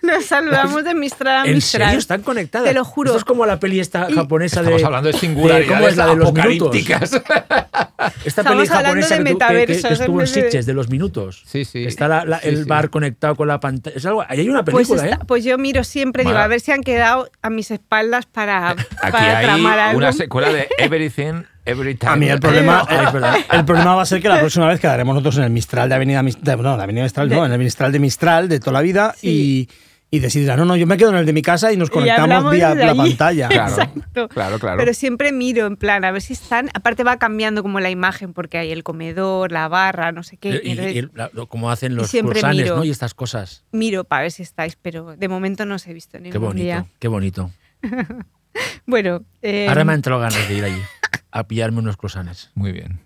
Nos saludamos de Mistral a
¿En
Mistral.
serio? Están conectadas.
Te lo juro.
Esto es como la peli esta
Y-
japonesa de.
Estamos hablando de singularidades
¿Cómo es la de los
apocalípticas.
Esta
Estamos
peli
hablando
japonesa
de
que, tú- que- que- que
metaversos en
estuvo en
vez de-
Sitges, de los minutos.
Sí, sí.
Está la- la-
Sí,
el
sí.
bar conectado con la pantalla. Es algo, ahí hay una
Pues,
película,
está-
¿eh?
pues yo miro siempre, digo,
Bueno.
a ver si han quedado a mis espaldas para,
Aquí
para tramar
hay
algo.
una secuela de Everything, Every Time.
A mí el problema,
Ah, es verdad.
el problema va a ser que la próxima vez quedaremos nosotros en el Mistral de Avenida Mistral, no, de Avenida Mistral, no, en el Mistral de Mistral de toda la vida
Sí.
y, y decidirá, no, no, yo me quedo en el de mi casa y nos
Y hablamos
conectamos vía
desde
la
allí.
pantalla.
Claro.
Exacto.
Claro, claro.
Pero siempre miro en plan, a ver si están. Aparte va cambiando como la imagen, porque hay el comedor, la barra, no sé qué.
Eh, Y- y-
entonces
y la- lo- como hacen los
siempre
cursanes,
miro.
¿no? Y estas cosas.
miro para ver si estáis, pero de momento no os he visto ningún
Qué bonito,
día.
qué bonito.
Bueno, eh,
Ahora me han entrado ganas de ir allí a pillarme unos croissants.
Muy bien.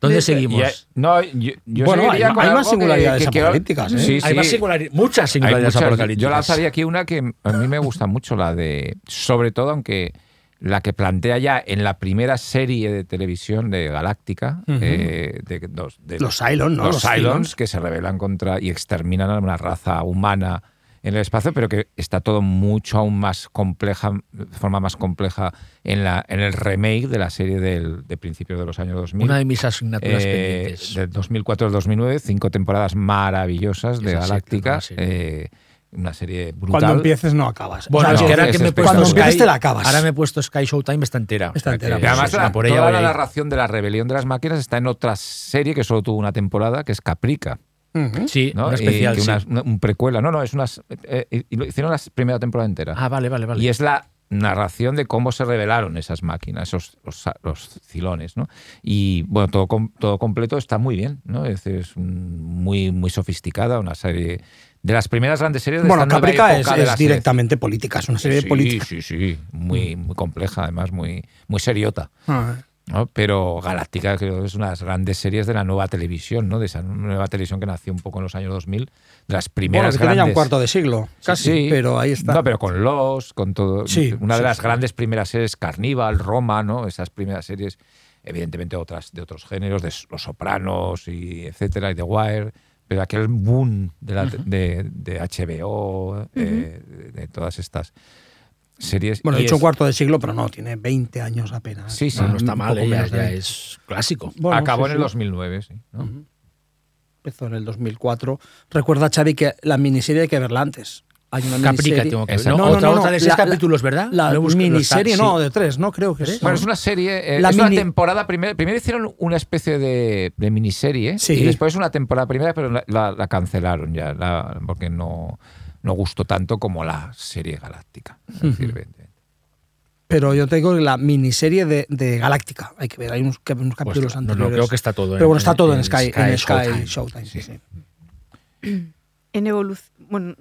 ¿Dónde
De-
seguimos?
Y hay- no, yo, yo
Bueno,
seguiría
hay-
con
hay
algo
más
que-
singularidades
que quiero-
apocalípticas, ¿eh?
Sí,
Hay más
sí.
singulari- muchas
Hay
singularidades
muchas.
apocalípticas.
Yo lanzaría aquí una que a mí me gusta mucho, la de. Sobre todo, aunque la que plantea ya en la primera serie de televisión de Galáctica, eh, de, dos- de-
Los Cylon, ¿no?
Los Cylons
Cylons.
que se rebelan contra y exterminan a una raza humana en el espacio, pero que está todo mucho aún más compleja, de forma más compleja en, la, en el remake de la serie del- de principios de los años 2000.
Una de mis asignaturas
Eh,
pendientes.
del 2004 al 2009, cinco temporadas maravillosas de
Esa sí,
Galáctica.
una serie.
eh, una serie brutal.
Cuando empieces no acabas.
Bueno,
O sea,
es
no,
que ahora
es
que me he puesto
Cuando
Sky-
empieces te la acabas.
Ahora me he puesto Sky Showtime, está entera.
Está
O sea que-
entera,
Y además,
sí,
la-
sí, por ella
toda
voy
la
a ir.
narración de la rebelión de las máquinas está en otra serie que solo tuvo una temporada, que es Caprica.
Ujú.
Sí,
¿no?
Eh, una
Y
especial,
que
sí.
una- una- un precuela. No, no, es una. eh, eh, y lo hicieron la primera temporada entera.
Ah, vale, vale, vale.
Y es la narración de cómo se revelaron esas máquinas, esos los, los cilones, ¿no? Y bueno, todo, com- todo completo está muy bien, ¿no? Es, decir, es un- muy, muy sofisticada, una serie de las primeras grandes series de
Bueno,
esta nueva
Caprica es,
época de
es
las series.
directamente política, es una serie
sí,
de política. Mm.
Sí, sí, muy, muy compleja, además, muy, muy seriota.
Ah.
¿no? Pero Galáctica creo que es una de las grandes series de la nueva televisión, ¿no? De esa nueva televisión que nació un poco en los años 2000, de las
Bueno,
primeras
que tiene ya un
grandes.
cuarto de siglo, casi,
Sí.
pero ahí está.
No, pero con Los, con todo.
Sí,
una de
sí,
las
sí.
grandes primeras series, Carníbal, Roma, ¿no? Esas primeras series evidentemente otras, de otros géneros, de Los Sopranos, y etcétera, y The Wire, pero aquel boom de, la- de- de HBO, eh, de todas estas series.
Bueno,
Y
he dicho
es-
cuarto de siglo, pero no, tiene 20 años apenas.
Sí, sí,
No, no está
un
mal,
poco
eh, ya,
menos de
ya
ahí.
es clásico.
Bueno,
Acabó
sí,
en el
sí.
2009, sí. ¿no?
Empezó en el 2004. Recuerda, Xavi, que la miniserie hay que verla antes. Hay una
Caprica
miniserie-
tengo que ver.
Esa.
No,
No,
otra, otra de seis
la- la-
capítulos, ¿verdad?
La
Lo busco- lo está-
miniserie,
sí.
no, de tres, ¿no? Creo que es.
Pues Bueno, es una serie, eh,
La
es una
mini-
temporada primera. Primero hicieron una especie de, de miniserie
Sí.
y después una temporada primera, pero la, la- la cancelaron ya, la- porque no, no gustó tanto como la serie galáctica. Es decir, ven, ven.
Pero yo tengo la miniserie de, de Galáctica. Hay que ver, hay unos, cap- unos
Pues,
capítulos
no, no,
anteriores.
creo que está todo en-
Pero bueno, está todo en,
en
Sky,
Sky
en Sky
Showtime.
Showtime. sí, sí.
En evolución. Bueno,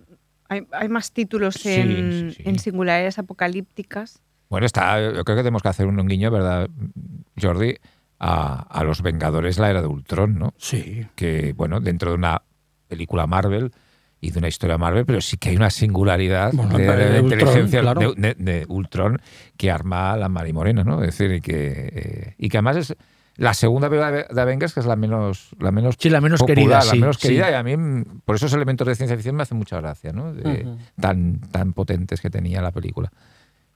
hay, hay más títulos
Sí,
en,
sí, sí.
en singularidades apocalípticas.
Bueno, está, yo creo que tenemos que hacer un guiño, ¿verdad, Jordi? A, a los Vengadores, la era de Ultron, ¿no?
Sí.
Que, bueno, dentro de una película Marvel y de una historia Marvel, pero sí que hay una singularidad
Bueno,
de,
la
de- de
Ultron,
inteligencia
claro.
de, de- de Ultron que arma a la Mari Morena, ¿no? Es decir, y que, eh, y que además es la segunda película de de Avengers que es la menos la menos
Sí, la menos
popular,
querida,
la
sí,
menos
sí.
querida y a mí mm, por esos elementos de ciencia ficción me hace mucha gracia no De-
Ujú.
tan tan potentes que tenía la película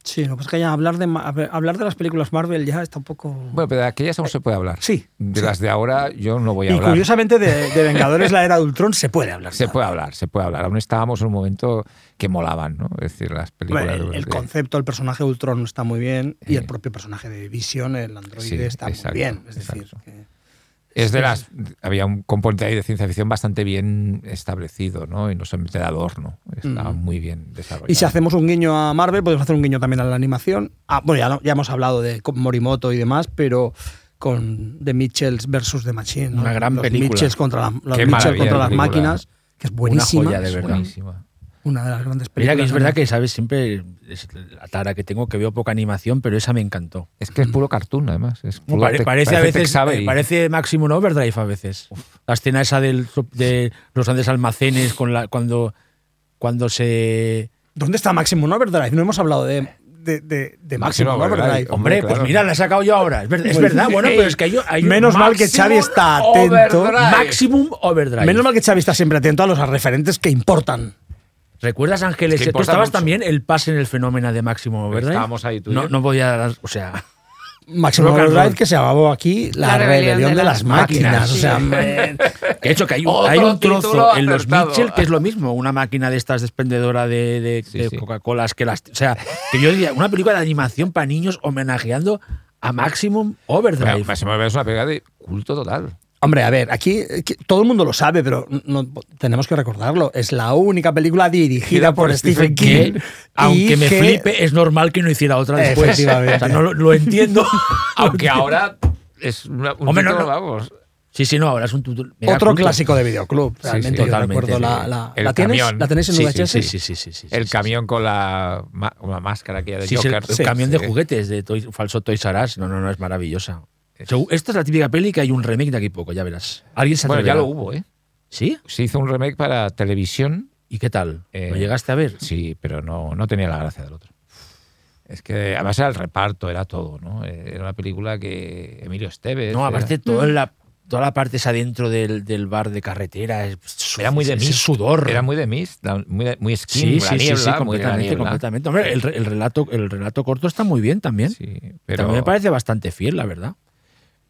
Sí, lo que pasa es que ya hablar de, ma- a ver, hablar de las películas Marvel ya está un poco.
Bueno, pero de aquellas aún se puede hablar.
sí,
De las de ahora yo no voy a
y
hablar.
curiosamente de, de Vengadores, la era de Ultron, se puede hablar.
Se
ya.
puede hablar, se puede hablar. Aún estábamos en un momento que molaban, ¿no? Es decir, las películas.
Bueno, el, el
de-
concepto, el personaje de Ultron está muy bien y
Sí.
el propio personaje de Vision, el androide,
Sí,
está
exacto,
muy bien. Es decir,
exacto.
que-
Es de las. Había un componente ahí de ciencia ficción bastante bien establecido, ¿no? Y no solamente de adorno. Estaba
Mm.
Ujú.
muy bien
Pues
desarrollado.
Y si hacemos un guiño a Marvel, podemos hacer un guiño también a la animación. Ah, bueno, ya, lo- ya hemos hablado de Morimoto y demás, pero con The Mitchells versus The Machine. ¿no?
Una gran
los
película.
Mitchells contra, las- los
Qué
Mitchells
maravilla
contra
de
las
película.
máquinas, que es buenísima.
joya de
es
verdad.
Buenísima.
Una de las grandes películas.
Mira que es verdad
también.
que, ¿sabes? Siempre es la tara que tengo, que veo poca animación, pero esa me encantó.
Es que es puro cartoon, además. Es puro
Pare-
te-
parece, a veces,
Tex Avery.
eh, parece Maximum Overdrive a veces. La escena esa del, so- de los grandes almacenes con la, cuando, cuando se...
¿Dónde está Maximum Overdrive? No hemos hablado de, de, de, de
Maximum
Maximum
Overdrive.
Overdrive.
Hombre,
Hombre,
pues
claro. Pues
mira, la he sacado yo ahora. Es, ver- es verdad, bueno, pero es que hay, hay un
Menos mal que Xavi
Maximum
está atento.
Overdrive.
Maximum Overdrive.
Menos mal que Xavi está siempre atento a los referentes que importan.
¿Recuerdas,
Es
Ángeles?
que
Tú
importa
estabas
mucho.
también el pase en el fenómeno de Máximo, ¿verdad?
Estábamos ahí tú y
No,
yo.
no podía dar. O sea,
Maximum
Rock and
Overdrive
roll.
que se llamaba aquí La,
La
rebelión, de las, máquinas. O
sí.
sea, hombre,
que de hecho, que hay un,
Otro
hay un
título
trozo en los
acertado.
Mitchell que es lo mismo. Una máquina de estas despendedora de, de-
Sí,
de
sí.
Coca-Colas que las. O sea, que yo diría, una película de animación para niños homenajeando a Maximum Overdrive.
Bueno, Máximo Overdrive es una película de culto total.
hombre, a ver, aquí eh, que todo el mundo lo sabe, pero no- tenemos que recordarlo. Es la única película dirigida por, Stephen King.
que,
y
aunque me
que-
flipe, es normal que no hiciera otra después.
Efectivamente.
O sea, no lo, lo entiendo.
Aunque ahora es una, un
Hombre, no,
título,
no.
vamos.
Sí, sí, no, ahora es un tutu- mega
Otro
culto.
clásico de videoclub.
sí,
Realmente, yo
totalmente,
recuerdo
sí.
la, la,
El
¿la tienes,
camión.
¿La tenéis en
Sí, sí,
VHS?
sí, sí, sí, sí, sí,
El
sí,
camión con la, ma- una máscara que de
Sí, sí,
Joker.
el, el camión de
Sí.
juguetes de Toy- falso Toys R Us. No, no, no, es maravillosa. Segu- Esta es la típica peli que hay un remake de aquí poco, ya verás. Alguien se
Bueno, ya
atreverá.
lo hubo, ¿eh?
¿Sí?
Se hizo un remake para televisión,
¿Y qué tal?
Eh,
¿Lo llegaste a ver?
sí, pero no, no tenía la gracia del otro. Es que además era el reparto, era todo, ¿no? Eh, Era una película que Emilio Esteves.
No,
era-
aparte toda la, toda la parte esa dentro del, del bar de carretera. es- pues,
Era muy de
ese
mist.
sudor.
Era muy de mist, da- muy, de- muy skin,
sí,
la
sí, sí,
niebla, muy de
sí,
la
completamente,
niebla.
completamente. Hombre, el, re- el relato, el relato corto está muy bien también.
Sí, pero,
También me parece bastante fiel, la verdad.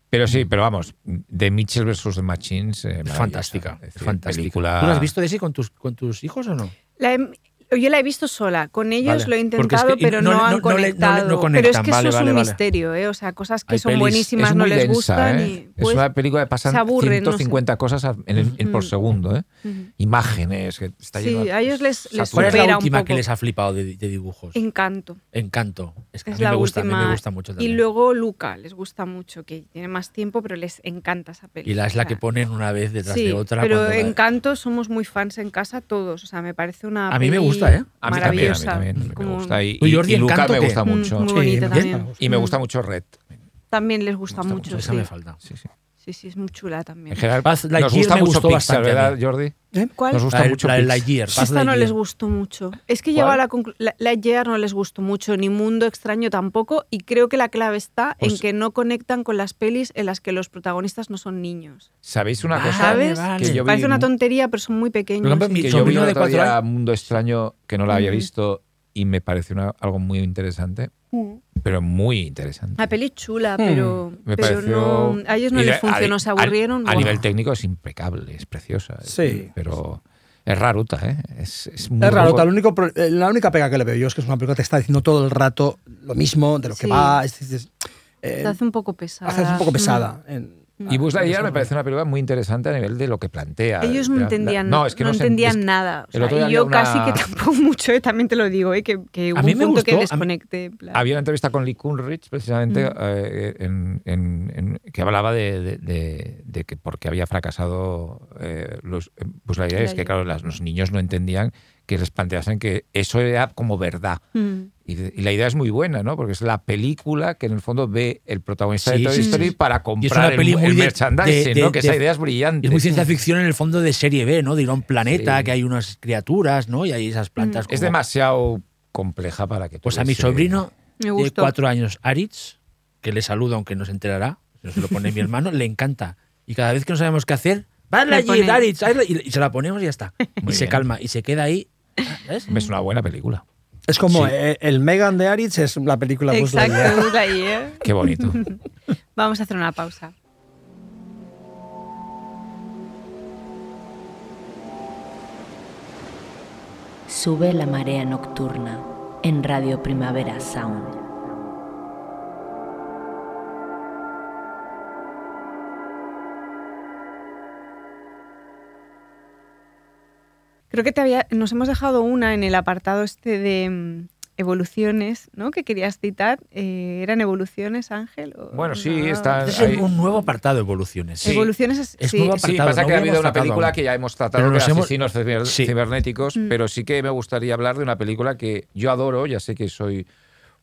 pero sí, pero vamos, de Mitchell versus The Machines. eh, maravillosa.
Fantástica,
Es decir,
fantástica.
película-
¿Tú la has visto, Desi, con tus, con tus hijos o no?
La he- yo la he visto sola, con ellos
Vale,
lo he
porque es
intentado,
que- y
pero
no-
no,
no- no
han
le- no le- no
conectado. pero es
conectan,
que eso
vale,
es
vale,
un
vale.
misterio, ¿eh? O sea, cosas que
Hay
son
pelis-
Es
buenísimas, no
muy
les
densa,
gustan
¿eh?
y.
es
pues,
una película que pasan
se aburren, no sé. Mm.
150 cosas a- en el- en por
Ujú.
segundo, ¿eh?
Ujú.
Imágenes, que está
Sí,
lleno de-
a ellos les- les
¿Cuál
saturado.
es la
supera un
última que
poco.
les ha flipado de, de dibujos?
Encanto.
Encanto. Es que
Es
a mí
la
me gusta, a mí
última.
me gusta mucho
Y
también.
luego Luca, les gusta mucho, que tiene más tiempo, pero les encanta esa película.
Y la es la que
pone
ponen una vez detrás
Ah. sí,
de otra.
Pero
cuando la-
Encanto somos muy fans en casa todos. O sea, me parece una.
A mí me
peli
gusta, ¿eh?
A mí también, a mí
maravillosa.
también. Me
como-
gusta. Y,
Uy,
y-
Jordi,
y Luca
¿Encanto
me
qué?
gusta
Mm,
mucho.
Muy
Sí,
bonita
bien.
también.
Y me gusta
Mm.
mucho Red.
También les gusta,
Me gusta
mucho.
Esa
sí.
me falta.
Sí, sí.
Sí. Sí, sí, es muy chula también.
En general,
Buzz
nos
Lightyear
gusta
me
mucho
gustó
Pixar,
bastante a
¿verdad,
mí.
Jordi?
¿Eh?
¿Cuál?
Nos gusta
La del-
mucho
la del
Pixar.
Lightyear, Buzz
Esta no
Lightyear.
les gustó mucho. Es que llegó
¿Cuál?
a la conclusión. Lightyear no les gustó mucho, ni Mundo Extraño tampoco, y creo que la clave está en
Pues-
que no conectan con las pelis en las que los protagonistas no son niños.
¿Sabéis una cosa?
¿Sabes?
Ah, Que yo vi
Parece una
mu-
tontería, pero son muy pequeños.
ejemplo, mi-
que yo vi
sobrino
el
de
otro
cuatro
día
años. Mm.
Mundo Extraño que no la había
Ujú.
visto y me pareció una- algo muy interesante,
Mm.
pero muy interesante.
La peli es chula, pero,
Hmm, Me
pero
pareció-
no, a ellos no
y de-
les funcionó,
a-
se aburrieron.
A, a
guau.
nivel técnico es impecable, es preciosa. es-
Sí.
Pero es raruta, ¿eh? Es, es muy
Es raro,
raro.
tal, lo único pro- eh, la única pega que le veo yo es que es una película que te está diciendo todo el rato lo mismo, de lo que
Sí.
va, es, es- es- eh,
Se hace un poco pesada. Hmm.
hace un poco pesada. en-
Y Buzz
Ah,
en
Lightyear me
esa-
parece una película muy interesante a nivel de lo que plantea.
Ellos no
La- la-
entendían,
no, es que
no
no se-
entendían
es que-
nada. O
el
sea,
otro día
y
había
yo
una-
casi que tampoco mucho, eh, también te lo digo, eh, que, que hubo
mí
un
me
punto que
gustó, a mí-
desconecté. en plan.
Había una entrevista con Lee Coolridge, precisamente,
Mm.
eh, en- en- en- que hablaba de, de- de- de que porque había fracasado eh, los, eh, pues la idea es que,
Lightyear.
claro, las- los niños no entendían que les planteasen que eso era como verdad.
Mm.
Y, de- y la idea es muy buena, ¿no? Porque es la película que en el fondo ve el protagonista
Sí,
de Toy
sí,
Story
sí.
para
Y es
comprar
una
el,
peli muy
el
de-
merchandising,
de-
¿no?
de-
Que esa
de-
idea es brillante.
Es muy ciencia ficción en el fondo de serie B, ¿no? De ir a un planeta,
Sí. Mm.
que hay unas criaturas, ¿no? Y hay esas plantas.
Es
como-
demasiado compleja para que
Pues a mi
tuviese-
sobrino
Me
de
gustó.
cuatro años, Aritz, que le saludo aunque no se enterará, no se lo pone mi hermano, le encanta. Y cada vez que no sabemos qué hacer,
Le
¡Hazla allí,
pone-
Aritz! hazla", Y, y se la ponemos y ya está. y
Muy
se
bien.
calma y se queda ahí. ¿sabes?
Es una buena película.
Es como
Sí.
eh, el Megan de Aritz es la película Buzz Lightyear.
Exacto, Buzz Lightyear.
Qué bonito.
Vamos a hacer una pausa.
Sube la marea nocturna en Radio Primavera Sound.
Creo que te había, nos hemos dejado una en el apartado este de mm, evoluciones, ¿no? Que querías citar. Eh, ¿Eran evoluciones, Ángel? o
Bueno, sí,
no?
está-
Es
Ahí-
un nuevo apartado de evoluciones.
Sí.
Evoluciones es,
Es
sí.
nueva
Sí,
apartado,
pasa
no
que ha habido
habíamos
una
tratado
película
aún.
que ya hemos tratado
Pero
de
nos hemos-
asesinos ciber-
Sí.
cibernéticos,
Mm.
pero sí que me gustaría hablar de una película que yo adoro, ya sé que soy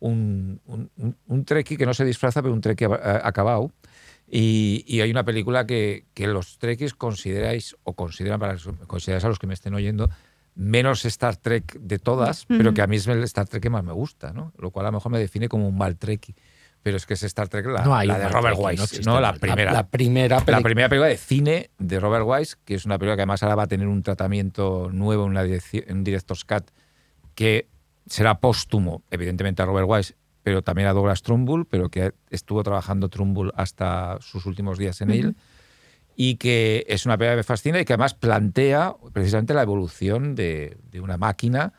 un, un, un- un trekkie que no se disfraza, pero un trekkie ab- a- acabado. Y, y hay una película que, que los trekkies consideráis, o consideran para los- consideráis a los que me estén oyendo, menos Star Trek de todas,
Mm.
pero
Ujú.
que a mí es el Star Trek que más me gusta, ¿no? Lo cual a lo mejor me define como un mal trekkie. Pero es que es Star Trek la,
No hay
la
un
de
mal
Robert
trekkie, no
Wise,
existe
¿no?
el
La
mal- la-
primera.
la
primera
La
película.
primera película de cine de Robert Wise, que es una película que además ahora va a tener un tratamiento nuevo, una direcci- un director's cut, que será póstumo, evidentemente, a Robert Wise, pero también a Douglas Trumbull, pero que estuvo trabajando Trumbull hasta sus últimos días en él. Y que es una película que me fascina y que además plantea precisamente la evolución de, de una máquina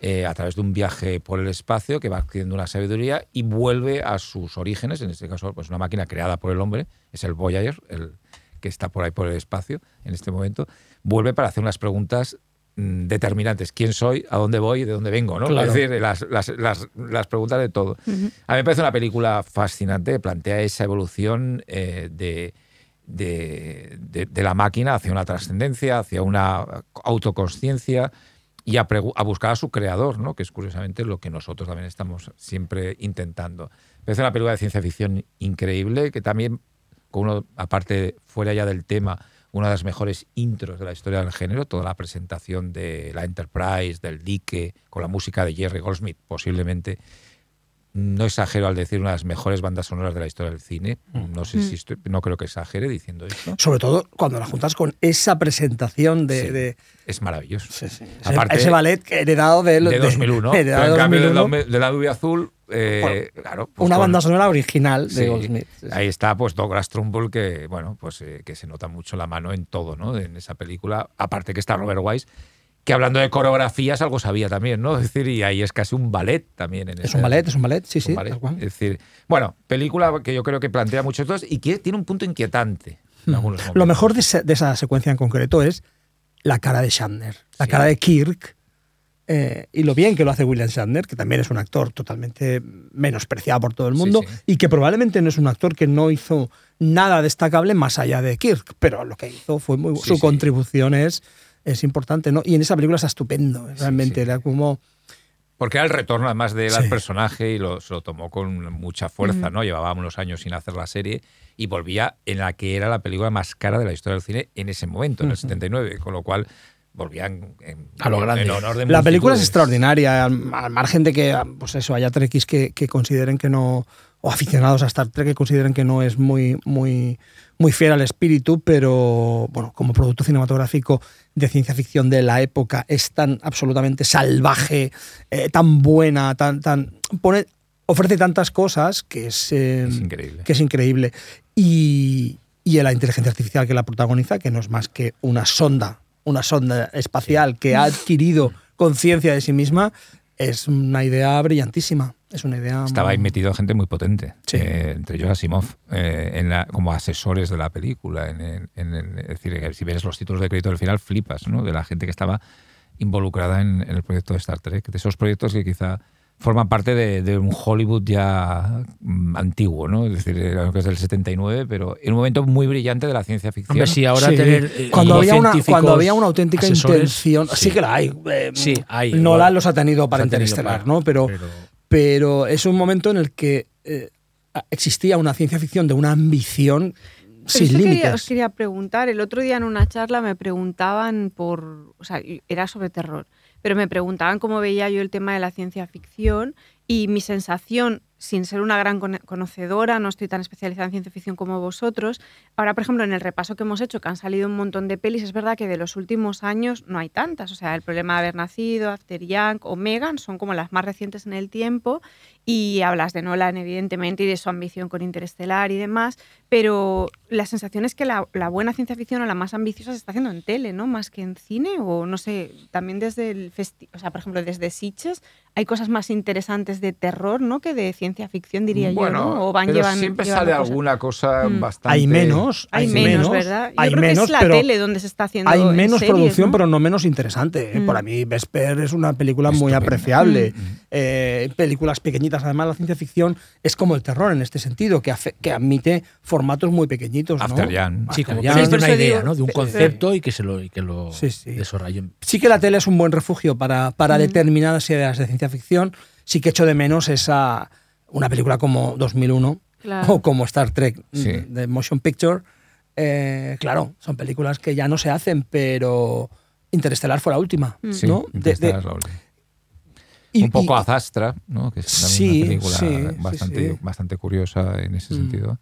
eh, a través de un viaje por el espacio que va adquiriendo una sabiduría y vuelve a sus orígenes, en este caso pues una máquina creada por el hombre, es el Voyager, el que está por ahí por el espacio en este momento, vuelve para hacer unas preguntas mm, determinantes. ¿Quién soy? ¿A dónde voy? ¿De dónde vengo? ¿no?
Claro.
Es decir, las, las- las- las preguntas de todo. A mí me parece una película fascinante, que plantea esa evolución eh, de, de, de- de la máquina hacia una trascendencia, hacia una autoconsciencia y a, pregu- a buscar a su creador, ¿no? que es curiosamente lo que nosotros también estamos siempre intentando. Es una película de ciencia ficción increíble que también, con uno, aparte fuera ya del tema, una de las mejores intros de la historia del género, toda la presentación de la Enterprise, del dique, con la música de Jerry Goldsmith, posiblemente no exagero al decir una de las mejores bandas sonoras de la historia del cine.
Mm.
No sé si estoy- no creo que exagere diciendo esto.
Sobre todo cuando la juntas con esa presentación de.
Sí.
de-
Es maravilloso.
ese-
Aparte
ese ballet que heredado de,
de 2001.
heredado
pero en
de
cambio, de la-
2001,
de la nube azul, eh, claro, pues
una
con-
banda sonora original de
Sí,
Goldsmith. Sí, sí.
Ahí está, pues Douglas Trumbull, que bueno, pues eh, que se nota mucho la mano en todo, ¿no? En esa película. Aparte que está Robert Wise, que hablando de coreografías algo sabía también, ¿no? Es decir, y ahí es casi un ballet también. En
Es
esa-
un ballet, es un ballet, sí, sí.
¿vale?
tal cual.
eh, Es decir, bueno, película que yo creo que plantea muchos dos y que tiene un punto inquietante. en algunos
Hmm. Lo
momentos.
mejor de esa, de esa secuencia en concreto es la cara de Shatner, la
Sí.
cara de Kirk eh, y lo bien que lo hace William Shatner, que también es un actor totalmente menospreciado por todo el
Sí,
mundo
sí.
y que probablemente no es un actor que no hizo nada destacable más allá de Kirk, pero lo que hizo fue muy bu-
Sí,
su
sí.
contribución es es importante, ¿no? Y en esa película está estupendo, realmente
sí.
era como
Porque era el retorno además del
Sí.
personaje y lo, se lo tomó con mucha fuerza, ¿no? Llevaba unos años sin hacer la serie y volvía en la que era la película más cara de la historia del cine en ese momento, en el 79, con lo cual volvían en,
A lo
en
grande.
honor de
La película es
multitudes.
extraordinaria, al al margen de que pues eso, haya trekkies que, que consideren que no, o aficionados a Star Trek que consideren que no es muy, muy, muy fiel al espíritu, pero bueno, como producto cinematográfico de ciencia ficción de la época es tan absolutamente salvaje, eh, tan buena, tan, tan pone- ofrece tantas cosas que es, eh,
Es increíble.
que es increíble. Y, y la inteligencia artificial que la protagoniza, que no es más que una sonda, una sonda espacial que ha adquirido conciencia de sí misma, es una idea brillantísima. Es una idea.
Estaba ahí metido gente muy potente,
Sí.
eh, entre ellos Asimov, eh, en la- como asesores de la película. En, el- en el- es decir, que si ves los títulos de crédito del final, flipas, ¿no? De la gente que estaba involucrada en, en el proyecto de Star Trek, de esos proyectos que quizá forman parte de, de un Hollywood ya mm, antiguo, ¿no? Es decir, era lo que es del 79, pero en un momento muy brillante de la ciencia ficción.
Hombre, sí, ahora
Sí.
tener. eh,
cuando,
los
había una,
científicos
cuando había una auténtica
asesores,
intención. Sí. que la hay. eh,
Sí, hay,
Nolan
igual.
los ha tenido para
Los ha tenido
Interestelar,
para-
¿no? Pero,
pero-
pero es un momento en el que eh, existía una ciencia ficción de una ambición
Pero
sin
esto quería-
límites.
os quería preguntar, el otro día en una charla me preguntaban por, o sea, y- era sobre terror, pero me preguntaban cómo veía yo el tema de la ciencia ficción y mi sensación, sin ser una gran cono- conocedora, no estoy tan especializada en ciencia ficción como vosotros, ahora por ejemplo en el repaso que hemos hecho, que han salido un montón de pelis, es verdad que de los últimos años no hay tantas, o sea, el problema de haber nacido, After Young o Megan son como las más recientes en el tiempo y hablas de Nolan, evidentemente, y de su ambición con Interestelar y demás, pero la sensación es que la, la buena ciencia ficción o la más ambiciosa se está haciendo en tele, ¿no? Más que en cine, o no sé, también desde el festival, o sea, por ejemplo, desde Sitges hay cosas más interesantes de terror, ¿no? Que de ciencia ficción, diría
bueno,
yo, ¿no? O van
pero
llevan-
siempre
llevando
sale
cosas.
alguna cosa
Mm.
bastante...
Hay menos,
Hay, menos, ¿verdad? Yo
hay
creo que
menos,
es la
pero-
tele donde se está haciendo
Hay
en
menos
series,
producción,
¿no?
pero no menos interesante. ¿eh?
Mm.
Para mí, Vesper es una película muy
Estupenda.
apreciable.
Mm.
Eh, películas pequeñitas. Además, la ciencia ficción es como el terror en este sentido, que, afe- que admite formatos muy pequeñitos. ¿no? Ah,
After Jan.
Sí, como
Sí,
que
por
hablan de
eso
una
digo-
idea, ¿no? De un
Sí.
concepto y que se lo, y que lo
Sí, sí.
desarrollen.
Sí que la tele es un buen refugio para, para
Mm.
determinadas ideas de ciencia ficción. Sí que echo de menos esa una película como 2001
Claro.
o como Star Trek mm,
Sí.
de Motion Picture. Eh, claro, son películas que ya no se hacen, pero Interestelar fue la última,
Mm.
Sí,
¿no? De- de-
Interestelar es la última.
y-
un poco
y-
azastra, ¿no? que es también
Sí,
una película
sí, sí,
bastante,
sí.
bastante curiosa en ese
Mm.
sentido.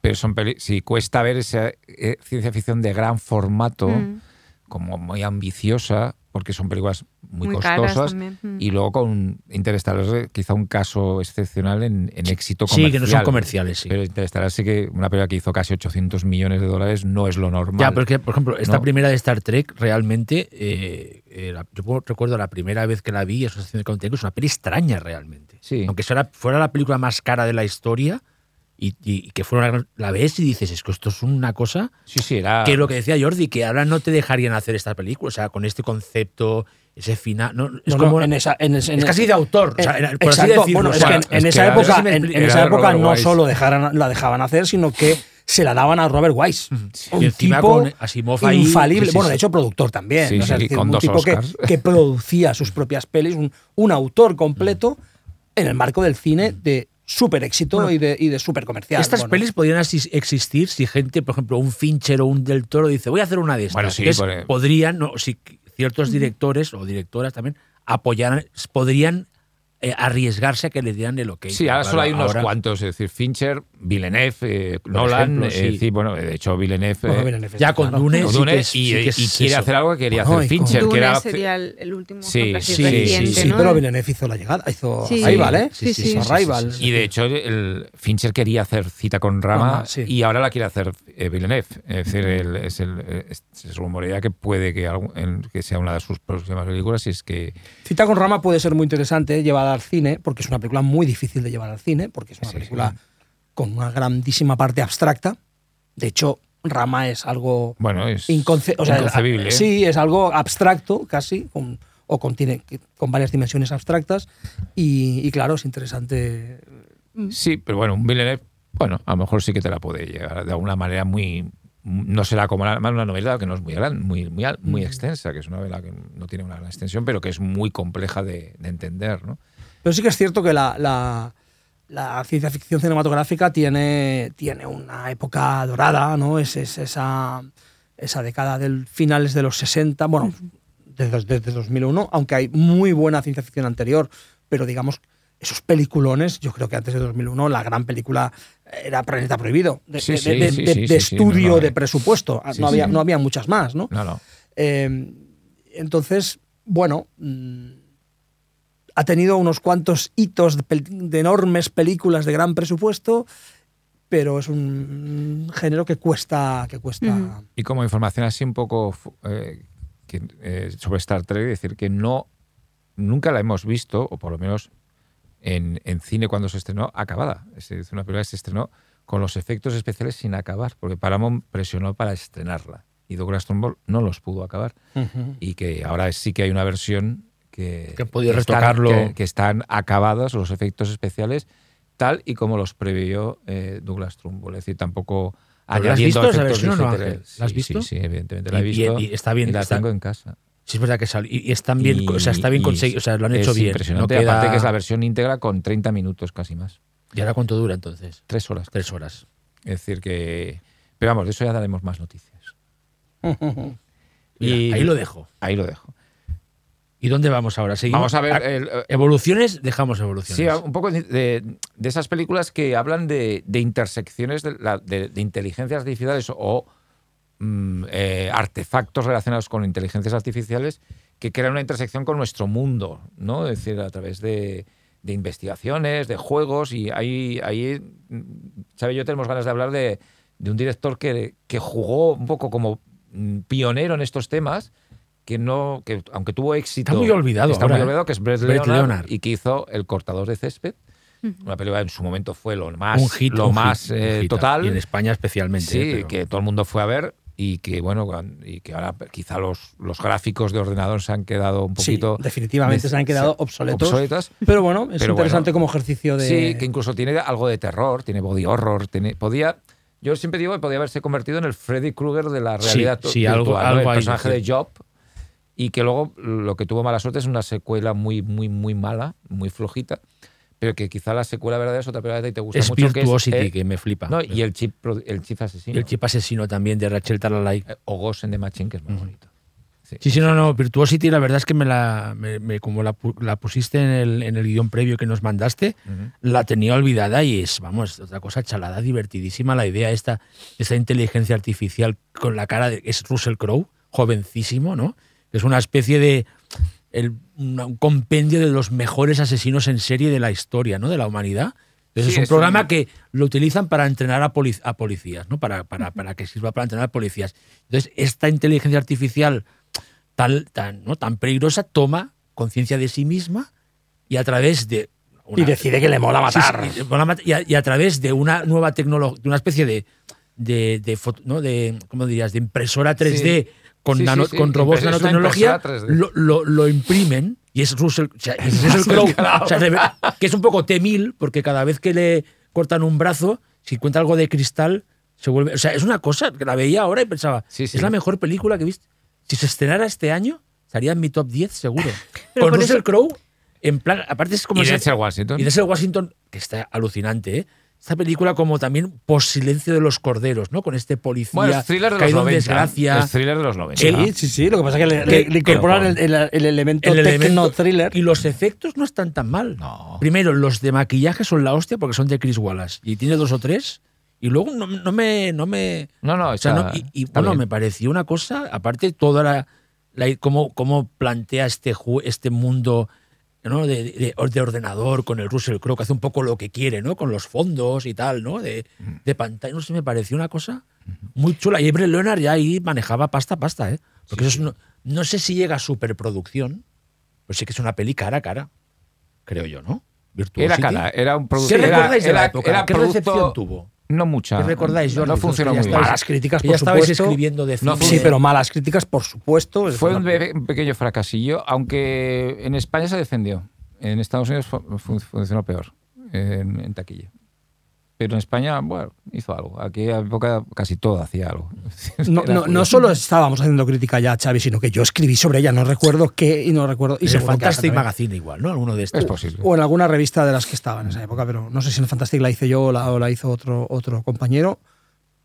Pero son peli sí, cuesta ver esa eh, ciencia ficción de gran formato,
Mm.
como muy ambiciosa, porque son películas muy,
Muy caras
costosas.
también, mm.
Y luego con Interestelar, es quizá un caso excepcional en, en éxito
Sí, que
comercial.
no son comerciales, sí.
Pero Interestelar sí que una película que hizo casi 800 millones de dólares no es lo normal.
Ya, porque, por ejemplo, esta
No.
primera de Star Trek, realmente, eh, eh, la- yo puedo- recuerdo la primera vez que la vi, eso es que es una peli extraña realmente.
Sí.
Aunque fuera, fuera la película más cara de la historia y, y que fuera una gran- la ves y dices, es que esto es una cosa
Sí, sí, era...
que es lo que decía Jordi, que ahora no te dejarían hacer esta película, o sea, con este concepto, ese final, no, es
no, no,
como
en esa- en ese- en
es casi de autor, o sea,
Eh,
era- por así
exacto.
decirlo,
Bueno,
o
es
sea,
que en,
es
en
que
esa
era-
época,
sí me
en,
expli-
en
era
esa
de
época
Robert
no
Wise.
solo dejaran, la dejaban hacer, sino que se la daban a Robert Wise. Un
Y encima
tipo
con Asimov ahí,
infalible.
sí, sí,
bueno, de
sí.
hecho, productor también.
Sí,
¿no? O sea,
sí,
es decir,
con
un
dos
tipo que,
Oscars.
que producía sus propias pelis, un, un autor completo en el marco del cine de súper éxito y de, y de súper comercial.
Estas
bueno.
pelis podrían asi- existir si gente, por ejemplo, un Fincher o un Del Toro dice, voy a hacer una de estas.
Bueno, sí,
Entonces,
por- e-,
podrían, no, si ciertos directores o directoras también apoyaran, podrían eh, arriesgarse a que les dieran el ok.
Sí, ahora
Claro,
solo hay unos
ahora-
cuantos, es decir, Fincher, Villeneuve, eh, Nolan,
ejemplo,
eh,
sí.
sí, bueno, de hecho Villeneuve,
Bueno,
eh,
miren, efectivamente,
Ya con
claro.
Dune,
con
sí
Dune
que es-
y,
sí que
y
es
quiere
eso.
hacer algo que quería
Bueno,
hacer
y con
Fincher, que
Dune
era
sería el, el último
Sí,
ejemplo así
sí,
reciente,
Sí,
¿no?
pero Villeneuve hizo la llegada, hizo
Sí.
Arrival, ¿eh?
Sí, sí,
Hizo
sí,
Arrival.
y de hecho el Fincher quería hacer cita con Rama
Rama, sí.
y ahora la quiere hacer eh, Villeneuve, es decir, el- es el- eh, es- se rumorea que puede que, algún- en- que sea una de sus próximas películas y es que
Cita con Rama puede ser muy interesante llevada al cine, porque es una película muy difícil de llevar al cine, porque es una
Sí,
película con una grandísima parte abstracta. De hecho, Rama es algo
bueno es
inconce- o sea,
inconcebible. ¿eh?
Sí, es algo abstracto casi, con- o contiene con varias dimensiones abstractas. Y, y claro, es interesante.
Sí, pero bueno, un Villeneuve, bueno, a lo mejor sí que te la puede llegar de alguna manera muy no será como la, una novela que no es muy gran, muy, muy, muy extensa, que es una novela que no tiene una gran extensión, pero que es muy compleja de, de entender. ¿no?
Pero sí que es cierto que la, la, la ciencia ficción cinematográfica tiene, tiene una época dorada, ¿no? Es, es esa, esa década del finales de los 60, bueno, desde, desde 2001, aunque hay muy buena ciencia ficción anterior, pero digamos, esos peliculones, yo creo que antes de 2001 la gran película era Planeta Prohibido, de,
Sí,
de-
sí,
de-
sí,
de-
sí,
de
sí, sí,
estudio,
no, no,
de
eh.
presupuesto, Ah,
Sí,
no, había,
sí.
no había muchas más, ¿no?
No, no.
Eh, entonces, bueno, mm, ha tenido unos cuantos hitos de, pel- de enormes películas de gran presupuesto, pero es un género que cuesta, que cuesta.
Ujú.
Y como información así un poco fu- eh, que, eh, sobre Star Trek, decir que no nunca la hemos visto, o por lo menos en, en cine cuando se estrenó, acabada. Es decir, una película que se estrenó con los efectos especiales sin acabar, porque Paramount presionó para estrenarla. Y Douglas Trumbull no los pudo acabar. Y que ahora sí que hay una versión que...
Que han podido
están-
retocarlo.
que- que están acabados los efectos especiales tal y como los previó eh, Douglas Trumbull. Es decir, tampoco
¿Pero la has
añadiendo
visto esa
efectos
versión o no,
digitales.
Ángel? ¿La has
Sí,
visto?
Sí, sí, evidentemente la he
Y- y-
visto.
y está bien,
la
está-
tengo en casa.
Sí, es verdad que sal- y, y están bien,
Y-
o sea, está bien
y
conseguido, o sea, lo han
es
hecho bien. No
impresionante.
queda...
Aparte que es la versión íntegra con 30 minutos casi más.
¿Y ahora cuánto dura entonces?
Tres horas.
Tres horas.
Es decir que... Pero vamos, de eso ya daremos más noticias.
Mira,
Y-
Ahí lo dejo.
Ahí lo dejo.
¿Y dónde vamos ahora? Seguimos. Ah.
Vamos a ver... el- eh,
Evoluciones, dejamos
Sí,
evoluciones.
un poco de, de- de esas películas que hablan de, de intersecciones de, la- de- de inteligencias artificiales o mm, eh, artefactos relacionados con inteligencias artificiales que crean una intersección con nuestro mundo, ¿no? Es decir, a través de, de investigaciones, de juegos, y ahí, ahí mm, Xavi y yo tenemos ganas de hablar de, de un director que, que jugó un poco como mm, pionero en estos temas, que no, que aunque tuvo éxito.
muy olvidado
Está
ahora,
muy
¿eh?
olvidado, que es Brett
Brett
Leonard,
Leonard.
y que hizo El cortador de césped. Una película que en su momento fue lo más,
un hit,
lo
un
más
hit, un
eh,
hit.
total.
Y en España especialmente.
Sí,
eh, pero-
que todo el mundo fue a ver y que bueno cuan- y que ahora quizá los, los gráficos de ordenador se han quedado un
Sí,
poquito
definitivamente se han quedado obsoletos.
obsoletas.
Pero bueno, es
Pero
interesante
bueno,
como ejercicio de.
Sí, que incluso tiene algo de terror, tiene body horror, tiene, podía yo siempre digo que podía haberse convertido en el Freddy Krueger de la
Sí,
realidad
sí,
virtual,
algo-
¿no?
algo
el
hay,
personaje
sí.
de Job y que luego lo que tuvo mala suerte es una secuela muy muy muy mala, muy flojita, pero que quizá la secuela verdadera es otra película que te gusta
es
mucho que es
Virtuosity, que,
eh,
me flipa.
no, y el chip pro- el chip
Y
asesino.
el chip asesino también de Rachel Talalay.
Eh, o Ghost in the Machine que es muy bonito.
Sí, sí, no, no. Virtuosity, la verdad es que me la, me- me- como la, pu- la pusiste en el, en el guión previo que nos mandaste, la tenía olvidada y es, vamos, otra cosa chalada, divertidísima la idea esta, esta inteligencia artificial con la cara de, es Russell Crowe, jovencísimo, ¿no? Es una especie de el- una- un compendio de los mejores asesinos en serie de la historia, ¿no? De la humanidad. Entonces,
Sí,
es un
es
programa
un-
que lo utilizan para entrenar a, polic- a policías, ¿no? Para, para, para que sirva para entrenar a policías. Entonces, esta inteligencia artificial tal- tan, ¿no? tan peligrosa toma conciencia de sí misma y a través de... una-
Y decide que le mola
Sí,
matar.
sí, mola mat- y, a, y a través de una nueva tecnología, de una especie de... de, de foto- ¿no? de ¿Cómo dirías? De impresora 3D
Sí.
con,
Sí, sí,
nano-
sí.
con robots
Es una
nanotecnología,
impresora 3D.
lo, lo- lo imprimen y es Russell, o sea, es Russell Crowe, o sea, de ver- que es un poco temil porque cada vez que le cortan un brazo, si encuentra algo de cristal, se vuelve... O sea, es una cosa que la veía ahora y pensaba,
Sí, sí.
es la mejor película que he visto. Si se estrenara este año, estaría en mi top 10 seguro. Pues
Pero
con
por
Russell
eso-
Crowe, en plan... Aparte es como...
Y
esa-
Denzel Washington.
y Denzel Washington, que está alucinante, ¿eh? Esta película como también por silencio de los corderos, ¿no? Con este policía
Bueno, es thriller de los
caído
90.
en desgracia.
Es thriller de los Ah, 90.
Sí, sí, sí, Lo que pasa es que le,
Ah. Que-
le- le
que-
incorporan el, el- el elemento
El elemento-
thriller.
Y los efectos no están tan mal.
No.
Primero, los de maquillaje son la hostia porque son de Chris Wallace. Y tiene dos o tres. Y luego no, no me... No me
No, no,
o sea,
está-
no- y, y,
está
bueno,
bien.
me pareció una cosa, aparte toda la, la- cómo, cómo plantea este, ju- este mundo ¿no? de, de- de ordenador con el Russell Crowe, que hace un poco lo que quiere, ¿no? Con los fondos y tal, ¿no? De, de pantalla, no sé, me pareció una cosa muy chula. Y Brett Leonard ya ahí manejaba pasta, pasta, ¿eh? Porque eso es no, no sé si llega a superproducción, pero sí que es una peli cara a cara, creo yo, ¿no?
Era
Virtuosity.
cara, era un producto.
¿Qué
era-
recordáis de la
era-
época?
era
¿Qué
producto-
recepción tuvo?
No mucha.
¿Qué recordáis,
No,
Jordi?
no funcionó muy
Vosotros que ya
bien.
Malas críticas,
Que
por
ya estabais
supuesto.
escribiendo de
No,
cine.
sí, pero malas críticas, por supuesto. Es
Fue un
una-
bebé- un pequeño fracasillo, aunque en España se defendió. En Estados Unidos fu- fu- funcionó peor en, en taquilla. Pero en España, bueno, hizo algo. Aquí a época casi todo hacía algo.
No,
Era
no, no
curioso.
solo estábamos haciendo crítica ya a Xavi, sino que yo escribí sobre ella, no recuerdo qué y no recuerdo. Y
Y el
seguro que ahora
Fantastic
también.
Magazine igual, ¿no? Alguno de estos.
Es posible.
O en alguna revista de las que estaba en esa época, pero no sé si en el Fantastic la hice yo o la, o la hizo otro, otro compañero,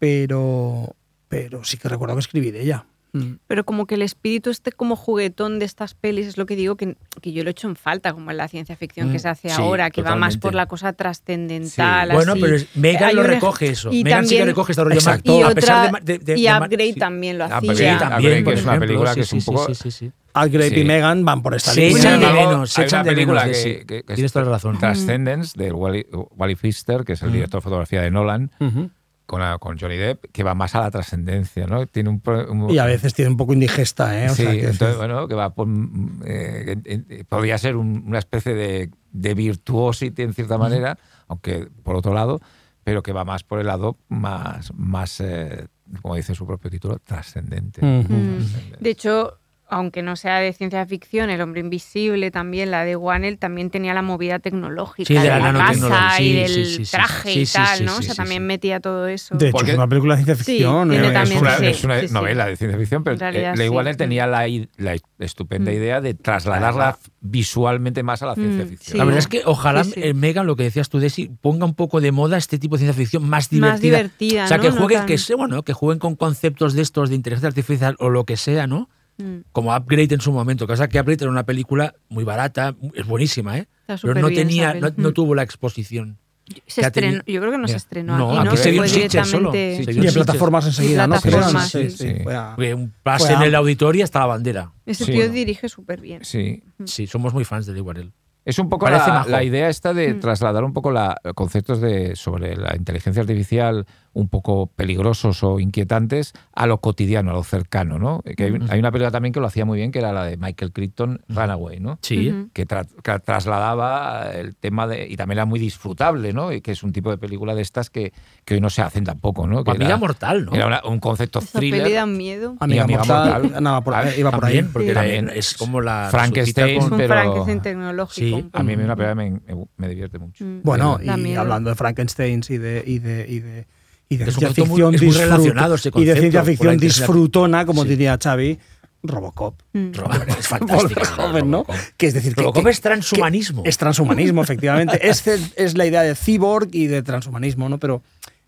pero, pero sí que recuerdo que escribí de ella. Mm.
Pero como que el espíritu este como juguetón de estas pelis es lo que digo que, que yo lo he hecho en falta, como en la ciencia ficción que se
Mm,
hace
sí,
ahora, que va más
totalmente.
por la cosa trascendental.
Sí.
Bueno,
así.
pero es- Megan
Hay
lo
un ej-
recoge eso.
y
Megan sí que
también-
recoge este rollo más-
Exacto.
Y,
a pesar de
otra,
ma- de- de-
y
de ma-
Upgrade
sí. pues
también lo
Ah,
hacía.
pero
Sí,
Ya.
también.
Upgrade, que es una
por ejemplo,
película que
sí,
es un
sí,
poco-
sí, sí, sí.
Algrape y
Sí.
Megan van por esta
Se
línea.
Sin
echan de
embargo,
menos, se
hay
echan
una
de
película
menos de
que,
sí.
que- que
Tienes
es
toda la razón.
Transcendence, de Wally, Wally Pfister, que es el
Mm.
director de fotografía de Nolan,
Ujú.
con, la- con Johnny Depp, que va más a la trascendencia, ¿no? Tiene un, pro- un-
Y a veces tiene un poco indigesta, ¿eh? O
sí,
sea, que-
entonces, bueno, que va por, mm, eh, eh, eh, podría ser un- una especie de, de virtuosity en cierta manera, aunque por otro lado, pero que va más por el lado más, más eh, como dice su propio título, trascendente.
Ujú.
Mm.
Trascendente.
De hecho, aunque no sea de ciencia ficción, El hombre invisible también, la de Wanel, también tenía la movida tecnológica
Sí, de
de,
la
la,
nanotecnología,
casa
sí,
y del
sí, sí, sí,
traje
sí,
y
sí,
tal,
sí,
¿no?
sí,
o sea,
sí,
también
sí.
metía todo eso.
De hecho,
Porque-
es una película de ciencia
Sí,
ficción.
tiene
¿eh?
es
también,
una,
sí,
es una
sí, sí.
novela de ciencia ficción, pero
En realidad,
la
sí.
igual tenía la, i- la estupenda idea de trasladarla visualmente más a la ciencia
Mm,
ficción.
sí.
La verdad es que ojalá
Sí, sí.
eh, Megan, lo que decías tú, Desi, ponga un poco de moda este tipo de ciencia ficción más divertida.
Más divertida,
O sea,
¿no?
que
No
jueguen,
tan-
que, se- bueno, que jueguen con conceptos de estos de inteligencia artificial o lo que sea, ¿no?
Mm,
Como Upgrade en su momento. Cosa que Upgrade era una película muy barata, es buenísima, ¿eh?
está
Pero
súper
no
bien esa
tenía,
peli.
no, no
Mm.
tuvo la exposición.
Se
que ha
estrenó-
tenido-
yo creo que no
Ya.
se estrenó
No,
aquí, ¿no?
aquí se vio
Fue
en Sitges solo.
directamente-
Se vio
Y en
Sitges.
plataformas enseguida, ¿no?
plataformas,
Sí, sí,
sí.
sí, fue
Ah.
a-
Porque Un pase
Fue
en el
a-
auditorio hasta la bandera.
Ese
Sí.
tío dirige súper bien.
Sí.
Mm.
Sí, somos muy fans de Iguarel.
Es un poco
Parece
la,
majo.
la idea esta de
Mm.
trasladar un poco la, conceptos de, sobre la inteligencia artificial un poco peligrosos o inquietantes a lo cotidiano, a lo cercano, ¿no? Eh, Que hay,
Ujú.
hay una película también que lo hacía muy bien, que era la de Michael Crichton, Runaway, ¿no?
Mm. Sí.
Ujú.
Que, tra- que trasladaba el tema de... Y también era muy disfrutable, ¿no? Y que es un tipo de película de estas que, que hoy no se hacen tampoco, ¿no? Que
Familia
era,
mortal, ¿no?
era una- un concepto
Esa peli
thriller.
da miedo.
Amiga,
Amiga
mortal,
Mortal.
nada, por ahí- iba por ahí.
También, porque
Sí.
también es como la.
Frankenstein,
Es
Resucita
un
pero-
Frankenstein tecnológico.
Sí,
un poco.
A mí una película me, me- me divierte mucho.
Mm.
Bueno,
Da
y
miedo.
hablando de Frankenstein y de, y de, y de, y de
Es un
ciencia
concepto muy-
ficción
es muy
disfrut-
relacionado ese
y de
concepto
ciencia
con la
ficción
inteligencia
disfrutona, como
Sí.
diría Xavi, Robocop.
Mm.
Robert, es fantástico.
Volver joven, ¿no?
Robocop.
Que es decir, que,
Robocop
que-
es transhumanismo.
que es transhumanismo, efectivamente. es, ce- es la idea de cyborg y de transhumanismo, ¿no? Pero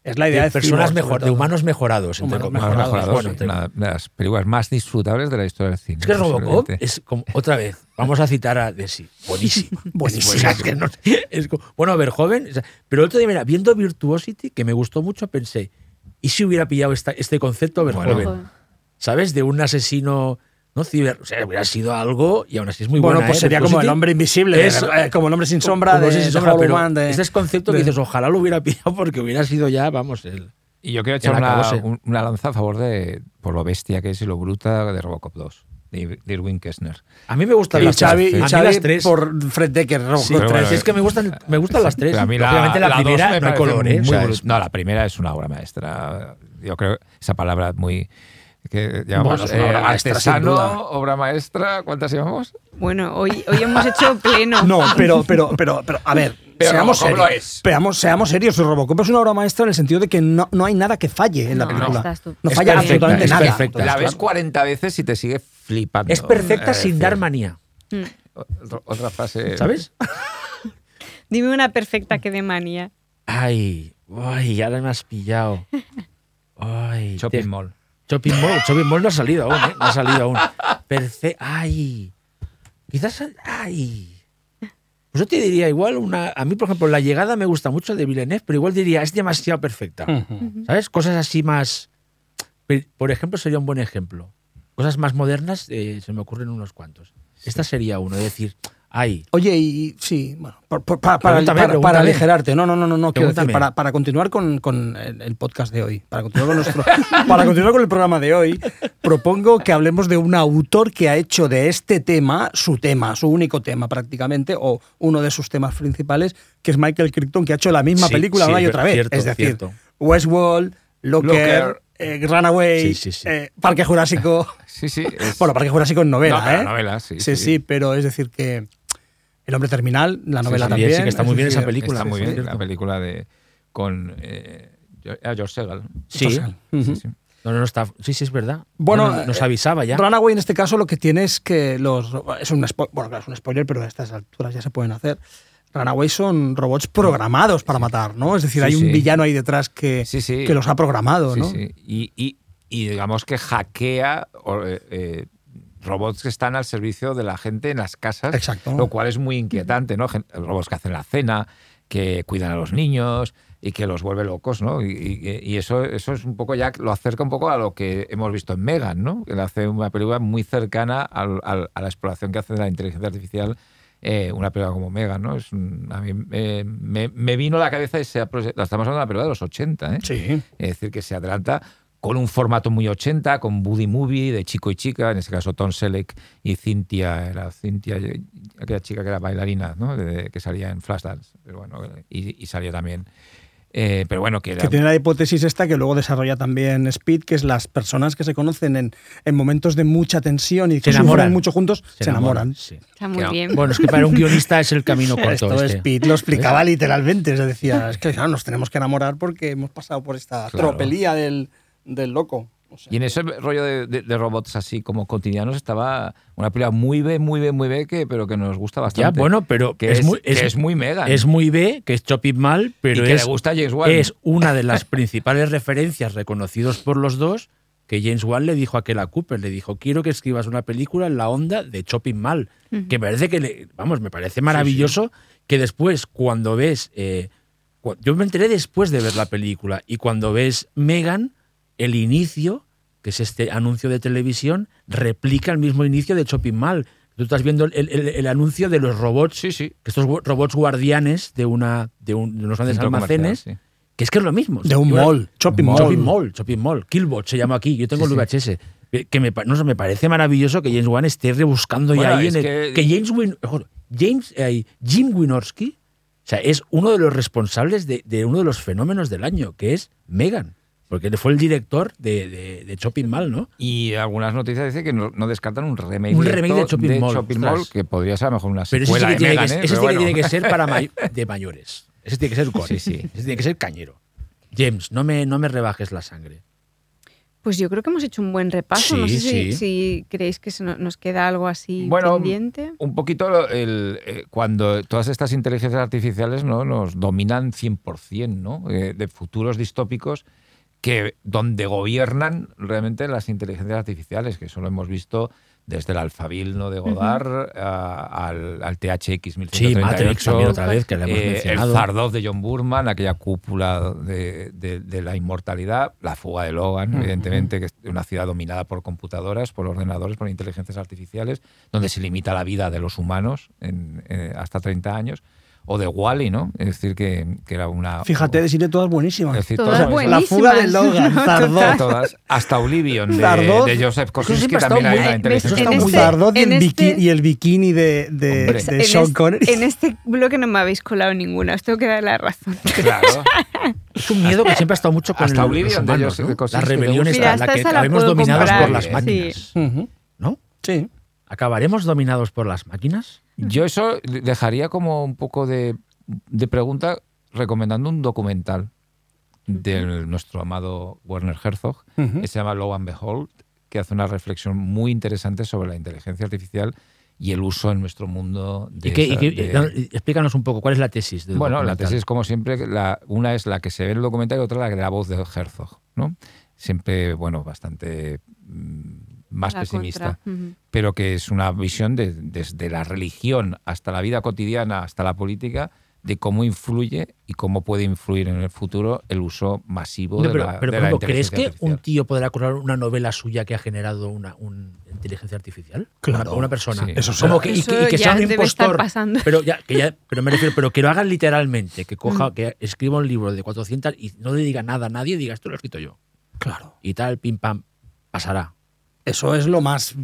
es la idea de,
de
cyborg,
personas
sobre
mejor, de
todo.
humanos mejorados. entre
Humanos
comillas.
Bueno,
mejorados,
mejorados,
Bueno,
sí,
entre-
una de las películas más disfrutables de la historia del cine.
es que Robocop
posiblemente.
es como, otra vez, vamos a citar a Desi, buenísima.
Buenísima.
O sea, es que no- es como- bueno, ver joven, o sea, pero el otro día, mira, viendo Virtuosity, que me gustó mucho, pensé, ¿y si hubiera pillado esta- este concepto ver
Bueno.
joven?
Joder.
¿Sabes? De un asesino, ¿no? Ciber, o sea, hubiera sido algo y aún así es muy
Bueno,
buena,
pues
¿eh?
sería como el
Virtuosity.
hombre invisible,
Eso.
eh, como el hombre sin sombra
Como
de,
ese sin
de
sombra,
Hollow
pero
Man, de-
Ese es concepto
de-
que dices, ojalá lo hubiera pillado porque hubiera sido ya, vamos, el...
Y yo quiero echar
El
una,
acabose.
un- una lanza a favor de por lo bestia que es y lo bruta de Robocop 2, de, Ir- de Irwin Kessner.
A mí me gustan
Y
las
Xavi,
tres.
y
A mí
Xavi
las tres.
por Fred Decker, Robocop
Sí,
pero
tres.
bueno, eh,
es que me gustan, me gustan las tres.
Pero a mí la,
Obviamente la,
la dos
primera
me
no hay
parece
color, ¿eh?
muy
O sea,
brut-
es-
No, la primera es una obra maestra. Yo creo esa palabra muy... Que llamamos eh,
Bueno, es una obra maestra, sin
artesano,
duda.
obra maestra, ¿cuántas llamamos?
Bueno, hoy, hoy hemos hecho pleno.
No, pero, pero, pero, pero, a ver,
Pero
seamos,
Robocop
serios,
lo es.
Veamos- seamos serios. Robocop es una obra maestra en el sentido de que no, no hay nada que falle en la
No,
película.
está
No,
estu- Es
falla
perfecta,
absolutamente
es
nada.
perfecta.
La ves
claro.
40 veces y te sigue flipando. Eh,
es perfecta
Es
sin
decir,
dar manía,
Mm.
otro- Otra frase...
¿sabes?
Dime una perfecta que de manía.
Ay, ay, ahora me has pillado. Ay,
Shopping
te-
Mall.
Shopping Mall. Shopping Mall no ha salido aún, ¿eh? No ha salido aún. Perfe- ay. Quizás. Ay. Pues yo te diría igual una. A mí, por ejemplo, la llegada me gusta mucho de Villeneuve, pero igual diría es demasiado perfecta. ¿Sabes? Cosas así más. pe- Por ejemplo, sería un buen ejemplo. Cosas más modernas eh, se me ocurren unos cuantos. Esta sería uno, es decir, ay.
Oye, y sí, bueno, por- por- para, para-
Pregúntame,
para- para
pregúntame.
aligerarte, no, no, no, no, no quiero decir,
Pregúntame.
para, para continuar con, con el el podcast de hoy, para continuar con, nuestro, para continuar con el programa de hoy, propongo que hablemos de un autor que ha hecho de este tema su tema, su único tema prácticamente, o uno de sus temas principales, que es Michael Crichton, que ha hecho la misma
Sí,
película
sí,
una y otra vez.
cierto,
es decir,
cierto.
Westworld, Locker,
Locker.
eh, Runaway,
Sí, sí, sí.
eh, Parque Jurásico.
Sí, sí. es-
Bueno, Parque Jurásico en novela,
No, pero
¿eh?
novela, sí,
Sí,
sí.
sí, pero es decir que El hombre terminal, la novela
sí,
también.
sí, que está
es
muy bien
decir,
esa película,
Está muy
sí,
bien
cierto.
la película de con eh, a George Segal.
Sí.
Sí, sí.
No, no, no está. Sí, sí, es verdad.
Bueno,
No, no, nos
eh,
avisaba ya.
Runaway en este caso lo que tiene es que los ro- es un spo- bueno, claro, es un spoiler, pero a estas alturas ya se pueden hacer. Runaway son robots programados para matar, ¿no? Es decir,
Sí,
hay un
sí.
villano ahí detrás que,
Sí, sí.
que los ha programado,
Sí,
¿no?
sí. Y, y- y digamos que hackea o, eh, eh, robots que están al servicio de la gente en las casas,
Exacto.
lo cual es muy inquietante, ¿no? Gen- Robots que hacen la cena, que cuidan a los niños y que los vuelve locos, ¿no? Y, y- y eso, eso es un poco ya lo acerca un poco a lo que hemos visto en Megan, ¿no? Que le hace una película muy cercana al- al- a la exploración que hace de la inteligencia artificial. eh, una película como Megan, ¿no? Es un- a mí, eh, me, me vino a la cabeza ese... apro- Estamos hablando de una película de los 80, ¿eh?
Sí.
Es decir, que se adelanta con un formato muy 80, con Buddy Movie de chico y chica, en ese caso Tom Selleck y Cintia, era Cintia, eh, aquella chica que era bailarina, ¿no? De- que salía en Flashdance, pero bueno, y, y salía también. Eh, pero bueno, que era...
Que tiene la hipótesis esta que luego desarrolla también Speed, que es las personas que se conocen en, en momentos de mucha tensión y que
Se
sufren
enamoran.
mucho juntos, se, enamoran.
sí.
Está muy
Claro.
bien.
Bueno, es que para un guionista es el camino corto.
Esto
este.
Speed lo explicaba literalmente, se decía, es que claro, nos tenemos que enamorar porque hemos pasado por esta
Claro.
tropelía del, del loco. O sea,
Y en ese rollo de, de- de robots así como cotidianos estaba una película muy B, muy B, muy B, que, pero que nos gusta
Ya,
bastante.
bueno, pero
que es, muy, es, muy mega.
Es muy B, que es Chop It Mal, pero
Y que
es,
le gusta a James Wan.
es una de las principales referencias reconocidos por los dos que James Wan le dijo a Kela Cooper. Le dicho, quiero que escribas una película en la onda de Chop It Mal. Que parece que, le- vamos, me parece maravilloso que después, cuando ves... eh, cu- yo me enteré después de ver la película y cuando ves Megan, el inicio, que es este anuncio de televisión, replica el mismo inicio de Chop It Mal. Tú estás viendo el- el- el- el anuncio de los robots
Sí, sí.
que estos gu- robots guardianes de una de, un- de unos grandes
Centro comercial,
almacenes,
sí.
que es que es lo mismo.
De un
Yo-
mall, shopping mall.
Shopping mall, shopping mall. Killbot se llama aquí, yo tengo
Sí, sí.
el VHS. Eh, Que- Que me, pa- no sé, me parece maravilloso que James Wan esté rebuscando
Bueno,
ya ahí
es
en el-
que-
que... James Win- ojo, James eh, Jim Winorski o sea, es uno de los responsables de, de uno de los fenómenos del año, que es Megan. Porque él fue el director de, de, de Shopping Mall, ¿no?
Y algunas noticias dicen que no, no descartan un remake,
Un
directo
remake de Shopping Mall,
Shopping
ostras.
Mall, que podría ser a lo mejor una
Pero ese sí
secuela
que
de
tiene que,
Megan, ¿eh?
ese sí
Pero
que
bueno.
tiene que ser para may- de mayores. Ese tiene que ser gore.
Sí, sí.
Ese tiene que ser cañero. James, no me, no me rebajes la sangre.
Pues yo creo que hemos hecho un buen repaso. no
Sí,
sé si,
sí.
si creéis que se no- nos queda algo así
Bueno,
pendiente.
un poquito lo- el, eh, cuando todas estas inteligencias artificiales ¿no? nos dominan 100%, ¿no? Eh, de futuros distópicos que donde gobiernan realmente las inteligencias artificiales, que eso lo hemos visto desde el alfabil ¿no? de Godard a- al, al THX 1138.
Sí, Matrix también otra vez, que la hemos
eh,
mencionado.
El Zardoz de John Burman, aquella cúpula de, de- de la inmortalidad, la fuga de Logan, evidentemente, que es una ciudad dominada por computadoras, por ordenadores, por inteligencias artificiales, donde se limita la vida de los humanos en- eh, hasta 30 años, o de Wally, ¿no? Es decir, que, que era una...
Fíjate, decirle todas buenísimas.
Ah, es decir,
Todas
todas-
buenas.
La fuga de
buenísimas.
Logan, Zardot.
todas, hasta Oblivion de,
Zardoz.
de Joseph Kosinski,
siempre
que
ha
también
estado
hay
muy-
una
¿ves?
inteligencia
En
Está
artificial.
muy
este-
Zardot y el,
en
biqui-
este-
y el bikini de, de-
Hombre.
de
en,
Sean
es-
Connery.
en este bloque no me habéis colado ninguna, os tengo que dar la razón.
Claro.
Es un miedo que siempre ha estado mucho con
Hasta
el-
Oblivion,
los
de
humanos,
ellos,
¿no?
de cosas
La
que le
rebelión
gustan.
es
Mira,
la
hasta
que
esa la
acabaremos
puedo
dominados
comprar.
por las
Sí.
máquinas.
Ujú.
¿No?
Sí.
¿Acabaremos dominados por las máquinas?
Yo eso dejaría como un poco de, de pregunta recomendando un documental de nuestro amado Werner Herzog,
¿Mm?
Ujú.
que se llama Low and Behold, que hace una reflexión muy interesante sobre la inteligencia artificial y el uso en nuestro mundo de...
¿Y qué- y
esa-
qué-
de-
no, explícanos un poco, ¿cuál es la tesis? del
bueno, la
documental?
tesis, como siempre, la, una es la que se ve en el documental y otra la de la voz de Herzog, ¿no? Siempre, bueno, bastante mm, más
La
pesimista
contra. Ujú.
pero que es una visión de- desde la religión hasta la vida cotidiana, hasta la política, de cómo influye y cómo puede influir en el futuro el uso masivo
No,
de
pero,
la,
pero,
de
por
la
ejemplo, ¿crees
inteligencia
que un
artificial.
tío podrá curar una novela suya que ha generado una un inteligencia artificial?
Claro.
Una, una persona.
Sí.
Eso será.
Como que, y,
Eso
que- y que
ya
sea un
debe
impostor.
estar pasando.
Pero ya, que ya- pero me refiero, pero que lo hagan literalmente, que coja,
Mm.
que escriba un libro de 400 y no le diga nada a nadie, diga esto lo he escrito yo.
Claro.
Y tal, pim pam, pasará.
Eso es lo más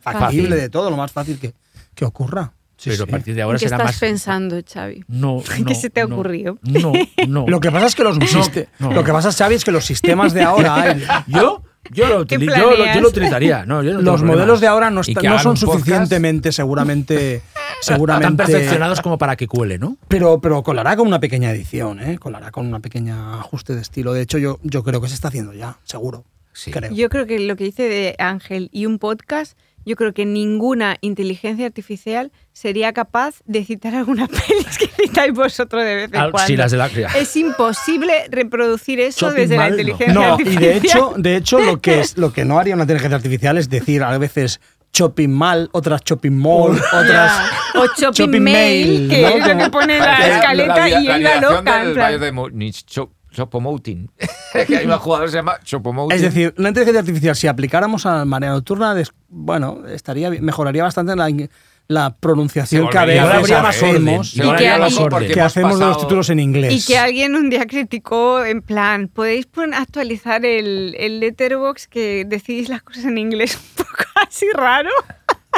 factible
Fácil.
de todo, lo más fácil que, que ocurra. Sí,
pero
sí.
a partir de
¿En
ahora
qué
será
estás
más.
pensando, Xavi?
No,
¿Qué
no,
se te ha
no,
ocurrido?
No, no.
Lo que pasa es que los siste-
no.
Lo que pasa, Xavi, es que los sistemas de ahora, el-
yo, yo lo,
¿Qué
utili- yo lo- yo lo
planeas?
utilizaría. No, yo no tengo
los
problema.
modelos de ahora no,
Y
está-
que
no
hagan
son
un podcast.
suficientemente seguramente seguramente.
Tan perfeccionados como para que cuele, ¿no?
Pero, pero colará con una pequeña edición, ¿eh? Colará con una pequeña ajuste de estilo. De hecho, yo, yo creo que se está haciendo ya, seguro.
Sí.
Creo.
Yo creo que lo que dice de Ángel y un podcast, yo creo que ninguna inteligencia artificial sería capaz de citar alguna pelis que citáis vosotros de vez en
Al-
cuando.
Ah, sí, las de la cría.
Es imposible reproducir eso
Shopping
desde la
Mall, no.
inteligencia
No, y
artificial.
de hecho, de hecho lo, que es, lo que no haría una inteligencia artificial es decir a veces shopping mal, otras shopping mall, otras.
O shopping,
Shopping
mail,
mail,
que
¿no?
es lo
Como-
que pone la
Parece Ah, la-
escaleta
la- la-
y
la
es la
alineación
loca. en
del
plan.
Bayern de Múnich, Chop- Chopomoting. que hay una jugadora que se llama Chopomoting.
Es decir, una inteligencia artificial, si aplicáramos a marea nocturna, des- bueno, estaría, bien- mejoraría bastante la, in- la pronunciación
Se
que a
volvería ¿eh?
veces
habría más
orden,
hacemos,
se
Y que
que,
volvería más
hay-
orden.
hemos
hacemos de los
pasado-
títulos en inglés.
Y que alguien un día criticó en plan, podéis pon- actualizar el, el letterbox que decís las cosas en inglés un poco así raro.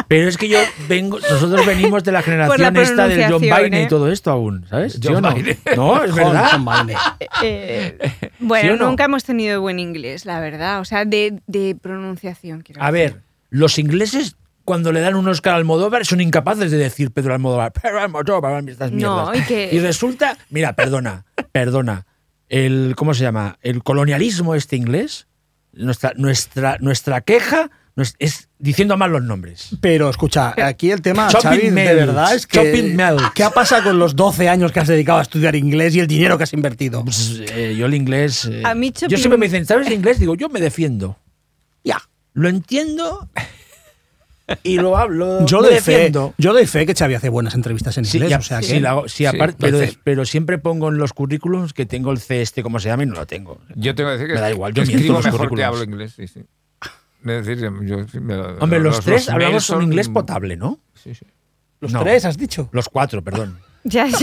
Pero es que yo vengo, nosotros venimos de la
Por
generación
la
esta del John
pronunciación,
Biden
¿eh?
y todo esto aún, ¿sabes?
John
Yo no.
Biden.
No, es
Joder,
verdad.
son vaina.
Eh, bueno,
o no?
nunca hemos tenido buen inglés, la verdad. O sea, de, de pronunciación. quiero
A
decir.
ver, los ingleses cuando le dan un Oscar a Almodóvar son incapaces de decir Pedro Almodóvar, Pedro Almodóvar, estas
No,
mierdas.
y que-
resulta, mira, perdona, perdona, el ¿cómo se llama? El colonialismo este inglés, nuestra nuestra nuestra queja no es, es diciendo mal los nombres.
Pero escucha, aquí el tema,
Shopping
Xavi, de
malls,
verdad es
shopping
que.
malls.
¿Qué ha pasado con los 12 años que has dedicado a estudiar inglés y el dinero que has invertido?
Pues, eh, yo el inglés eh,
A mí Chopin-
Yo siempre me dicen, ¿sabes inglés? Digo, yo me defiendo.
Ya.
Lo entiendo y lo hablo.
Yo
me
doy, fe,
defiendo.
yo doy fe que Xavi hace buenas entrevistas en
Sí,
inglés.
ya-
o sea
sí,
que-
la hago- sí,
Sí,
aparte, pero,
entonces-
pero siempre pongo en los currículums que tengo el C este, como se llama, y no lo tengo.
Yo tengo que decir que
Me da igual, yo miento
escribo
los
mejor que
currículums.
hablo inglés, sí, sí. Es decir, yo, sí, me lo-
Hombre, los, tres
mails
hablamos un
son-
inglés potable, ¿no?
Sí, sí.
Los
No.
tres, has dicho.
Los cuatro, perdón.
Ya, ya,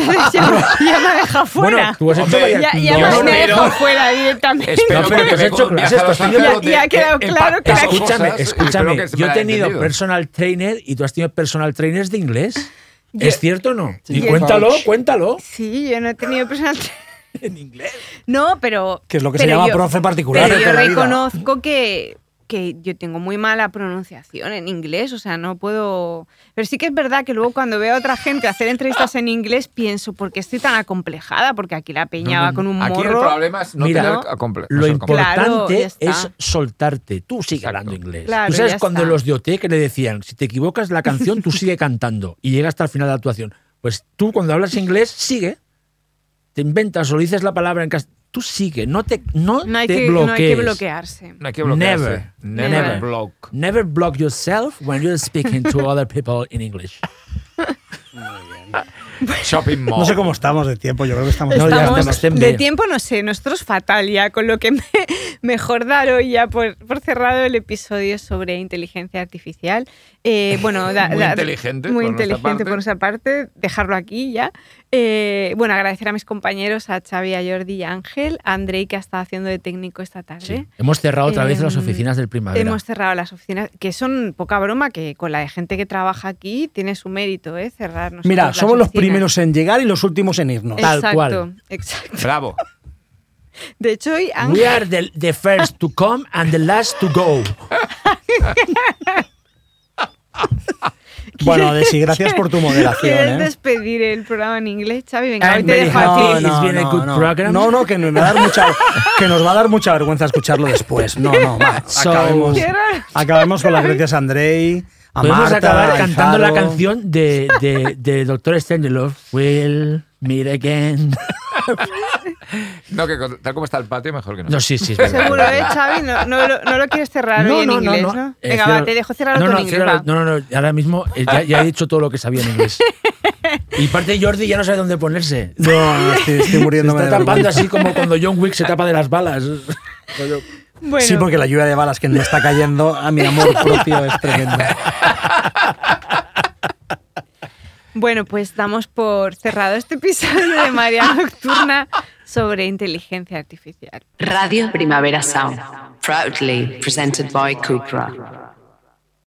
ya, ya me ha dejado fuera.
Bueno, tú has hecho
Hombre,
varias-
ya ya
no,
me- me ha
pero-
dejado fuera directamente.
Espero
No,
que
pero
me
has hecho
con-
clases,
viaje a Los
tío.
Ángeles
Ya-
donde
ya ha quedado
empa-
claro que-
hago
Escúchame,
cosas y espero
escúchame.
que se me
Yo he
haya
tenido
entendido.
personal trainer y tú has tenido personal trainers de inglés.
Yo-
¿Es cierto o no?
Sí,
y cuéntalo,
coach.
cuéntalo.
Sí, yo no he tenido personal.
En inglés.
No, pero.
Que es lo que se
pero
llama
yo-
profe particular.
Pero
de
yo
toda la vida.
reconozco que, que yo tengo muy mala pronunciación en inglés, o sea, no puedo... Pero sí que es verdad que luego cuando veo a otra gente hacer entrevistas en inglés pienso, ¿por qué estoy tan acomplejada? Porque aquí la peña va con un
Aquí el
morro.
problema es no
Mira,
tener a comple- no
Lo
ser comple-
Claro, ya
importante
está.
es soltarte. Tú sigue hablando inglés.
Claro,
tú sabes
ya
cuando
está.
los de OT que le decían, si te equivocas la canción, tú sigue cantando y llega hasta el final de la actuación. Pues tú cuando hablas inglés, sigue. Te inventas o le dices la palabra en castellano. Tú sigue, no te, no
No hay,
te
que,
bloquees.
no hay que bloquearse.
No hay que bloquearse.
Never.
Never,
Never.
block.
Never block yourself when you're speaking to other people in English.
Shopping mall.
No sé cómo estamos de tiempo, yo creo que estamos.
No, ya
Estamos
estamos en
de
bien.
tiempo, no sé, nosotros fatal ya, con lo que me- mejor dar hoy ya por, por cerrado el episodio sobre inteligencia artificial. Eh, bueno, da-
Muy
da-
inteligente
muy
por nuestra
inteligente
parte.
por nuestra parte, dejarlo aquí ya. Eh, bueno, agradecer a mis compañeros, a Xavi, a Jordi y a Ángel, a Andrei que ha estado haciendo de técnico esta
Sí.
tarde.
Hemos cerrado otra vez las
Em,
oficinas del primavera.
Hemos cerrado las oficinas, que son poca broma, que con la de gente que trabaja aquí tiene su mérito, ¿eh? Cerrar. nosotros
Mira,
las
somos los
oficinas.
primeros en llegar y los últimos en irnos.
Eh. Tal
exacto,
cual.
Exacto.
Bravo.
De hecho, hoy
We
Ángel...
are the, the first to come and the last to go.
Bueno, Desi, gracias por tu
¿Quieres
moderación. ¿eh?
despedir el programa en inglés, Xavi? Venga, hoy
I'm
te
very
dejo
happy.
a ti.
Ah, No,
It's
no,
been a
no,
good
no.
program.
No, no, que nos, va a dar mucha, que nos va a dar mucha vergüenza escucharlo después. No, no, va,
So-
acabemos,
Cierra.
acabemos con las gracias a Andrei, a
Podemos
Marta,
acabar
a
cantando la
Ifaro.
canción de, de, de Doctor Strangelove. We'll meet again.
No, que con- tal como está el patio, mejor que no.
No, sí, sí, es verdad.
Seguro, ¿eh, Xavi? No, no, lo- no lo quieres cerrar hoy en inglés, ¿no?
Eh,
Venga,
cierra-
va, te dejo cerrar
no,
otro
no,
en inglés.
cierra-
va.
No, no, no, ahora mismo eh, ya, ya he dicho todo lo que sabía en inglés. Y parte Jordi ya no sabe dónde ponerse.
No, no, estoy, estoy
Se
muriéndome
está
de
tapando
vergüenza.
así como cuando John Wick se tapa de las balas.
Bueno,
Sí, porque la lluvia de balas que me está cayendo a mi amor propio es tremenda.
bueno, pues damos por cerrado este episodio de María Nocturna sobre inteligencia artificial.
Radio Primavera Sound, proudly presented by Cupra.